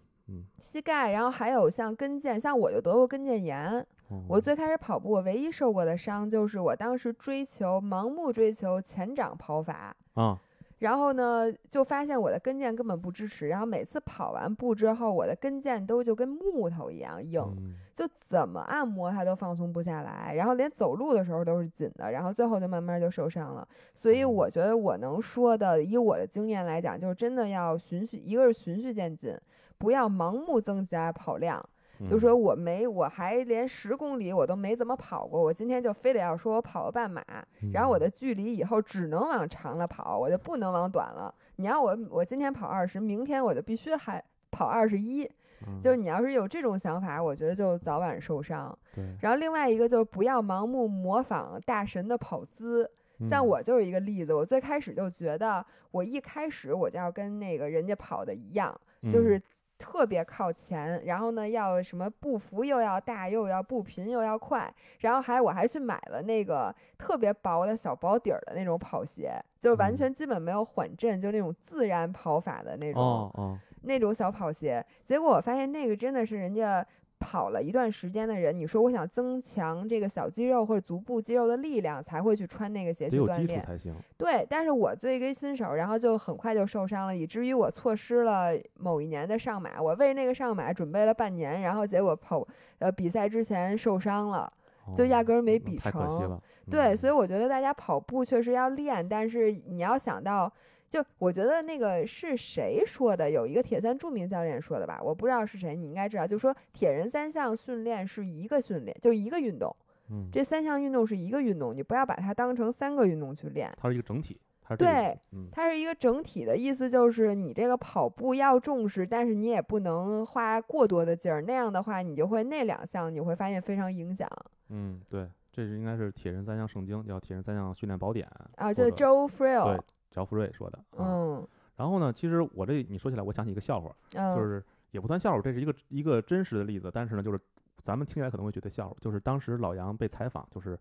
Speaker 1: 膝盖，然后还有像跟腱，像我就得过跟腱炎。我
Speaker 2: 哦
Speaker 1: 最开始跑步，我唯一受过的伤就是我当时追求盲目追求前掌跑法，
Speaker 2: 啊，
Speaker 1: 然后呢，就发现我的跟腱根本不支持，然后每次跑完步之后，我的跟腱都就跟木头一样硬，
Speaker 2: 嗯
Speaker 1: 就怎么按摩它都放松不下来，然后连走路的时候都是紧的，然后最后就慢慢就受伤了。所以
Speaker 2: 嗯
Speaker 1: 我觉得我能说的，以我的经验来讲，就是真的要循序，一个是循序渐进，不要盲目增加跑量。就
Speaker 2: 嗯
Speaker 1: 说我没，我还连十公里我都没怎么跑过，我今天就非得要说我跑个半马，
Speaker 2: 嗯
Speaker 1: 然后我的距离以后只能往长了跑，我就不能往短了。你要我我今天跑二十，明天我就必须还跑二十一，
Speaker 2: 嗯
Speaker 1: 就是你要是有这种想法，我觉得就早晚受伤。
Speaker 2: 对，
Speaker 1: 然后另外一个就是不要盲目模仿大神的跑姿，像
Speaker 2: 嗯
Speaker 1: 我就是一个例子，我最开始就觉得我一开始我就要跟那个人家跑的一样，就
Speaker 2: 嗯
Speaker 1: 是特别靠前，然后呢要什么步幅又要大，又要步频又要快，然后还我还去买了那个特别薄的小薄底儿的那种跑鞋，就是完
Speaker 2: 嗯
Speaker 1: 全基本没有缓震，就那种自然跑法的那种、
Speaker 2: 哦哦，
Speaker 1: 那种小跑鞋。结果我发现那个真的是人家。跑了一段时间的人，你说我想增强这个小肌肉或者足部肌肉的力量，才会去穿那个鞋
Speaker 2: 得
Speaker 1: 去
Speaker 2: 有
Speaker 1: 锻
Speaker 2: 基础
Speaker 1: 炼。
Speaker 2: 才行。
Speaker 1: 对，但是我作为一个新手，然后就很快就受伤了，以至于我错失了某一年的上马。我为那个上马准备了半年，然后结果跑呃比赛之前受伤了。就
Speaker 2: 哦
Speaker 1: 压根儿没
Speaker 2: 那
Speaker 1: 比
Speaker 2: 太可惜
Speaker 1: 成
Speaker 2: 了。
Speaker 1: 对，
Speaker 2: 嗯
Speaker 1: 所以我觉得大家跑步确实要练，但是你要想到，就我觉得那个是谁说的？有一个铁三著名教练说的吧，我不知道是谁，你应该知道，就说铁人三项训练是一个训练，就是一个运动，
Speaker 2: 嗯，
Speaker 1: 这三项运动是一个运动，你不要把它当成三个运动去练。
Speaker 2: 它是一个整体，它是这个意
Speaker 1: 对
Speaker 2: 思，嗯，
Speaker 1: 它是一个整体的意思，就是你这个跑步要重视，但是你也不能花过多的劲儿，那样的话你就会那两项你会发现非常影响
Speaker 2: 嗯，对，这是应该是铁人三项圣经，叫《铁人三项训练宝典》
Speaker 1: 啊。
Speaker 2: 或
Speaker 1: 就是
Speaker 2: 者
Speaker 1: Joe Friel，
Speaker 2: 对乔福瑞说的。啊，
Speaker 1: 嗯
Speaker 2: 然后呢，其实我这你说起来，我想起一个笑话，
Speaker 1: 嗯，
Speaker 2: 就是也不算笑话，这是一个一个真实的例子，但是呢，就是咱们听起来可能会觉得笑话，就是当时老杨被采访，就是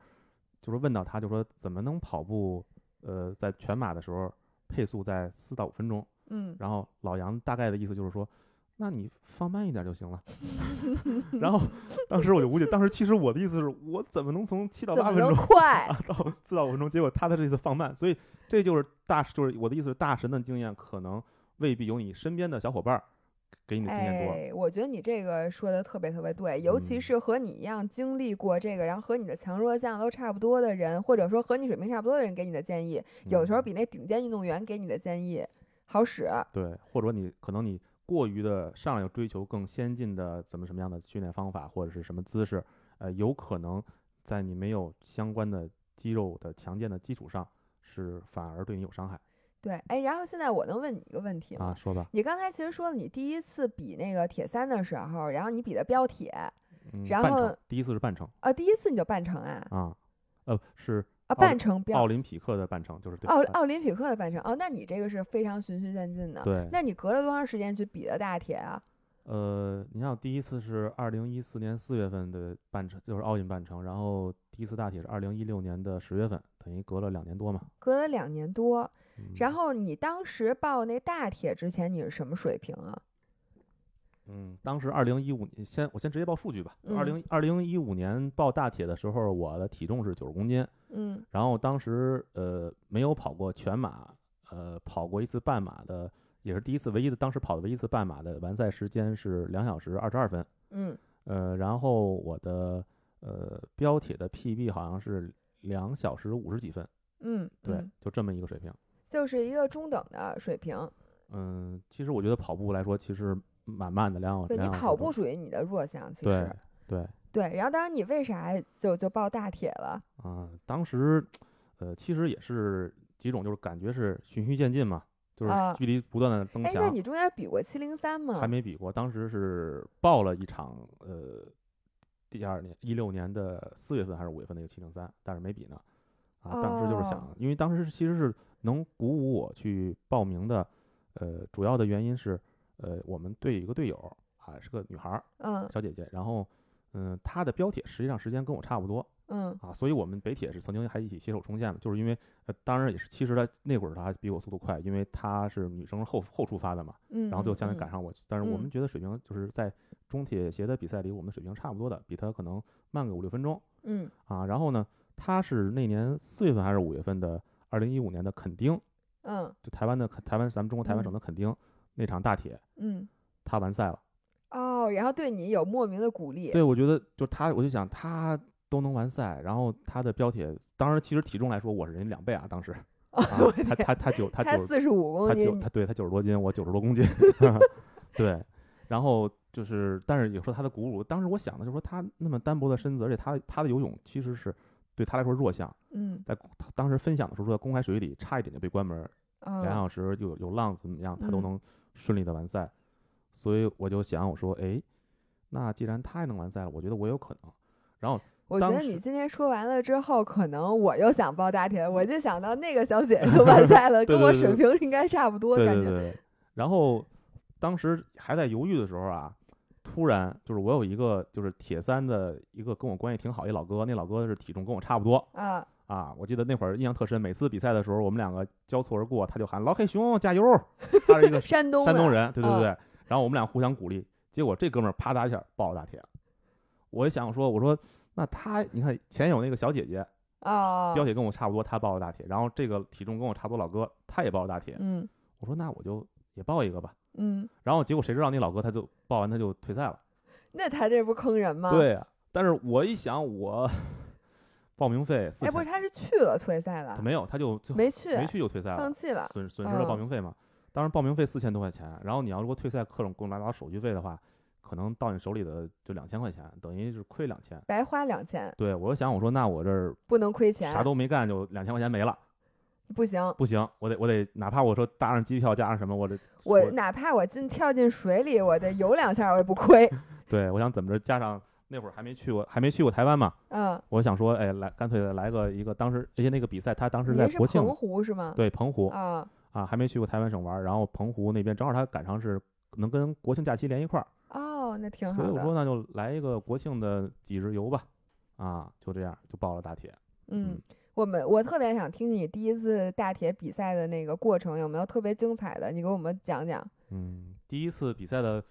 Speaker 2: 就是问到他，就说怎么能跑步，呃，在全马的时候配速在四到五分钟，
Speaker 1: 嗯
Speaker 2: 然后老杨大概的意思就是说，那你放慢一点就行了。 [laughs] 然后当时我就无解，当时其实我的意思是我怎么能从七到
Speaker 1: 怎
Speaker 2: 八
Speaker 1: 么
Speaker 2: 分
Speaker 1: 能
Speaker 2: 钟
Speaker 1: 快？
Speaker 2: 啊到四到五分钟，结果他的这次放慢，所以这就是大就是我的意思是大神的经验可能未必有你身边的小伙伴儿给 [laughs] 你的经验多。
Speaker 1: 哎，我觉得你这个说的特别特别对，尤其
Speaker 2: 嗯
Speaker 1: 是和你一样经历过这个，然后和你的强弱项都差不多的人，或者说和你水平差不多的人给你的建议，有时候
Speaker 2: 嗯
Speaker 1: 比那顶尖运动员给你的建议好使。
Speaker 2: 对，或者你可能你过于的上来就追求更先进的怎么什么样的训练方法或者是什么姿势，呃，有可能在你没有相关的肌肉的强健的基础上，是反而对你有伤害
Speaker 1: 对，哎，然后现在我能问你一个问题吗？
Speaker 2: 啊。说吧，
Speaker 1: 你刚才其实说了，你第一次比那个铁三的时候，然后你比的标铁，
Speaker 2: 嗯，
Speaker 1: 然
Speaker 2: 半
Speaker 1: 后
Speaker 2: 程第一次是半程
Speaker 1: 呃，第一次你就半程啊
Speaker 2: 啊，呃，是
Speaker 1: 啊，
Speaker 2: 奥林
Speaker 1: 半程标
Speaker 2: 奥林匹克的半程，就是对
Speaker 1: 奥
Speaker 2: 半
Speaker 1: 奥林匹克的半程哦，那你这个是非常循序渐进的。
Speaker 2: 呃对，
Speaker 1: 那你隔了多长时间去比的大铁啊？
Speaker 2: 呃，你像第一次是二零一四年四月份的半程，就是奥运半程，然后第一次大铁是二零一六年的十月份，等于隔了两年多嘛。
Speaker 1: 隔了两年多，
Speaker 2: 嗯
Speaker 1: 然后你当时报那大铁之前你是什么水平啊？
Speaker 2: 嗯，当时二零一五年，先我先直接报数据吧。二
Speaker 1: 嗯
Speaker 2: 零二零一五年报大铁的时候，我的体重是九十公斤，
Speaker 1: 嗯
Speaker 2: 然后当时呃没有跑过全马，呃跑过一次半马的，也是第一次唯一的，当时跑的唯一一次半马的完赛时间是两小时二十二分，
Speaker 1: 嗯
Speaker 2: 呃，然后我的呃标铁的 PB 好像是两小时五十几分，
Speaker 1: 嗯，
Speaker 2: 对，
Speaker 1: 嗯
Speaker 2: 就这么一个水平。
Speaker 1: 就是一个中等的水平。
Speaker 2: 嗯，其实我觉得跑步来说，其实蛮慢的，两小
Speaker 1: 对
Speaker 2: 两
Speaker 1: 你
Speaker 2: 小时
Speaker 1: 跑
Speaker 2: 多
Speaker 1: 步属于你的弱项，其
Speaker 2: 对
Speaker 1: 实
Speaker 2: 对。
Speaker 1: 对。然后当然你为啥就就报大铁了？
Speaker 2: 啊，当时，呃，其实也是几种，就是感觉是循序渐进嘛，就是
Speaker 1: 啊
Speaker 2: 距离不断的增
Speaker 1: 哎，那
Speaker 2: 强，
Speaker 1: 你中间比过七零三吗？
Speaker 2: 还没比过。当时是报了一场，呃，第二年一六年的四月份还是五月份的一个七零三，但是没比呢。啊，当时就是想，
Speaker 1: 哦
Speaker 2: 因为当时其实是能鼓舞我去报名的，呃，主要的原因是，呃，我们队有一个队友啊，是个女孩儿
Speaker 1: 嗯
Speaker 2: 小姐姐，然后，嗯、她的标铁实际上时间跟我差不多，
Speaker 1: 嗯
Speaker 2: 啊，所以我们北铁是曾经还一起携手冲线的，就是因为呃，当然也是，其实他那会儿他比我速度快，因为他是女生后后出发的嘛，
Speaker 1: 嗯，
Speaker 2: 然后就相当于
Speaker 1: 嗯
Speaker 2: 赶。上我，但是我们
Speaker 1: 嗯
Speaker 2: 觉得水平就是在中铁协的比赛里，我们的水平差不多的，比他可能慢个五六分钟
Speaker 1: 嗯
Speaker 2: 啊。然后呢，他是那年四月份还是五月份的二零一五年的垦丁，
Speaker 1: 嗯
Speaker 2: 就台湾的垦台湾咱们中国台湾省
Speaker 1: 嗯
Speaker 2: 的垦丁、那场大铁，
Speaker 1: 嗯
Speaker 2: 他完赛了。
Speaker 1: 哦，然后对你有莫名的鼓励。
Speaker 2: 对，我觉得就他，我就想他都能完赛，然后他的标铁，当然其实体重来说我是人家两倍啊，当时。
Speaker 1: [laughs] 哦，
Speaker 2: 啊
Speaker 1: 我，
Speaker 2: 他
Speaker 1: 天
Speaker 2: 他他九他
Speaker 1: 他
Speaker 2: 九
Speaker 1: 四十五公
Speaker 2: 他九
Speaker 1: 斤
Speaker 2: 他，对他九十多斤，我九十多公斤， [laughs] 对，然后就是，但是也说他的鼓舞，当时我想的就是说他那么单薄的身子，而且他他的游泳其实是对他来说弱项，
Speaker 1: 嗯
Speaker 2: 在公他当时分享的时候说在公开水域里差一点就被关门儿，两
Speaker 1: 嗯
Speaker 2: 小时有有浪子怎么样，他都
Speaker 1: 嗯
Speaker 2: 能顺利的完赛，所以我就想我说，哎，那既然他也能完赛了，我觉得我有可能，然后
Speaker 1: 我觉
Speaker 2: 当
Speaker 1: 得你
Speaker 2: 时
Speaker 1: 今天说完了之后，可能我又想报大铁，我就想到那个小
Speaker 2: [laughs]
Speaker 1: 姐姐完赛了，
Speaker 2: 嗯对
Speaker 1: 跟我
Speaker 2: 对
Speaker 1: 水
Speaker 2: 对
Speaker 1: 平应该差不多，
Speaker 2: 对
Speaker 1: 感
Speaker 2: 对
Speaker 1: 觉
Speaker 2: 对。然后当时还在犹豫的时候啊，突然就是我有一个就是铁三的一个跟我关系挺好一老哥，那老哥是体重跟我差不多
Speaker 1: 啊，
Speaker 2: 啊，我记得那会儿印象特深，每次比赛的时候我们两个交错而过，他就喊老黑熊加油，他是一个
Speaker 1: 山东
Speaker 2: 山东
Speaker 1: 的
Speaker 2: 人，对对
Speaker 1: 嗯
Speaker 2: 对，然后我们俩互相鼓励，结果这哥们儿啪嗒一下爆大铁，我也想说，我说那他，你看前有那个小姐姐，
Speaker 1: 哦，
Speaker 2: 标铁跟我差不多，她报的大铁，然后这个体重跟我差不多老哥，他也报的大铁，
Speaker 1: 嗯
Speaker 2: 我说那我就也报一个吧。
Speaker 1: 嗯，
Speaker 2: 然后结果谁知道那老哥他就报完他就退赛了。
Speaker 1: 那他这不是坑人吗？，
Speaker 2: 对呀、但是我一想我 [laughs] 报名费四
Speaker 1: 哎，不是，
Speaker 2: 千，
Speaker 1: 他是去了退赛了
Speaker 2: 他，没有，他就就
Speaker 1: 没去，
Speaker 2: 没去就退赛了
Speaker 1: 放，弃了。
Speaker 2: 损损失了报
Speaker 1: 嗯
Speaker 2: 名费嘛。当时报名费四千多块钱，然后你要如果退赛各种各种乱七八糟手续费的话，可能到你手里的就两千块钱，等于是亏两千。
Speaker 1: 白花两千，
Speaker 2: 对，我就想我说那我这儿
Speaker 1: 不能亏钱，
Speaker 2: 啥都没干就两千块钱没了，
Speaker 1: 不行。
Speaker 2: 不行，我得我得哪怕我说搭上机票加上什么，我这
Speaker 1: 我哪怕我进跳进水里，我得游两下，我也不
Speaker 2: [laughs]
Speaker 1: 亏。
Speaker 2: 对我想怎么着加上那会儿还没去过还没去过台湾嘛，
Speaker 1: 嗯，
Speaker 2: 我想说哎来干脆来个一个当时而且那个比赛他当时在
Speaker 1: 您是
Speaker 2: 国庆
Speaker 1: 澎湖是吗？
Speaker 2: 对澎湖
Speaker 1: 啊
Speaker 2: 啊，还没去过台湾省玩儿，然后澎湖那边正好他赶上是能跟国庆假期连一块儿，
Speaker 1: 哦，那挺好
Speaker 2: 所以我说
Speaker 1: 的。
Speaker 2: 那就来一个国庆的几日游吧，啊，就这样就报了大铁。
Speaker 1: 嗯
Speaker 2: 嗯，
Speaker 1: 我们我特别想听你第一次大铁比赛的那个过程，有没有特别精彩的？你给我们讲讲。
Speaker 2: 嗯，第一次比赛的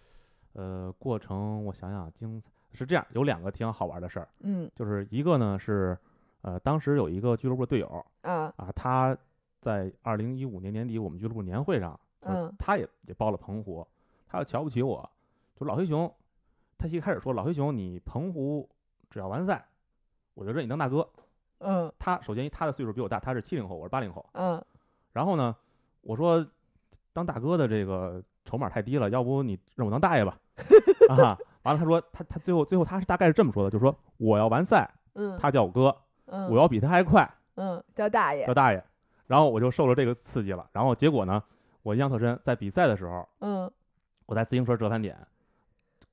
Speaker 2: 呃过程，我想想精彩是这样，有两个挺好玩的事儿，
Speaker 1: 嗯
Speaker 2: 就是一个呢是呃当时有一个俱乐部的队友
Speaker 1: 啊
Speaker 2: 啊，他在二零一五年年底我们俱乐部年会上，就是
Speaker 1: 嗯
Speaker 2: 他也也报了澎湖，他就瞧不起我，就老黑熊，他一开始说老黑熊你澎湖只要完赛，我就认你当大哥。
Speaker 1: 嗯
Speaker 2: 他首先他的岁数比我大，他是七零后，我是八零后。
Speaker 1: 嗯
Speaker 2: 然后呢，我说当大哥的这个筹码太低了，要不你让我当大爷吧？ [laughs] 啊，完了，他说他他最后最后他是大概是这么说的，就说我要完赛，
Speaker 1: 嗯，
Speaker 2: 他叫我哥，
Speaker 1: 嗯
Speaker 2: 我要比他还快，
Speaker 1: 嗯叫大爷
Speaker 2: 叫大爷。然后我就受了这个刺激了。然后结果呢，我印象特深，在比赛的时候，
Speaker 1: 嗯
Speaker 2: 我在自行车折返点，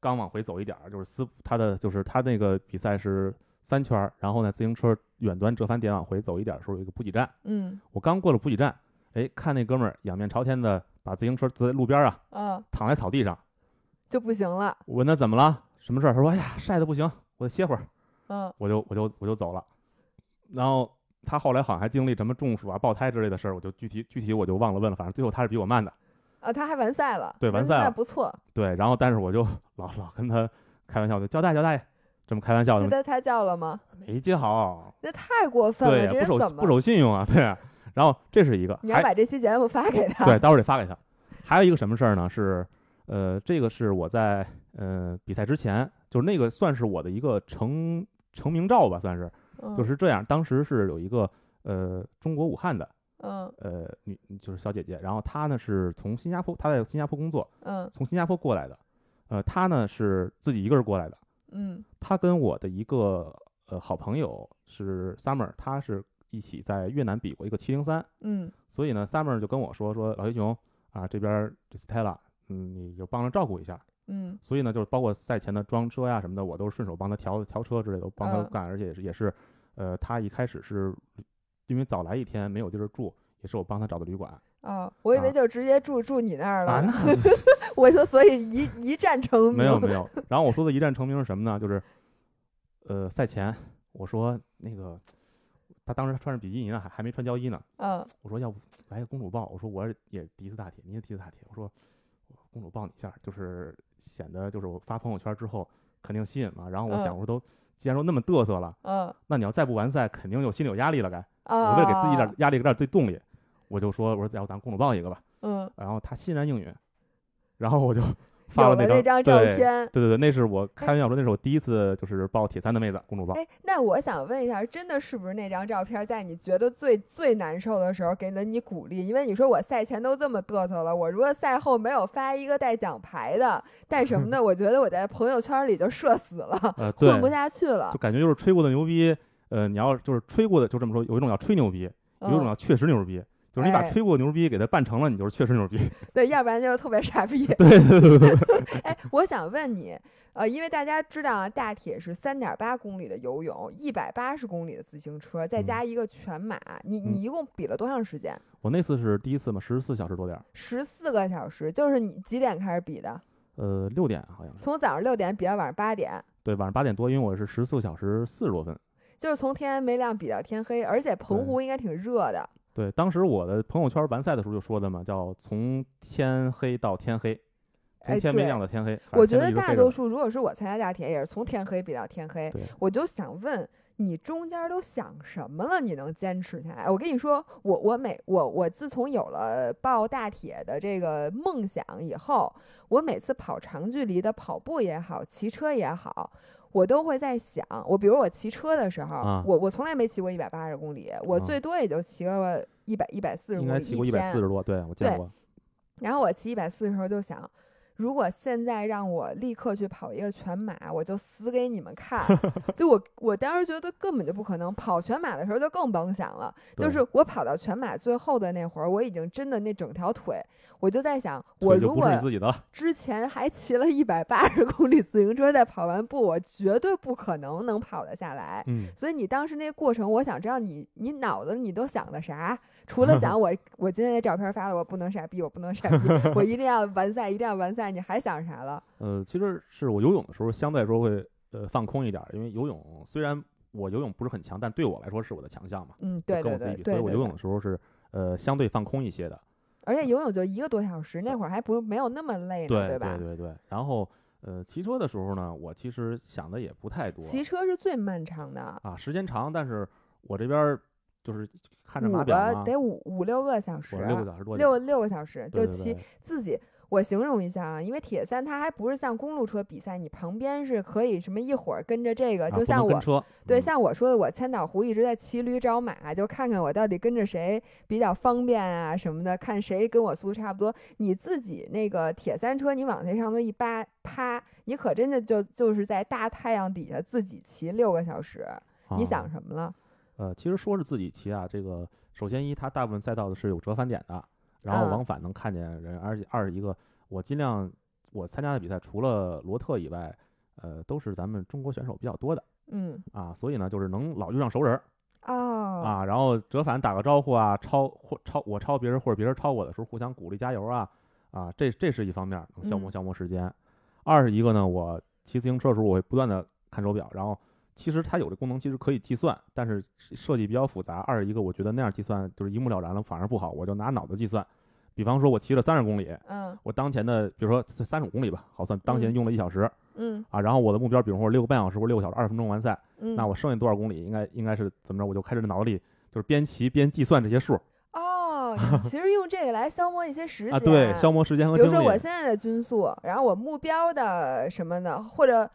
Speaker 2: 刚往回走一点儿，就是斯他的就是他那个比赛是三圈儿，然后呢自行车远端折返点往回走一点儿的时候有一个补给站，
Speaker 1: 嗯
Speaker 2: 我刚过了补给站，哎，看那哥们儿仰面朝天的把自行车坐在路边儿啊，
Speaker 1: 嗯
Speaker 2: 躺在草地上。
Speaker 1: 就不行了。
Speaker 2: 我问他怎么了，什么事儿？他说：“哎呀，晒得不行，我得歇会儿。
Speaker 1: 嗯”
Speaker 2: 我就我就我就走了。然后他后来好像还经历什么中暑啊、爆胎之类的事儿，我就具体具体我就忘了问了。反正最后他是比我慢的，
Speaker 1: 啊，他还完赛了，
Speaker 2: 对
Speaker 1: 那
Speaker 2: 完赛
Speaker 1: 那
Speaker 2: 了
Speaker 1: 不错。
Speaker 2: 对。然后但是我就老老跟他开玩笑，就叫大爷叫大爷，这么开玩笑
Speaker 1: 那
Speaker 2: 的，
Speaker 1: 他他叫了吗？
Speaker 2: 没接好，
Speaker 1: 那太过分了，
Speaker 2: 对，
Speaker 1: 这
Speaker 2: 不
Speaker 1: 人
Speaker 2: 守
Speaker 1: 怎么？
Speaker 2: 不守信用啊，对啊。然后这是一个，
Speaker 1: 你
Speaker 2: 还
Speaker 1: 要把这期节目发给他。
Speaker 2: 对，待会儿得发给他。还有一个什么事儿呢？是，呃，这个是我在呃比赛之前，就是那个算是我的一个成成名照吧，算是
Speaker 1: 嗯，
Speaker 2: 就是这样。当时是有一个呃中国武汉的
Speaker 1: 嗯
Speaker 2: 呃女就是小姐姐，然后她呢是从新加坡，她在新加坡工作，
Speaker 1: 嗯
Speaker 2: 从新加坡过来的，呃，她呢是自己一个人过来的，
Speaker 1: 嗯
Speaker 2: 她跟我的一个呃好朋友是 Summer，她是一起在越南比过一个七零三。
Speaker 1: 嗯
Speaker 2: 所以呢，Summer 就跟我说说老黑熊啊，这边儿这 Stella，嗯，你就帮着照顾一下。
Speaker 1: 嗯
Speaker 2: 所以呢，就是包括赛前的装车呀什么的，我都是顺手帮他调调车之类的，都帮他
Speaker 1: 嗯
Speaker 2: 干，而且也是也是，呃，他一开始是因为早来一天没有地儿住，也是我帮他找的旅馆
Speaker 1: 哦，我以为
Speaker 2: 啊
Speaker 1: 就直接住住你那儿
Speaker 2: 啊，
Speaker 1: 了。
Speaker 2: 那
Speaker 1: 我说，所以一一战成名。
Speaker 2: [laughs] 没有没有。然后我说的一战成名是什么呢？就是，呃，赛前我说那个他当时穿着比基尼呢，还还没穿胶衣呢，
Speaker 1: 嗯
Speaker 2: 我说要不来个公主抱，我说我也第一次大铁，你也第一次大铁，我说我公主抱你一下，就是显得就是我发朋友圈之后肯定吸引嘛。然后我想，
Speaker 1: 嗯
Speaker 2: 我说都既然都那么嘚瑟了，
Speaker 1: 嗯
Speaker 2: 那你要再不完赛，肯定有心里有压力了该。
Speaker 1: 啊，
Speaker 2: 我为了给自己一点压力，给点最动力，我就说我说要不咱公主抱一个吧。
Speaker 1: 嗯，
Speaker 2: 然后他欣然应允，然后我就发
Speaker 1: 有
Speaker 2: 了
Speaker 1: 了
Speaker 2: 那
Speaker 1: 那
Speaker 2: 张
Speaker 1: 张照
Speaker 2: 对
Speaker 1: 片。
Speaker 2: 对对对，那是我开玩笑说，那是我第一次就是抱铁三的妹子公主抱。
Speaker 1: 哎，那我想问一下，真的是不是那张照片在你觉得最最难受的时候给了你鼓励？因为你说我赛前都这么嘚瑟了，我如果赛后没有发一个带奖牌的，带什么
Speaker 2: [laughs]
Speaker 1: 呢？我觉得我在朋友圈里就社死了，
Speaker 2: 呃，对
Speaker 1: 混，不下去了
Speaker 2: 就。感觉就是吹过的牛逼，呃，你要就是吹过的就这么说，有一种叫吹牛逼，有一
Speaker 1: 嗯
Speaker 2: 种叫确实牛逼，就是你把
Speaker 1: 哎
Speaker 2: 吹过的牛逼给它办成了，你就是确实牛逼。
Speaker 1: 对，要不然就是特别傻逼。 [laughs] 哎，我想问你，呃，因为大家知道啊，大铁是三点八公里的游泳，一百八十公里的自行车，再
Speaker 2: 嗯
Speaker 1: 加一个全马，你
Speaker 2: 嗯
Speaker 1: 你一共比了多长时间？
Speaker 2: 我那次是第一次嘛，十四小时多点儿，
Speaker 1: 十四个小时，就是你几点开始比的？
Speaker 2: 呃，六点好像是，
Speaker 1: 从早上六点比到晚上八点，
Speaker 2: 对，晚上八点多，因为我是十四小时四十多分。
Speaker 1: 就是从天没亮比到天黑，而且澎
Speaker 2: 对
Speaker 1: 湖应该挺热的。
Speaker 2: 对，当时我的朋友圈完赛的时候就说的嘛，叫从天黑到天黑，从
Speaker 1: 哎，
Speaker 2: 天没
Speaker 1: 对
Speaker 2: 亮到天黑。反
Speaker 1: 我
Speaker 2: 正
Speaker 1: 觉
Speaker 2: 天
Speaker 1: 得
Speaker 2: 黑一直
Speaker 1: 大
Speaker 2: 黑着
Speaker 1: 多
Speaker 2: 呢
Speaker 1: 数，如果是我参加大铁，也是从天黑比到天黑
Speaker 2: 对。
Speaker 1: 我就想问你中间都想什么了？你能坚持下来？我跟你说，我我每我我自从有了报大铁的这个梦想以后，我每次跑长距离的跑步也好，骑车也好。我都会在想，我比如我骑车的时候，
Speaker 2: 啊
Speaker 1: 我我从来没骑过一百八十公里，我
Speaker 2: 啊
Speaker 1: 最多也就骑了一百一百四十
Speaker 2: 应
Speaker 1: 公
Speaker 2: 该
Speaker 1: 里
Speaker 2: 骑
Speaker 1: 一
Speaker 2: 过一百
Speaker 1: 天
Speaker 2: 四。十多，对我见
Speaker 1: 对
Speaker 2: 过。
Speaker 1: 然后我骑一百四的时候就想，如果现在让我立刻去跑一个全马，我就死给你们
Speaker 2: [laughs]
Speaker 1: 看。就我我当时觉得根本就不可能，跑全马的时候就更甭想了。就
Speaker 2: 对
Speaker 1: 是我跑到全马最后的那会儿，我已经真的那整条腿，我就在想，我
Speaker 2: 腿就
Speaker 1: 如
Speaker 2: 不
Speaker 1: 果
Speaker 2: 是你自己的，
Speaker 1: [laughs] 之前还骑了一百八十公里自行车，再跑完步，我绝对不可能能跑得下来。
Speaker 2: 嗯，
Speaker 1: 所以你当时那个过程，我想知道你你脑子你都想的啥？除了
Speaker 2: [laughs]
Speaker 1: 想我我今天这照片发了，我不能傻逼，我不能傻逼，我一定要完赛，一定要完赛，你还想啥了？
Speaker 2: 呃，其实是我游泳的时候相对来说会呃放空一点儿，因为游泳虽然我游泳不是很强，但对我来说是我的强项嘛，
Speaker 1: 嗯，
Speaker 2: 就
Speaker 1: 对
Speaker 2: 跟
Speaker 1: 对
Speaker 2: 我自
Speaker 1: 对
Speaker 2: 己比，所
Speaker 1: 对
Speaker 2: 以我
Speaker 1: 对
Speaker 2: 游泳
Speaker 1: 对
Speaker 2: 的。时候是呃相对放空一些的。
Speaker 1: 而且游泳就一个多小时，那会儿还不没有那么累呢，
Speaker 2: 对
Speaker 1: 吧？
Speaker 2: 对对。然后呃，骑车的时候呢，我其实想的也不太多
Speaker 1: 骑车是最漫长的，
Speaker 2: 啊，时间长，但是我这边儿就是看着
Speaker 1: 五
Speaker 2: 码表
Speaker 1: 个
Speaker 2: 嘛，
Speaker 1: 得五五六个小时啊
Speaker 2: 我，是六个小时多点儿，
Speaker 1: 六六个小时就
Speaker 2: 对对
Speaker 1: 骑
Speaker 2: 对
Speaker 1: 自己。我形容一下啊，因为铁三它还不是像公路车比赛，你旁边是可以什么一会儿跟着这个，
Speaker 2: 啊
Speaker 1: 就
Speaker 2: 不
Speaker 1: 像
Speaker 2: 能
Speaker 1: 我
Speaker 2: 跟车
Speaker 1: 对，
Speaker 2: 嗯
Speaker 1: 像我说的，我千岛湖一直在骑驴找马，就看看我到底跟着谁比较方便啊什么的，看谁跟我速度差不多。你自己那个铁三车，你往那上头一扒，啪，你可真的就就是在大太阳底下自己骑六个小时，你
Speaker 2: 啊
Speaker 1: 想什么了？
Speaker 2: 呃，其实说是自己骑啊，这个首先一，它大部分赛道的是有折返点的，然后
Speaker 1: 嗯
Speaker 2: 往返能看见人，而且二一个，我尽量我参加的比赛除了罗特以外，呃，都是咱们中国选手比较多的
Speaker 1: 嗯，
Speaker 2: 啊，所以呢，就是能老遇上熟人儿
Speaker 1: 哦，
Speaker 2: 啊，然后折返打个招呼啊，超或超我超别人或者别人超我的时候，互相鼓励加油啊，啊，这这是一方面儿能消磨
Speaker 1: 嗯
Speaker 2: 消磨时间。二是一个呢，我骑自行车的时候，我会不断的看手表，然后其实它有这功能，其实可以计算，但是设计比较复杂。二是一个，我觉得那样计算就是一目了然了，反而不好，我就拿脑子计算。比方说，我骑了三十公里，
Speaker 1: 嗯
Speaker 2: 我当前的比如说三十五公里吧，好算，当前
Speaker 1: 嗯
Speaker 2: 用了一小时、
Speaker 1: 嗯
Speaker 2: 啊，然后我的目标，比如说六个半小时或者六个小时二十分钟完赛，
Speaker 1: 嗯，
Speaker 2: 那我剩下多少公里，应该应该是怎么着？我就开始脑子里就是边骑边计算这些数
Speaker 1: 哦，你其实用这个来消磨一些时间
Speaker 2: 啊，对，消磨时间和
Speaker 1: 比
Speaker 2: 精
Speaker 1: 如说我
Speaker 2: 力。
Speaker 1: 现在的均速，然后我目标的什么的，或者。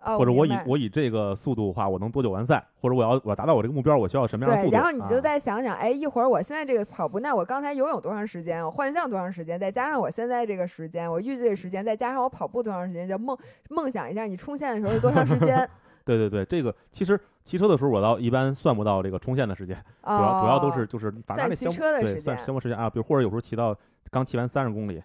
Speaker 1: 哦、
Speaker 2: 或者我
Speaker 1: 我
Speaker 2: 以
Speaker 1: 明白
Speaker 2: 我以这个速度的话，我能多久完赛？或者我要我要达到我这个目标，我需要什么样的
Speaker 1: 对，
Speaker 2: 速度？
Speaker 1: 然后你就
Speaker 2: 啊
Speaker 1: 再想想，哎，一会儿我现在这个跑步，那我刚才游泳多长时间？我换向多长时间？再加上我现在这个时间，我预计的时间，再加上我跑步多长时间，就梦梦想一下你冲线的时候是多长时间 [laughs]
Speaker 2: 对对对，这个其实骑车的时候，我倒一般算不到这个冲线的时间，主要、
Speaker 1: 啊？
Speaker 2: 主要都是就是反正
Speaker 1: 算
Speaker 2: 那
Speaker 1: 骑
Speaker 2: 消
Speaker 1: 车的
Speaker 2: 对
Speaker 1: 时
Speaker 2: 算
Speaker 1: 间
Speaker 2: 消磨时间啊，比如或者有时候骑到刚骑完三十公里，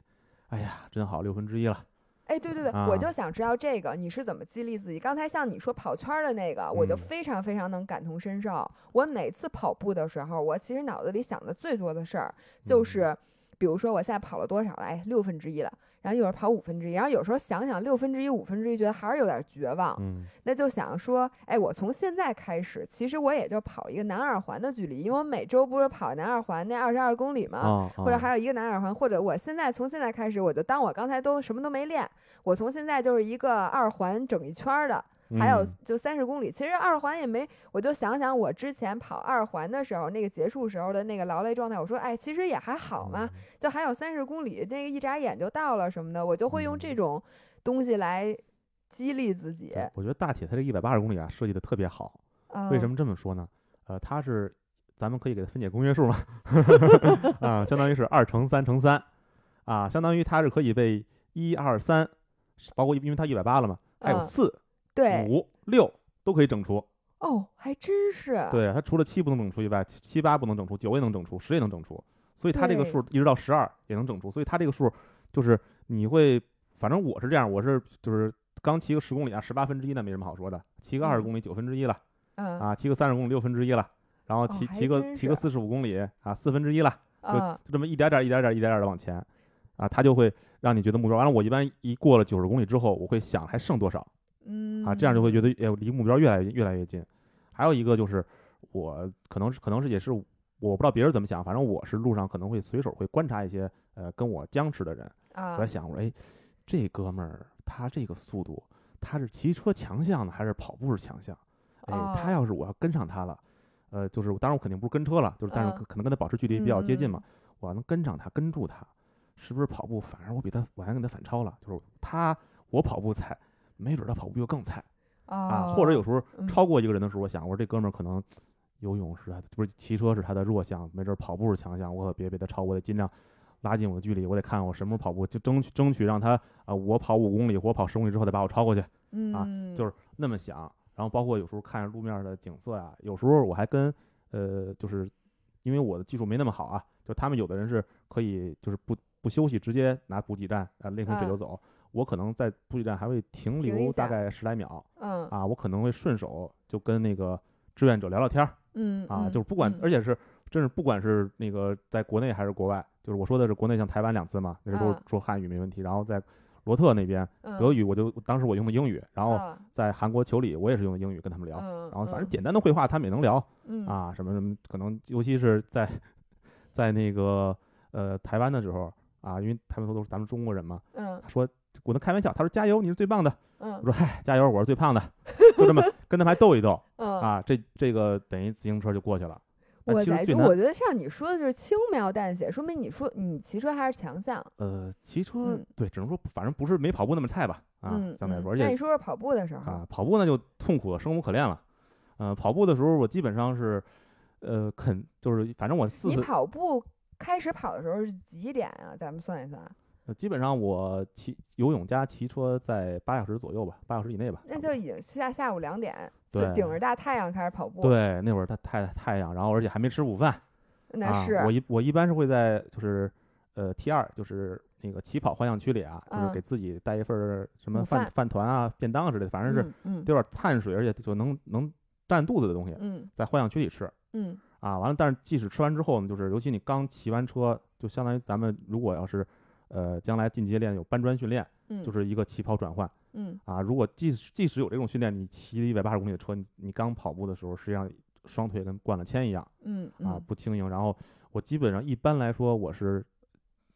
Speaker 2: 哎呀，真好，六分之一了。
Speaker 1: 哎，对对对，
Speaker 2: 啊
Speaker 1: 我就想知道这个你是怎么激励自己。刚才像你说跑圈儿的那个，我就
Speaker 2: 嗯
Speaker 1: 非常非常能感同身受。我每次跑步的时候，我其实脑子里想的最多的事儿就
Speaker 2: 嗯
Speaker 1: 是，比如说我现在跑了多少了，哎，六分之一了。然后一会儿跑五分之一，然后有时候想想六分之一、五分之一，觉得还是有点绝望。
Speaker 2: 嗯，
Speaker 1: 那就想说，哎，我从现在开始，其实我也就跑一个南二环的距离，因为我每周不是跑南二环那二十二公里嘛，
Speaker 2: 啊，
Speaker 1: 或者
Speaker 2: 啊
Speaker 1: 还有一个南二环，或者我现在从现在开始，我就当我刚才都什么都没练，我从现在就是一个二环整一圈儿的，还有
Speaker 2: 嗯
Speaker 1: 就三十公里。其实二环也没，我就想想我之前跑二环的时候，那个结束时候的那个劳累状态，我说，哎，其实也还好嘛，
Speaker 2: 嗯
Speaker 1: 就还有三十公里，那个一眨眼就到了什么的，我就会用这
Speaker 2: 嗯
Speaker 1: 种东西来激励自己。嗯
Speaker 2: 对我觉得大铁它这一百八十公里啊，设计的特别好。为什
Speaker 1: 么？
Speaker 2: 么这么说呢？呃，它是咱们可以给它分解公约数嘛， [laughs] 啊，相当于是二乘三乘三，啊，相当于它是可以被一二三，包括因为它一百八了嘛，它有
Speaker 1: 嗯
Speaker 2: 哎四、
Speaker 1: 对，
Speaker 2: 五、六都可以整除。
Speaker 1: 哦，还真是。
Speaker 2: 对，它除了七不能整除以外，七七八不能整除，九也能整除，十也能整除，所以它这个
Speaker 1: 对
Speaker 2: 数一直到十二也能整除，所以它这个数就是你会，反正我是这样，我是就是刚骑个十公里啊，十八分之一那没什么好说的，骑个二十
Speaker 1: 嗯
Speaker 2: 公里九分之一了
Speaker 1: 嗯
Speaker 2: 啊，骑个三十公里六分之一了，然后
Speaker 1: 哦
Speaker 2: 骑
Speaker 1: 还
Speaker 2: 骑个
Speaker 1: 真
Speaker 2: 骑个
Speaker 1: 是
Speaker 2: 四十五公里啊四分之一了，就
Speaker 1: 嗯
Speaker 2: 就这么一点点儿一点点儿一点点的往前，啊，它就会让你觉得目标。完了，我一般一过了九十公里之后，我会想还剩多少。
Speaker 1: 嗯
Speaker 2: 啊，这样就会觉得哎，离目标越来越越来越近。还有一个就是，我可能是可能是也是我不知道别人怎么想，反正我是路上可能会随手会观察一些呃跟我僵持的人，我
Speaker 1: 啊
Speaker 2: 在想我说哎，这哥们儿他这个速度，他是骑车强项呢，还是跑步是强项？哎，他
Speaker 3: 哦
Speaker 2: 要是我要跟上他了，呃，就是当然我肯定不是跟车了，就是但是
Speaker 1: 嗯
Speaker 2: 可可能跟他保持距离比较接近嘛
Speaker 1: 嗯，
Speaker 2: 我要能跟上他，跟住他，是不是跑步反而我比他我还给他反超了？就是他我跑步菜，没准他跑步就更菜啊，或者有时候
Speaker 1: 哦嗯
Speaker 2: 超过一个人的时候，我想我说这哥们儿可能。游泳是他的，不是骑车是他的弱项，没准儿跑步是强项，我可别被他超，我得尽量拉近我的距离，我得看我什么时候跑步，就争取争取让他啊、我跑五公里或者跑十公里之后再把我超过去，啊
Speaker 1: 嗯
Speaker 2: 就是那么想。然后包括有时候看着路面的景色呀、有时候我还跟呃，就是因为我的技术没那么好啊，就他们有的人是可以就是不不休息，直接拿补给站啊拎瓶水就
Speaker 1: 嗯
Speaker 2: 走。我可能在补给站还会停
Speaker 3: 停一
Speaker 2: 留大
Speaker 3: 下
Speaker 2: 概十来秒
Speaker 1: 嗯
Speaker 2: 啊，我可能会顺手就跟那个志愿者聊聊天儿
Speaker 1: 嗯
Speaker 2: 啊，
Speaker 1: 嗯
Speaker 2: 就是不管，
Speaker 1: 嗯
Speaker 2: 而且是真是不管是那个在国内还是国外，就是我说的是国内像台湾两次嘛，那时候
Speaker 1: 嗯
Speaker 2: 说汉语没问题，然后在罗特那边
Speaker 1: 嗯
Speaker 2: 德语我就当时我用的英语，然后
Speaker 1: 啊
Speaker 3: 嗯
Speaker 2: 在韩国球里，我也是用英语跟他们聊，
Speaker 1: 嗯，
Speaker 2: 然后反正
Speaker 1: 嗯
Speaker 2: 简单的绘画他们也能聊、
Speaker 1: 嗯
Speaker 2: 啊，什么什么，可能尤其是在在那个呃台湾的时候啊，因为他们说都是咱们中国人嘛，
Speaker 1: 嗯
Speaker 2: 他说我能开玩笑，他说加油，你是最棒的，我
Speaker 1: 嗯
Speaker 2: 说嗨，加油，我是最胖的，就
Speaker 1: [laughs]
Speaker 2: 这么跟他们还斗一斗
Speaker 1: 嗯
Speaker 2: 啊，这这个等于自行车就过去了。但
Speaker 3: 我
Speaker 2: 其实
Speaker 3: 在
Speaker 2: 最
Speaker 3: 就
Speaker 2: 难
Speaker 3: 我觉得像你说的就是轻描淡写，说明你说你骑车还是强项。
Speaker 2: 呃，骑车、
Speaker 1: 嗯
Speaker 2: 对，只能说反正不是没跑步那么菜吧啊，
Speaker 3: 嗯，
Speaker 2: 相对来
Speaker 3: 嗯
Speaker 2: 说，而且
Speaker 3: 那你说说跑步的时候，
Speaker 2: 啊，跑步那就痛苦生无可恋了。呃，跑步的时候我基本上是，呃，肯就是反正我四
Speaker 3: 你
Speaker 2: 次，
Speaker 3: 跑步开始跑的时候是几点啊？咱们算一算，
Speaker 2: 呃基本上我骑游泳加骑车在八小时左右吧，八小时以内吧。
Speaker 3: 那
Speaker 2: 差不
Speaker 3: 就
Speaker 2: 多
Speaker 3: 已经下下午两点，自
Speaker 2: 对
Speaker 3: 顶着大太阳开始跑步，，
Speaker 2: 对，那会儿它太太阳，然后而且还没吃午饭
Speaker 3: 那
Speaker 2: 啊
Speaker 3: 是。。
Speaker 2: 我一我一般是会在就是呃 T 二就是那个起跑幻象区里啊，就是
Speaker 3: 嗯
Speaker 2: 给自己带一份儿什
Speaker 3: 午
Speaker 2: 么饭
Speaker 3: 饭
Speaker 2: 饭团啊、便当之类的，反正是
Speaker 3: 嗯
Speaker 2: 有点碳水，而且就能能占肚子的东西，
Speaker 3: 嗯
Speaker 2: 在幻象区里吃。
Speaker 3: 嗯
Speaker 2: 啊，完了，但是即使吃完之后呢，就是尤其你刚骑完车，就相当于咱们如果要是，呃，将来进阶练有搬砖训练，
Speaker 3: 嗯，
Speaker 2: 就是是一个起跑转换
Speaker 3: 嗯
Speaker 2: 啊。如果即使即使有这种训练，你骑一百八十公里的车，你你刚跑步的时候，实际上双腿跟灌了铅一样
Speaker 3: 嗯
Speaker 2: 啊，
Speaker 3: 嗯
Speaker 2: 不轻盈。然后我基本上一般来说，我是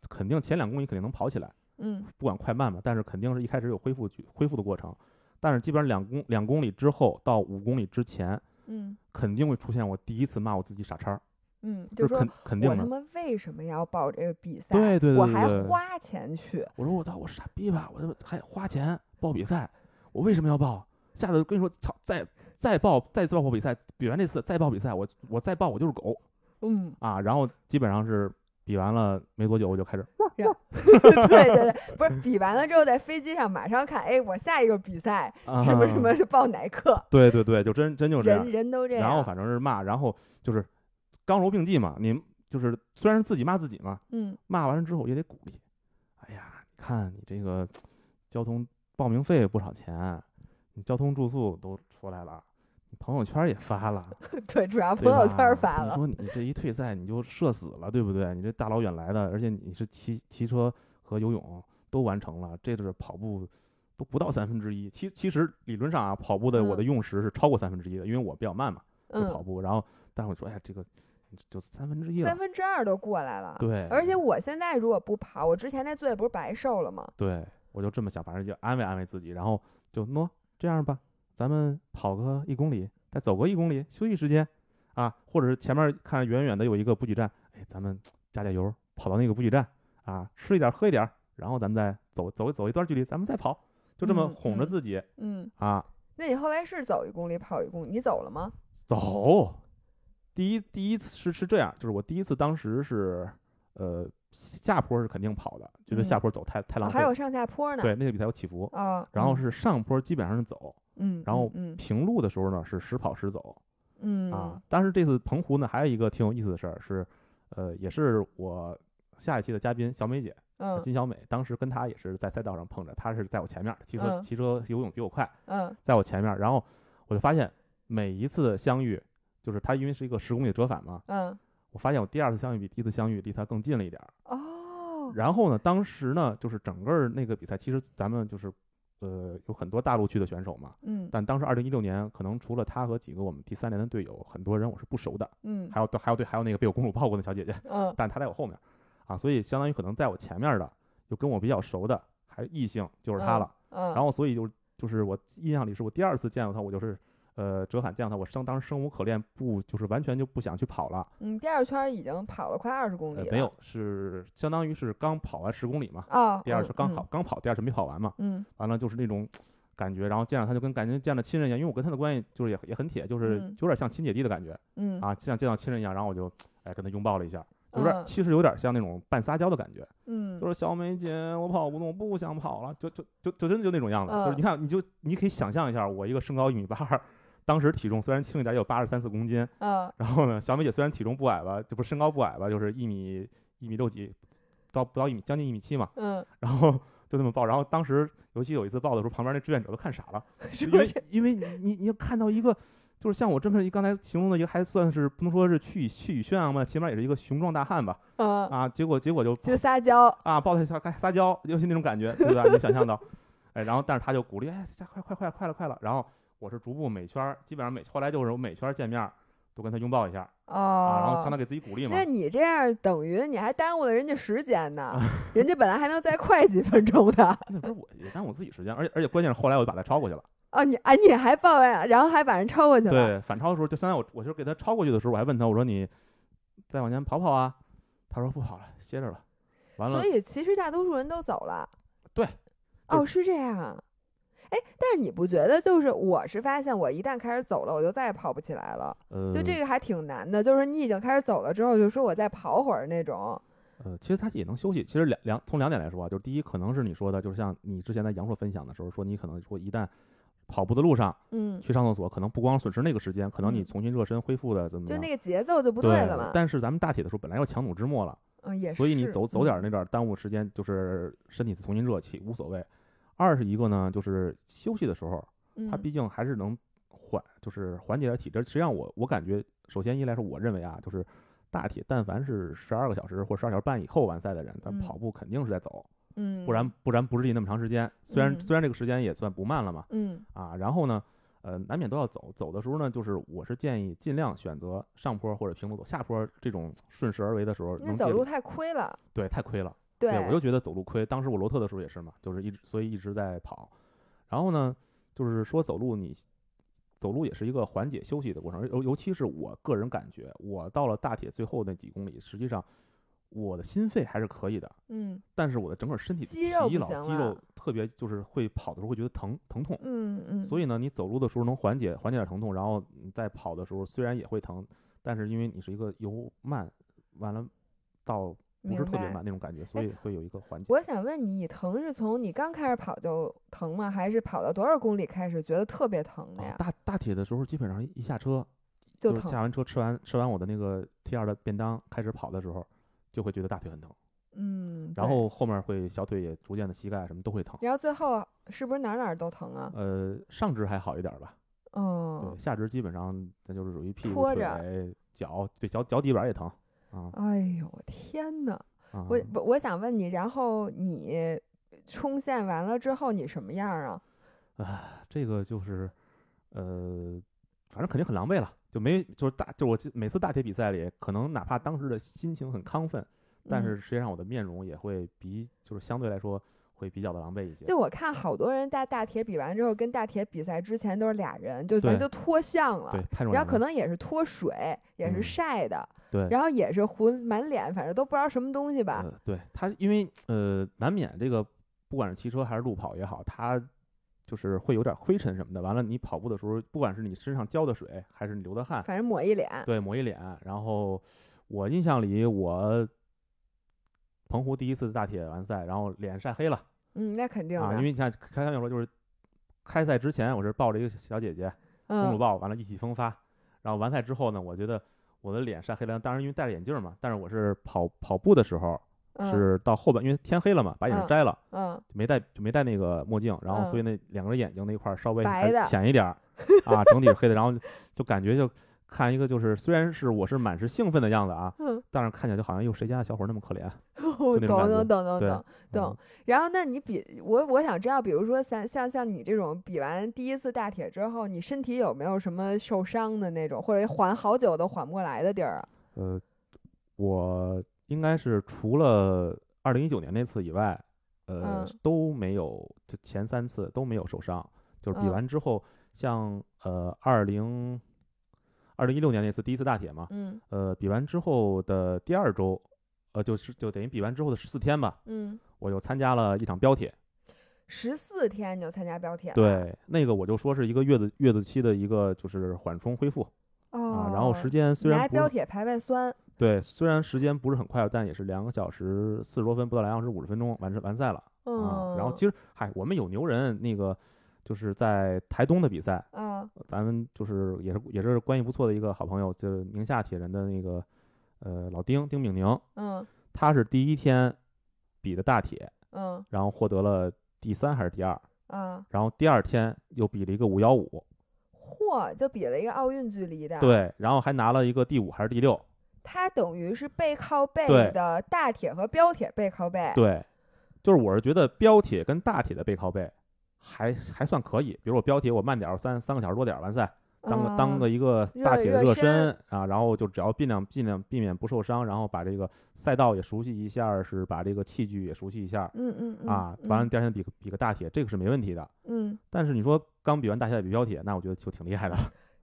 Speaker 2: 肯定前两公里肯定能跑起来，
Speaker 3: 嗯
Speaker 2: 不管快慢吧，但是肯定是一开始有恢复恢复的过程，但是基本上两公两公里之后到五公里之前，
Speaker 3: 嗯
Speaker 2: 肯定会出现我第一次骂我自己傻叉儿。
Speaker 3: 嗯，
Speaker 2: 就是
Speaker 3: 说
Speaker 2: 肯肯定
Speaker 3: 我他
Speaker 2: 的。
Speaker 3: 妈为什么要报这个比赛？
Speaker 2: 对对对
Speaker 3: 我
Speaker 2: 对
Speaker 3: 还
Speaker 2: 对
Speaker 3: 花钱去。
Speaker 2: 我说我操，我傻逼吧，我他妈还花钱报比赛，我为什么要报？下次跟你说，操，再再报再次报比赛，比完这次再报比赛，我我再报我就是狗
Speaker 3: [laughs] 嗯，
Speaker 2: 啊！然后基本上是比完了没多久我就开始，
Speaker 3: [laughs] 对对对，不是比完了之后在飞机上马上看，哎，我下一个比赛
Speaker 2: 啊、
Speaker 3: 是不 [laughs] 是什么报哪课？
Speaker 2: 对对对，就真真就这样
Speaker 3: 人。人都这样。
Speaker 2: 然后反正是骂，然后就是刚柔并济嘛，你就是虽然是自己骂自己嘛，
Speaker 3: 嗯 [laughs]
Speaker 2: 骂完之后也得鼓励。哎呀，你看你这个交通报名费不少钱，你交通住宿都出来了，你朋友圈也发了，
Speaker 3: 对，主要
Speaker 2: 对
Speaker 3: 朋友
Speaker 2: 吧
Speaker 3: 圈儿发
Speaker 2: 你
Speaker 3: 了。
Speaker 2: 说你这一退赛你就社死了，对不对？你这大老远来的，而且你是骑骑车和游泳都完成了，这就是跑步。都不到三分之一，其其实理论上啊，跑步的我的
Speaker 3: 嗯
Speaker 2: 用时是超过三分之一的，因为我比较慢嘛，就跑
Speaker 3: 嗯，
Speaker 2: 步。然后，但是我说，哎呀，这个就三分之一了
Speaker 3: 三，分之二都过来了。
Speaker 2: 对，
Speaker 3: 而且我现在如果不跑，我之前那罪不是白受了吗？
Speaker 2: 对，我就这么想，反正就安慰安慰自己，然后就喏，这样吧，咱们跑个一公里，再走个一公里，休息时间啊，或者是前面看远远的有一个补给站，哎，咱们加加油，跑到那个补给站啊，吃一点儿喝一点儿，然后咱们再走走走一段距离，咱们再跑，就这么
Speaker 3: 嗯
Speaker 2: 哄着
Speaker 3: 嗯
Speaker 2: 自己、
Speaker 3: 嗯，
Speaker 2: 啊，
Speaker 3: 那你后来是走一公里跑一公里，你走了吗？
Speaker 2: 走。第一第一次是是这样，就是我第一次当时是呃下坡是肯定跑的，觉得下
Speaker 3: 嗯
Speaker 2: 坡走太太
Speaker 3: 哦
Speaker 2: 浪费
Speaker 3: 还
Speaker 2: 了，
Speaker 3: 有上下坡呢。
Speaker 2: 对那个比赛有起伏。
Speaker 3: 啊，
Speaker 2: 然后
Speaker 3: 嗯
Speaker 2: 是上坡基本上是走，
Speaker 3: 嗯，
Speaker 2: 然后
Speaker 3: 嗯
Speaker 2: 平路的时候呢是时跑时走
Speaker 3: 嗯
Speaker 2: 啊。但是这次澎湖呢还有一个挺有意思的事儿是，呃，也是我下一期的嘉宾小美姐
Speaker 3: 嗯
Speaker 2: 金小美，当时跟她也是在赛道上碰着，她是在我前面儿骑车
Speaker 3: 嗯
Speaker 2: 骑车游泳比我快，
Speaker 3: 嗯
Speaker 2: 在我前面儿，然后我就发现每一次相遇，就是她因为是一个十公里折返嘛，
Speaker 3: 嗯
Speaker 2: 我发现我第二次相遇比第一次相遇离她更近了一点儿。
Speaker 3: 哦，
Speaker 2: 然后呢，当时呢就是整个儿那个比赛，其实咱们就是呃有很多大陆区的选手嘛。
Speaker 3: 嗯
Speaker 2: 但当时二零一六年，可能除了他和几个我们第三年的队友，很多人我是不熟的，
Speaker 3: 嗯
Speaker 2: 还有还有对，还有那个被我公主抱过 [laughs] 的小姐姐，
Speaker 3: 嗯
Speaker 2: 但她在我后面，啊，所以相当于可能在我前面的，就跟我比较熟的，还异性就是他了。
Speaker 4: 嗯，
Speaker 2: 然后所以就就是我印象里是我第二次见到他，我就是呃哲喊见到他，我生当时生无可恋，不就是完全就不想去跑了。
Speaker 4: 嗯，第二圈儿已经跑了快二十公里
Speaker 2: 呃
Speaker 4: 了，，
Speaker 2: 没有，是相当于是刚跑完十公里嘛，
Speaker 4: 哦，
Speaker 2: 第二
Speaker 4: 嗯
Speaker 2: 圈刚跑，，刚跑，第二圈没跑完嘛，
Speaker 4: 嗯
Speaker 2: 完了就是那种感觉，然后见到他就跟感觉见了亲人一样，因为我跟他的关系就是也也很铁，就是
Speaker 4: 嗯
Speaker 2: 有点像亲姐弟的感觉、
Speaker 4: 嗯嗯，
Speaker 2: 啊，像见到亲人一样，然后我就哎跟他拥抱了一下，有
Speaker 1: 嗯
Speaker 2: 点、其实有点像那种半撒娇的感觉，
Speaker 4: 嗯，
Speaker 2: 就说小梅姐，我跑不动，不想跑了，就就就就真的就那种样子，就是
Speaker 4: 嗯
Speaker 2: 你看你就你可以想象一下，我一个身高一米八二。当时体重虽然轻一点，也有八十三四公斤。
Speaker 4: 嗯
Speaker 2: 然后呢，小美姐虽然体重不矮吧，就不是身高不矮吧，就是一米一米六几，到不到一米，将近一米七嘛。
Speaker 4: 嗯，
Speaker 2: 然后就那么报。然后当时尤其有一次报的时候，旁边那志愿者都看傻了，
Speaker 4: 是
Speaker 2: 因
Speaker 4: 不
Speaker 2: 为
Speaker 4: 是？
Speaker 2: 因为你你你看到一个就是像我这么一刚才形容的一个，还算是不能说是趋趋于宣扬吧，啊起码也是一个雄壮大汉吧
Speaker 4: 嗯，
Speaker 2: 啊，结果结果就
Speaker 1: 就撒娇，
Speaker 2: 啊抱他一下撒撒娇，尤其那种感觉，对吧？你能想象到，哎，然后但是他就鼓励，哎，快快快快了快了，然后我是逐步每圈儿，基本上每后来就是我每圈儿见面儿都跟他拥抱一下啊，然后相
Speaker 4: 哦，
Speaker 2: 当给自己鼓励嘛
Speaker 1: 那。你这样等于你还耽误了人家时间呢，
Speaker 2: [laughs]
Speaker 1: 人家本来还能再快几分钟的。
Speaker 2: 那不是我也耽误我自己时间，而且而且关键是后来我就把他超过去了。
Speaker 1: 哦，你啊，你还抱怨，然后还把人超过去了。
Speaker 2: 对，反超的时候，就相当于我，我就是给他超过去的时候，我还问他，我说你再往前跑跑啊，他说不跑了，歇着了。完了
Speaker 1: 所，以其实大多数人都走了。
Speaker 2: 对。
Speaker 1: 哦，是这样啊。哎，但是你不觉得就是我是发现我一旦开始走了，我就再也跑不起来了，
Speaker 2: 呃，
Speaker 1: 就这个还挺难的。就是你已经开始走了之后，就说我再跑会儿那种。
Speaker 2: 呃，其实他也能休息。其实两两从两点来说啊，就是第一，可能是你说的，就是像你之前在杨硕分享的时候说，你可能说一旦跑步的路上
Speaker 1: 嗯，
Speaker 2: 去上厕所，可能不光损失那个时间，可能你
Speaker 1: 嗯
Speaker 2: 重新热身恢复的怎么
Speaker 1: 就
Speaker 2: 样？
Speaker 1: 那个节奏就不
Speaker 2: 嗯对
Speaker 1: 了嘛。
Speaker 2: 但是咱们大铁的时候本来要强弩之末了，
Speaker 1: 嗯，也是。
Speaker 2: 所以你走走点儿那点儿耽误时间，就是身体重新热起无所谓。二是一个呢，就是休息的时候，
Speaker 1: 嗯，
Speaker 2: 它毕竟还是能缓，就是缓解点体质。实际上我，我感觉，首先一来说，我认为啊，就是大体但凡是十二个小时或十二小时半以后完赛的人，他
Speaker 1: 嗯
Speaker 2: 跑步肯定是在走，
Speaker 1: 嗯，
Speaker 2: 不然不然不至于那么长时间。虽然、
Speaker 1: 嗯
Speaker 2: 虽然这个时间也算不慢了嘛，
Speaker 1: 嗯
Speaker 2: 啊，然后呢，呃，难免都要走。走的时候呢，就是我是建议尽量选择上坡或者平路走，下坡这种顺势而为的时候，
Speaker 1: 那
Speaker 2: 能
Speaker 1: 走
Speaker 2: 借
Speaker 1: 路
Speaker 2: 力
Speaker 1: 太亏了。
Speaker 2: 对太亏了。
Speaker 1: 对，
Speaker 2: 我就觉得走路亏。当时我罗特的时候也是嘛，就是一直所以一直在跑。然后呢，就是说走路你走路也是一个缓解休息的过程，尤尤其是我个人感觉，我到了大铁最后那几公里，实际上我的心肺还是可以的，
Speaker 1: 嗯
Speaker 2: 但是我的整个身体
Speaker 1: 肌
Speaker 2: 疲
Speaker 1: 肉
Speaker 2: 劳，
Speaker 1: 不
Speaker 2: 肌
Speaker 1: 行
Speaker 2: 肉
Speaker 1: 了
Speaker 2: 特别就是会跑的时候会觉得疼疼痛。
Speaker 1: 嗯嗯，
Speaker 2: 所以呢，你走路的时候能缓解缓解点疼痛，然后你在跑的时候虽然也会疼，但是因为你是一个由慢完了到不
Speaker 1: 明
Speaker 2: 是特别
Speaker 1: 白
Speaker 2: 慢那种感觉，所
Speaker 1: 哎
Speaker 2: 以会有一个缓解。
Speaker 1: 我想问你，你疼是从你刚开始跑就疼吗？还是跑到多少公里开始觉得特别疼的
Speaker 2: 啊，
Speaker 1: 呀？
Speaker 2: 大大铁的时候，基本上一下车
Speaker 1: 就
Speaker 2: 就是下
Speaker 1: 疼。
Speaker 2: 完车吃完吃完我的那个 T 二的便当，开始跑的时候，就会觉得大腿很疼，
Speaker 1: 嗯，
Speaker 2: 然
Speaker 1: 对
Speaker 2: 后后面会小腿也逐渐的膝盖什么都会疼。
Speaker 1: 然后最后是不是哪儿哪儿都疼啊？
Speaker 2: 呃，上肢还好一点儿吧，
Speaker 1: 嗯
Speaker 2: 对，，下肢基本上那就是属于屁股、
Speaker 1: 拖
Speaker 2: 腿
Speaker 1: 着、
Speaker 2: 脚，对脚脚底板也疼啊
Speaker 1: 哎呦天哪！
Speaker 2: 啊！
Speaker 1: 我我我想问你，然后你冲线完了之后你什么样啊？
Speaker 2: 这个就是，呃，反正肯定很狼狈了，就没就是大就我记每次大铁比赛里，可能哪怕当时的心情很亢奋，但
Speaker 1: 嗯
Speaker 2: 是实际上我的面容也会比就是相对来说会比较的狼狈一些。
Speaker 1: 嗯就我看好多人在大铁比完之后，跟大铁比赛之前都是俩人，就反正
Speaker 2: 对
Speaker 1: 都脱相了
Speaker 2: 对，，潘若
Speaker 1: 然后可
Speaker 2: 能
Speaker 1: 能也是脱水，也是
Speaker 2: 嗯
Speaker 1: 晒的，
Speaker 2: 对
Speaker 1: 然后也是糊满脸，反正都不知道什么东西吧。
Speaker 2: 呃，对他，因为呃，难免这个不管是骑车还是路跑也好，它就是会有点灰尘什么的。完了，你跑步的时候，不管是你身上浇的水，还是你流的汗，
Speaker 1: 反正抹一脸。
Speaker 2: 对，抹一脸。然后我印象里，我澎湖第一次大铁完赛，然后脸晒黑了
Speaker 1: 嗯，那肯定的。
Speaker 2: 啊，因为你看开玩笑说就是开赛之前我是抱着一个小姐姐公
Speaker 1: 嗯
Speaker 2: 主抱，完了意气风发，然后完赛之后呢，我觉得我的脸晒黑了，当然因为戴着眼镜儿嘛，但是我是跑跑步的时候
Speaker 1: 嗯
Speaker 2: 是到后半，因为天黑了嘛，把眼镜
Speaker 1: 嗯
Speaker 2: 摘了。
Speaker 1: 嗯
Speaker 2: 就没戴就没戴那个墨镜，然后所以那两个人眼睛那块儿稍微
Speaker 1: 白
Speaker 2: 还
Speaker 1: 的
Speaker 2: 浅一
Speaker 1: [laughs]
Speaker 2: 点儿啊，整体是黑的，然后就感觉就看一个就是虽然是我是满是兴奋的样子啊，
Speaker 1: 嗯，
Speaker 2: 但是看起来就好像哟谁家的小伙儿那么可怜，嗯
Speaker 1: 懂
Speaker 2: 那种感觉
Speaker 1: 懂懂懂
Speaker 2: 对
Speaker 1: 懂懂。然后，那你比我，我想知道，比如说像像像你这种比完第一次大铁之后，你身体有没有什么受伤的那种，或者缓好久都缓不过来的地儿啊？
Speaker 2: 呃，我应该是除了二零一九年那次以外，呃，
Speaker 1: 嗯
Speaker 2: 都没有，就前三次都没有受伤，就是比
Speaker 1: 嗯
Speaker 2: 完之后，像呃二零二零一六年那次第一次大铁嘛，
Speaker 1: 嗯
Speaker 2: 呃，比完之后的第二周，呃，就是就等于比完之后的十四天吧，
Speaker 1: 嗯，
Speaker 2: 我又参加了一场标铁，
Speaker 1: 十四天你就参加标铁了，
Speaker 2: 对，那个我就说是一个月的月子期的一个就是缓冲恢复
Speaker 1: 哦，
Speaker 2: 啊，然后时间虽
Speaker 1: 你还
Speaker 2: 然不
Speaker 1: 标
Speaker 2: 是
Speaker 1: 铁排排酸，
Speaker 2: 对，虽然时间不是很快，但也是两个小时四十多分，不到两小时五十分钟完事完赛了。啊，然后
Speaker 1: 嗯
Speaker 2: 其实嗨，我们有牛人那个就是在台东的比赛，
Speaker 1: 嗯
Speaker 2: 咱们就是也是也是关系不错的一个好朋友，就是宁夏铁人的那个呃老丁丁炳宁，
Speaker 1: 嗯
Speaker 2: 他是第一天比的大铁，
Speaker 1: 嗯
Speaker 2: 然后获得了第三还是第二，
Speaker 1: 嗯，
Speaker 2: 然后第二天又比了一个五幺五，
Speaker 1: 嚯，就比了一个奥运距离的，，
Speaker 2: 对，然后还拿了一个第五还是第六，
Speaker 1: 它等于是背靠背
Speaker 2: 对
Speaker 1: 的大铁和标铁背靠背，
Speaker 2: 对，就是我是觉得标铁跟大铁的背靠背。还还算可以，比如我标铁我慢点儿三三个小时多点儿完赛，当个当
Speaker 1: 嗯
Speaker 2: 个一个
Speaker 1: 热
Speaker 2: 大铁的
Speaker 1: 热
Speaker 2: 热
Speaker 1: 身
Speaker 2: 身啊，然后就只要尽量尽量避免不受伤，然后把这个赛道也熟悉一下儿，是把这个器具也熟悉一下儿
Speaker 1: 嗯嗯嗯
Speaker 2: 啊。
Speaker 1: 嗯
Speaker 2: 完了第二天比个比个大铁，这个是没问题的。
Speaker 1: 嗯，
Speaker 2: 但是你说刚比完大铁比标铁，那我觉得就挺
Speaker 1: [laughs]
Speaker 2: 厉害的。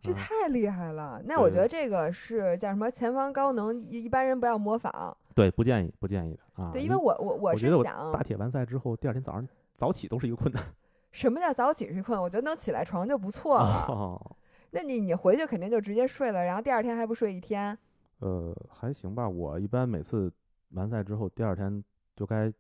Speaker 1: 这
Speaker 2: 啊
Speaker 1: 太厉害了。那
Speaker 2: 对
Speaker 1: 我
Speaker 2: 对
Speaker 1: 觉得这个是叫什么前方高能，一一般人不要模仿。
Speaker 2: 对，不建议不建议的啊。
Speaker 1: 对，因为我我我
Speaker 2: 我
Speaker 1: 是
Speaker 2: 觉得我大
Speaker 1: 想，
Speaker 2: 铁完赛之后，第二天早上早起都是一个困难。
Speaker 1: 什么叫早起是困？我觉得能起来床就不错了。
Speaker 2: 哦，
Speaker 1: 那你你回去肯定就直接睡了，然后第二天还不睡一天。
Speaker 2: 呃，还行吧。我一般每次完赛之后，第二天就该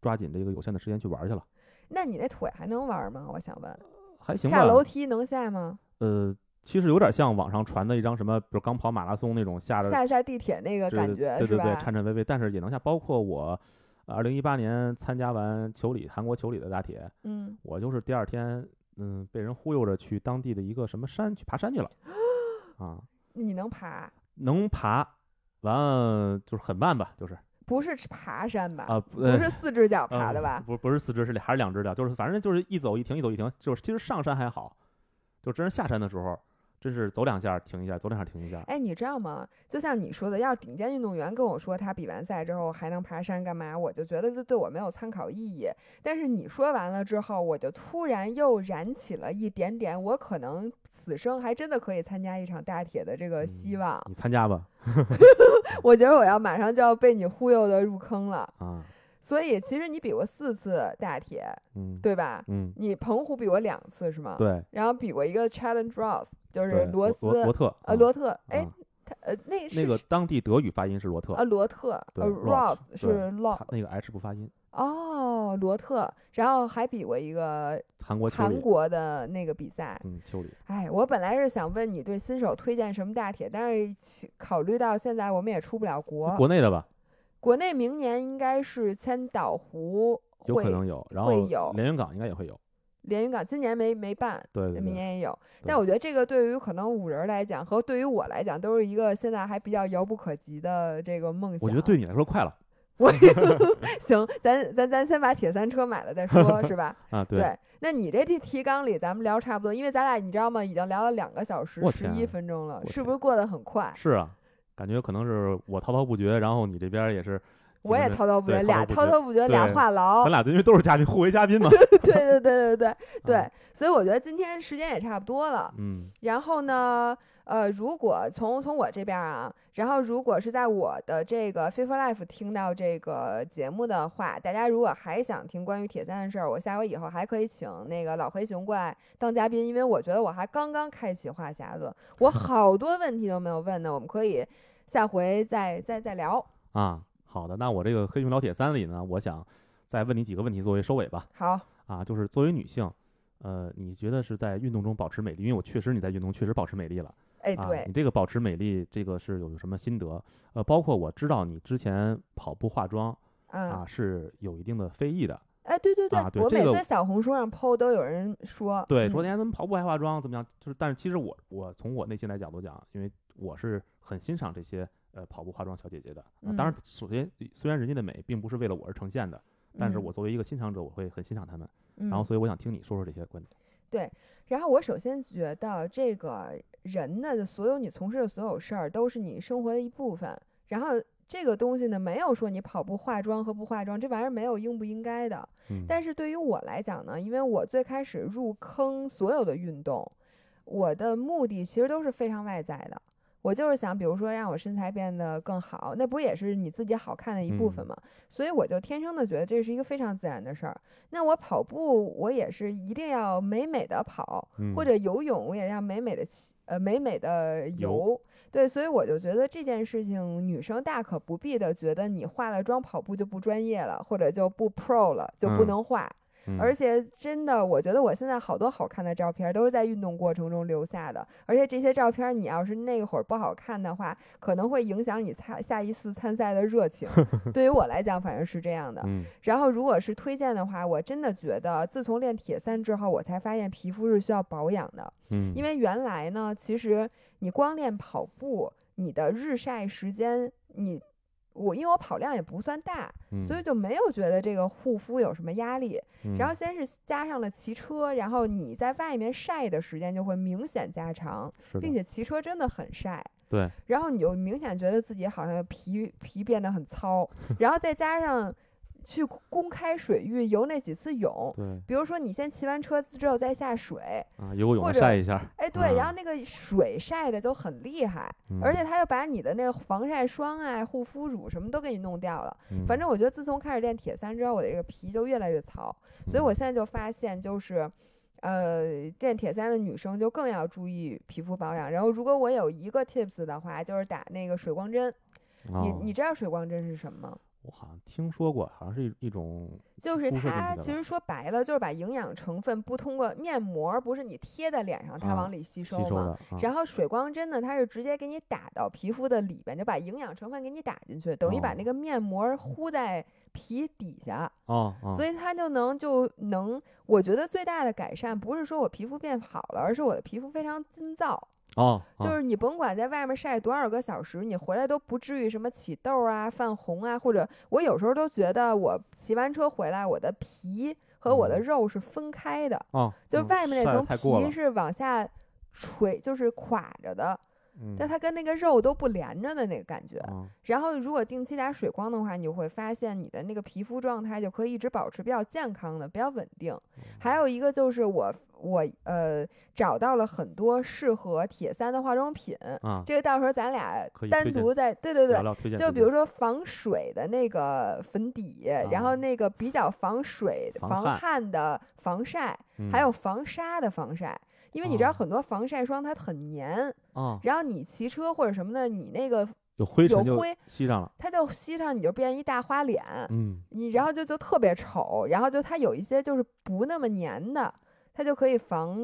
Speaker 2: 抓紧这个有限的时间去玩儿去了。
Speaker 1: 那你那腿还能玩吗？我想问，
Speaker 2: 还行吧。
Speaker 1: 下楼梯能下吗？
Speaker 2: 呃，其实有点像网上传的一张什么，比如刚跑马拉松那种下着
Speaker 1: 下下地铁那个
Speaker 2: 这
Speaker 1: 感觉
Speaker 2: 对
Speaker 1: 是
Speaker 2: 对对，
Speaker 1: 吧
Speaker 2: 颤？颤巍巍，但是也能下。包括我，二零一八年参加完球里韩国球里的大铁，
Speaker 1: 嗯，
Speaker 2: 我就是第二天，嗯，被人忽悠着去当地的一个什么山去爬山去
Speaker 1: [laughs]
Speaker 2: 了，啊，
Speaker 1: 你能爬，
Speaker 2: 能爬，完了就是很慢吧，就是
Speaker 1: 不是爬山吧？
Speaker 2: 啊，
Speaker 1: 不
Speaker 2: 呃
Speaker 1: 是四只脚
Speaker 2: 呃
Speaker 1: 爬的吧？
Speaker 2: 不不是四肢是两还是两只脚，就是反正就是一走一停，一走一停，就是其实上山还好，就真是下山的时候，真是走两下儿停一下，走两下儿停一下，
Speaker 1: 哎，你知道吗？就像你说的，要是顶尖运动员跟我说他比完赛之后还能爬山干嘛，我就觉得这对我没有参考意义。但是你说完了之后，我就突然又燃起了一点点，我可能此生还真的可以参加一场大铁的这个希
Speaker 2: 嗯
Speaker 1: 望。
Speaker 2: 你参加吧，
Speaker 1: 我觉得我要马上就要被你忽悠的入坑了。
Speaker 2: 啊，
Speaker 1: 所以其实你比过四次大铁，
Speaker 2: 嗯，
Speaker 1: 对吧？
Speaker 2: 嗯，
Speaker 1: 你澎湖比过两次是吗？。
Speaker 2: 对，
Speaker 1: 然后比过一个 Challenge Roth，就
Speaker 2: 对
Speaker 1: 是罗斯
Speaker 2: 罗罗特，
Speaker 1: 呃
Speaker 2: 嗯
Speaker 1: 罗特，哎
Speaker 2: 啊，
Speaker 1: 他呃那是
Speaker 2: 那个当地德语发音是罗特
Speaker 1: 啊，，罗特，
Speaker 2: 对
Speaker 1: 呃
Speaker 2: Roth，
Speaker 1: ，Roth
Speaker 2: 对
Speaker 1: 是
Speaker 2: 他
Speaker 1: Lo，
Speaker 2: 那个 H 不发音，
Speaker 1: 哦，罗特，然后还比过一个
Speaker 2: 韩国球
Speaker 1: 韩
Speaker 2: 里，
Speaker 1: 国的那个比赛。
Speaker 2: 嗯，球里，
Speaker 1: 哎，我本来是想问你对新手推荐什么大铁，但是其考虑到现在我们也出不了国，
Speaker 2: 国内的吧，
Speaker 1: 国内明年应该是千岛湖
Speaker 2: 有可
Speaker 1: 会
Speaker 2: 能有，然
Speaker 1: 会
Speaker 2: 后
Speaker 1: 有
Speaker 2: 连云港应该也会有，
Speaker 1: 连云港，今年没没办，
Speaker 2: 对对
Speaker 1: 明
Speaker 2: 对，
Speaker 1: 年也有。
Speaker 2: 对
Speaker 1: 但我觉得这个对于可能五人来讲和对于我来讲，都是一个现在还比较遥不可及的这个梦想。啊
Speaker 2: 我觉得对你来说快了
Speaker 1: [laughs] 我
Speaker 2: [laughs]
Speaker 1: 行，咱咱咱先把铁三车买了再说，是吧？
Speaker 2: 啊，，
Speaker 1: 那你这提提纲里，咱们聊差不多，因为咱俩你知道吗？已经聊了两个小时
Speaker 2: 我
Speaker 1: 十
Speaker 2: 天
Speaker 1: 一
Speaker 2: 啊
Speaker 1: 分钟了，
Speaker 2: 我
Speaker 1: 是不
Speaker 2: 天
Speaker 1: 是过得很快？
Speaker 2: 是啊，感觉可能是我滔滔不绝，然后你这边儿也是，
Speaker 1: 我也
Speaker 2: 没
Speaker 1: 滔滔不
Speaker 2: 对
Speaker 1: 绝，
Speaker 2: 滔
Speaker 1: 俩
Speaker 2: 滔不
Speaker 1: 滔
Speaker 2: 绝
Speaker 1: 滔不绝，俩
Speaker 2: 对
Speaker 1: 话痨
Speaker 2: [laughs] 咱。俩因为都是嘉宾，互为嘉宾嘛，
Speaker 1: [laughs] 对对对对对 [laughs] 对
Speaker 2: 啊，，
Speaker 1: 所以我觉得今天时间也差不多了。
Speaker 2: 嗯
Speaker 1: 然后呢，呃，如果从从我这边儿啊，然后如果是在我的这个 f i f a Life 听到这个节目的话，大家如果还想听关于铁三的事儿，我下回以后还可以请那个老黑熊过来当嘉宾，因为我觉得我还刚刚开启话匣子，
Speaker 2: [laughs]
Speaker 1: 我好多问题都没有问呢，我们可以下回再再再聊。
Speaker 2: 啊，好的，那我这个黑熊聊铁三里呢，我想再问你几个问题作为收尾吧。
Speaker 1: 好，
Speaker 2: 啊，就是作为女性，呃，你觉得是在运动中保持美丽？因为我确实你在运动确实保持美丽了
Speaker 1: 哎，
Speaker 2: 啊。
Speaker 1: 对
Speaker 2: 你，这个保持美丽，这个是有什么心得？呃，包括我知道你之前跑步化妆
Speaker 1: 嗯
Speaker 2: 啊，是有一定的非议的。
Speaker 1: 哎，对对对，
Speaker 2: 啊对
Speaker 1: 我
Speaker 2: 这
Speaker 1: 每
Speaker 2: 个
Speaker 1: 次小红书上 PO 都有人说，
Speaker 2: 对，
Speaker 1: 嗯
Speaker 2: 说哎呀，怎么跑步还化妆？怎么样？就是，但是其实我我从我内心来角度讲，因为我是很欣赏这些呃跑步化妆小姐姐的。啊当然
Speaker 1: 嗯，
Speaker 2: 首先虽然人家的美并不是为了我而呈现的，但是
Speaker 1: 嗯
Speaker 2: 我作为一个欣赏者，我会很欣赏她们。
Speaker 1: 嗯
Speaker 2: 然后，所以我想听你说说这些观点。
Speaker 1: 然后我首先觉得这个人的所有你从事的所有事儿都是你生活的一部分。然后这个东西呢，没有说你跑步化妆和不化妆，这玩意儿没有应不应该的。
Speaker 2: 嗯，
Speaker 1: 但是对于我来讲呢，因为我最开始入坑所有的运动，我的目的其实都是非常外在的。我就是想，比如说让我身材变得更好，那不也是你自己好看的一部分
Speaker 2: 嗯
Speaker 1: 吗？所以我就天生的觉得这是一个非常自然的事儿。那我跑步，我也是一定要美美的跑，
Speaker 2: 嗯
Speaker 1: 或者游泳，我也要美美的呃美美的
Speaker 2: 游
Speaker 1: 游。对，所以我就觉得这件事情，女生大可不必的觉得你化了妆跑步就不专业了，或者就不 pro 了，就不
Speaker 2: 嗯
Speaker 1: 能化。而且真的，我觉得我现在好多好看的照片儿都是在运动过程中留下的，而且这些照片儿你要是那会儿不好看的话，可能会影响你参下一次参赛的热
Speaker 2: [laughs]
Speaker 1: 情。对于我来讲，反正是这样的。
Speaker 2: 嗯
Speaker 1: 然后如果是推荐的话，我真的觉得自从练铁三之后，我才发现皮肤是需要保养的，
Speaker 2: 嗯，
Speaker 1: 因为原来呢，其实你光练跑步，你的日晒时间，你我因为我跑量也不算大，
Speaker 2: 为
Speaker 1: 所以就没有觉得这个护肤有什么压力。
Speaker 2: 嗯
Speaker 1: 然后先是加上了骑车，然后你在外面晒的时间就会明显加长，
Speaker 2: 是
Speaker 1: 并且
Speaker 2: 的
Speaker 1: 骑车真的很晒。
Speaker 2: 对，
Speaker 1: 然后你就明显觉得自己好像皮皮变得很
Speaker 2: [laughs]
Speaker 1: 糙，然后再加上去公开水域游那几次泳，
Speaker 2: 对
Speaker 1: 比如说你先骑完车之后再下水，
Speaker 2: 啊，游个泳
Speaker 1: 或
Speaker 2: 的
Speaker 1: 者
Speaker 2: 晒一下儿，
Speaker 1: 哎对，然后
Speaker 2: 嗯
Speaker 1: 那个水晒的就很厉害，而且它又把你的那个防晒霜啊、护肤乳什么都给你弄掉了。
Speaker 2: 嗯
Speaker 1: 反正我觉得自从开始练铁三之后，我的这个皮就越来越糙，所以我
Speaker 2: 嗯
Speaker 1: 现在就发现就是。呃，练铁三的女生就更要注意皮肤保养。然后，如果我有一个 tips 的话，就是打那个水光针。你
Speaker 2: 哦
Speaker 1: 你知道水光针是什么吗？
Speaker 2: 我好像听说过，好像是一一种
Speaker 1: 就是
Speaker 2: 肤色进
Speaker 1: 它
Speaker 2: 去的
Speaker 1: 其
Speaker 2: 吧
Speaker 1: 实说白了，就是把营养成分不通过面膜，不是你贴在脸上，它
Speaker 2: 啊
Speaker 1: 往里吸
Speaker 2: 吸
Speaker 1: 收
Speaker 2: 收
Speaker 1: 嘛。
Speaker 2: 的，啊
Speaker 1: 然后水光针呢，它是直接给你打到皮肤的里边，就把营养成分给你打进去，等于把
Speaker 2: 哦
Speaker 1: 那个面膜糊在皮底下。
Speaker 2: 哦哦，
Speaker 1: 所
Speaker 2: 以
Speaker 1: 以它就能就能，我觉得最大的改善不是说我皮肤变好了，而是我的皮肤非常干燥。
Speaker 2: 哦
Speaker 1: 就
Speaker 2: 啊
Speaker 1: 是你甭管在外面晒多少个小时，你回来都不至于什么起痘啊、泛红啊，或者我有时候都觉得我骑完车回来，我的皮和我的
Speaker 2: 嗯
Speaker 1: 肉是分开的，
Speaker 2: 哦，
Speaker 1: 就是
Speaker 2: 嗯
Speaker 1: 外面
Speaker 2: 晒
Speaker 1: 那
Speaker 2: 得
Speaker 1: 层
Speaker 2: 太过了
Speaker 1: 皮，是往下垂，就是垮着的，
Speaker 2: 嗯
Speaker 1: 但它跟那个肉都不连着的那个感觉。
Speaker 2: 嗯
Speaker 1: 然后，如果定期打水光的话，你会发现你的那个皮肤状态就可以一直保持比较健康的、比较稳定。还
Speaker 2: 嗯
Speaker 1: 有一个就是我我呃找到了很多适合铁三的化妆品，
Speaker 2: 啊，
Speaker 1: 这个到时候咱俩
Speaker 2: 可以
Speaker 1: 单
Speaker 2: 推荐
Speaker 1: 独再对对
Speaker 2: 聊
Speaker 1: 对，
Speaker 2: 聊推荐推荐，
Speaker 1: 就比如说防水的那个粉底，然
Speaker 2: 啊
Speaker 1: 后那个比较防水、
Speaker 2: 防
Speaker 1: 防
Speaker 2: 汗
Speaker 1: 汗的防晒，
Speaker 2: 嗯
Speaker 1: 还有防沙的防晒。因为你知
Speaker 2: 哦
Speaker 1: 道很多防晒霜它很粘，
Speaker 2: 啊，
Speaker 1: 然后你骑车或者什么的，你那个
Speaker 2: 有灰
Speaker 1: 有
Speaker 2: 尘就
Speaker 1: 灰，
Speaker 2: 吸上了，
Speaker 1: 它就吸上你就变一大花脸，
Speaker 2: 嗯
Speaker 1: 你然后就就特别丑，然后就它有一些就是不那么粘的，它就可以防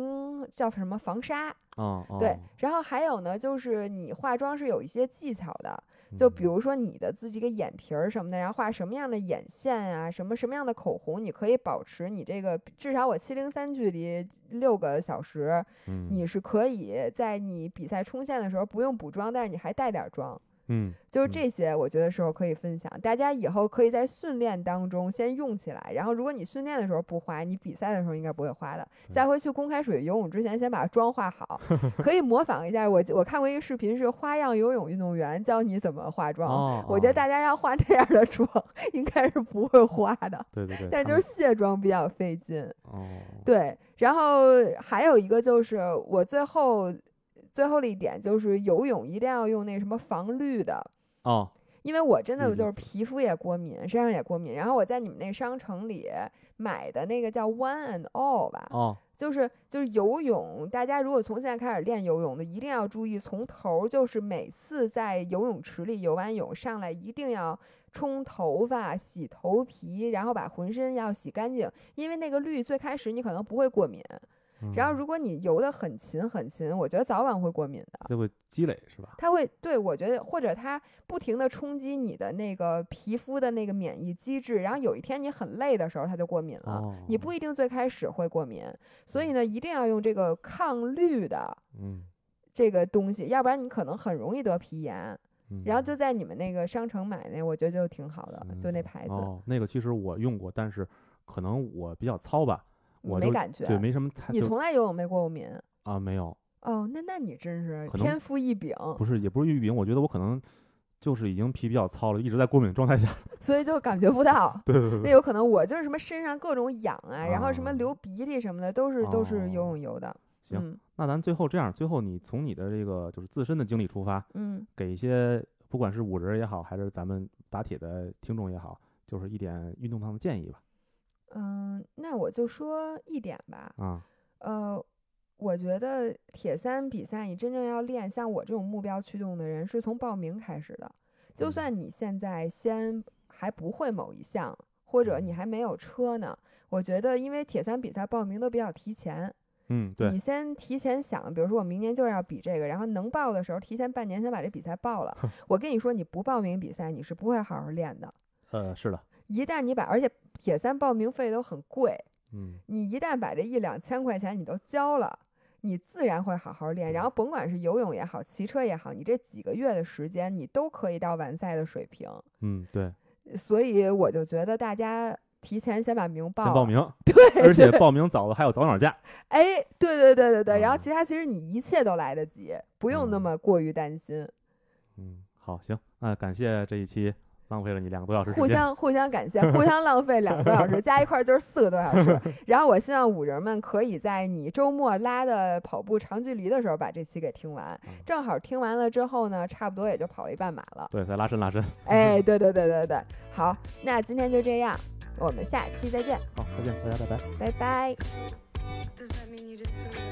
Speaker 1: 叫什么防沙，
Speaker 2: 哦哦，
Speaker 1: 对。然后还有呢，就是你化妆是有一些技巧的，就比
Speaker 2: 嗯
Speaker 1: 如说你的自己个眼皮儿什么的，然后画什么样的眼线啊，什么什么样的口红，你可以保持你这个至少我七零三距离六个小时，
Speaker 2: 嗯
Speaker 1: 你是可以在你比赛冲线的时候不用补妆，但是你还带点儿妆。
Speaker 2: 嗯
Speaker 1: 就是
Speaker 2: 嗯
Speaker 1: 这些，我觉得时候可以分享。大家以后可以在训练当中先用起来，然后如果你训练的时候不花，你比赛的时候应该不会花的。
Speaker 2: 对
Speaker 1: 下回去公开水游泳之前，先把妆化好，可以模仿一下。我我看过一个视频，是花样游泳运动员教你怎么化妆。
Speaker 2: 哦，
Speaker 1: 我觉得
Speaker 2: 哦
Speaker 1: 大家要化那样的妆，应该是不会化的，
Speaker 2: 对对对，
Speaker 1: 但
Speaker 2: 他
Speaker 1: 就
Speaker 2: 们
Speaker 1: 是卸妆比较费劲。
Speaker 2: 哦，
Speaker 1: 对，然后还有一个就是我最后最后的一点就是游泳一定要用那什么防绿的，
Speaker 2: 哦，
Speaker 1: 因为我真
Speaker 2: 绿
Speaker 1: 的就
Speaker 2: 离
Speaker 1: 是
Speaker 2: 子
Speaker 1: 皮肤也过敏，身上也过敏。然后我在你们那商城里买的那个叫 One and All 吧，
Speaker 2: 哦，
Speaker 1: 就是就是游泳，大家如果从现在开始练游泳的，一定要注意从头儿，就是每次在游泳池里游完泳上来，一定要冲头发、洗头皮，然后把浑身要洗干净，因为那个氯最开始你可能不会过敏，然后
Speaker 2: 嗯
Speaker 1: 如果你游得很勤很勤，我觉得早晚会过敏的。
Speaker 2: 就会积累是吧？
Speaker 1: 它会对我觉得，或者它不停的冲击你的那个皮肤的那个免疫机制，然后有一天你很累的时候，它就过敏了。
Speaker 2: 哦，
Speaker 1: 呃你不一定最开始会过敏，所以呢，一定要用这个抗氯的
Speaker 2: 嗯，
Speaker 1: 这个东西，要不然你可能很容易得皮炎。
Speaker 2: 嗯
Speaker 1: 然后就在你们那个商城买那，我觉得就挺好的，
Speaker 2: 嗯
Speaker 1: 就那牌子，
Speaker 2: 哦，那个其实我用过，但是可能我比较糙吧，我
Speaker 1: 没
Speaker 2: 就
Speaker 1: 感觉。
Speaker 2: 对，没什么太
Speaker 1: 你
Speaker 2: 就
Speaker 1: 从来游泳没过过敏？
Speaker 2: 啊没有，
Speaker 1: 哦，那那你真是
Speaker 2: 可能
Speaker 1: 天赋异禀。
Speaker 2: 不是也不是玉饼，我觉得我可能就是已经皮比较糙了，一直在过敏的状态下。
Speaker 1: 所以就感觉不到。
Speaker 2: 对对对
Speaker 1: 那
Speaker 2: 对，
Speaker 1: 有可能我就是什么身上各种痒啊，然后什么
Speaker 2: 啊
Speaker 1: 流鼻涕什么的，都是都是游
Speaker 2: 哦
Speaker 1: 泳游的。
Speaker 2: 行
Speaker 1: 嗯
Speaker 2: 那咱最后这样，最后你从你的这个就是自身的经历出发，
Speaker 1: 嗯
Speaker 2: 给一些不管是五人儿也好，还是咱们打铁的听众也好，就是一点运动上的建议吧。
Speaker 1: 嗯，那我就说一点吧。
Speaker 2: 啊，
Speaker 1: 呃，我觉得铁三比赛，你真正要练像我这种目标驱动的人，是从报名开始的。就
Speaker 2: 嗯
Speaker 1: 算你现在先还不会某一项，或者你
Speaker 2: 嗯
Speaker 1: 还没有车呢，我觉得因为铁三比赛报名都比较提前，
Speaker 2: 嗯，对
Speaker 1: 你，先提前想，比如说我明年就是要比这个，然后能报的时候提前半年先把这比赛报
Speaker 2: [laughs]
Speaker 1: 了。我跟你说，你不报名比赛，你是不会好好练的。
Speaker 2: 呃，是的，
Speaker 1: 一旦你把，而且铁三报名费都很贵，
Speaker 2: 嗯，
Speaker 1: 你一旦把这一两千块钱你都交了，你自然会好好
Speaker 2: 嗯
Speaker 1: 练。然后甭管是游泳也好，骑车也好，你这几个月的时间，你都可以到完赛的水平。
Speaker 2: 嗯，对，
Speaker 1: 所以我就觉得大家提前先把名报
Speaker 2: 先报
Speaker 1: 了，
Speaker 2: 名，
Speaker 1: 对，
Speaker 2: 而且
Speaker 1: 对
Speaker 2: 报名早的还有早鸟价。
Speaker 1: 哎，对对对对对。然后
Speaker 2: 嗯
Speaker 1: 其他其实你一切都来得及，不用那
Speaker 2: 嗯
Speaker 1: 么过于担心。
Speaker 2: 嗯，好，行，那感谢这一期浪费了你两个多小时时
Speaker 1: 互
Speaker 2: 间。
Speaker 1: 相互相感谢，互相浪费两个多小时，加一块儿就是四个多小时。然后我希望五人们可以在你周末拉的跑步长距离的时候把这期给听完
Speaker 2: 嗯，
Speaker 1: 正好听完了之后呢，差不多也就跑了一半马了。
Speaker 2: 对，再拉伸拉伸。
Speaker 1: 哎，对对对对对，好，那今天就这样，我们下期再见，
Speaker 2: 好，再见，大家拜拜。
Speaker 1: 拜拜。
Speaker 5: Does that mean you didn't put it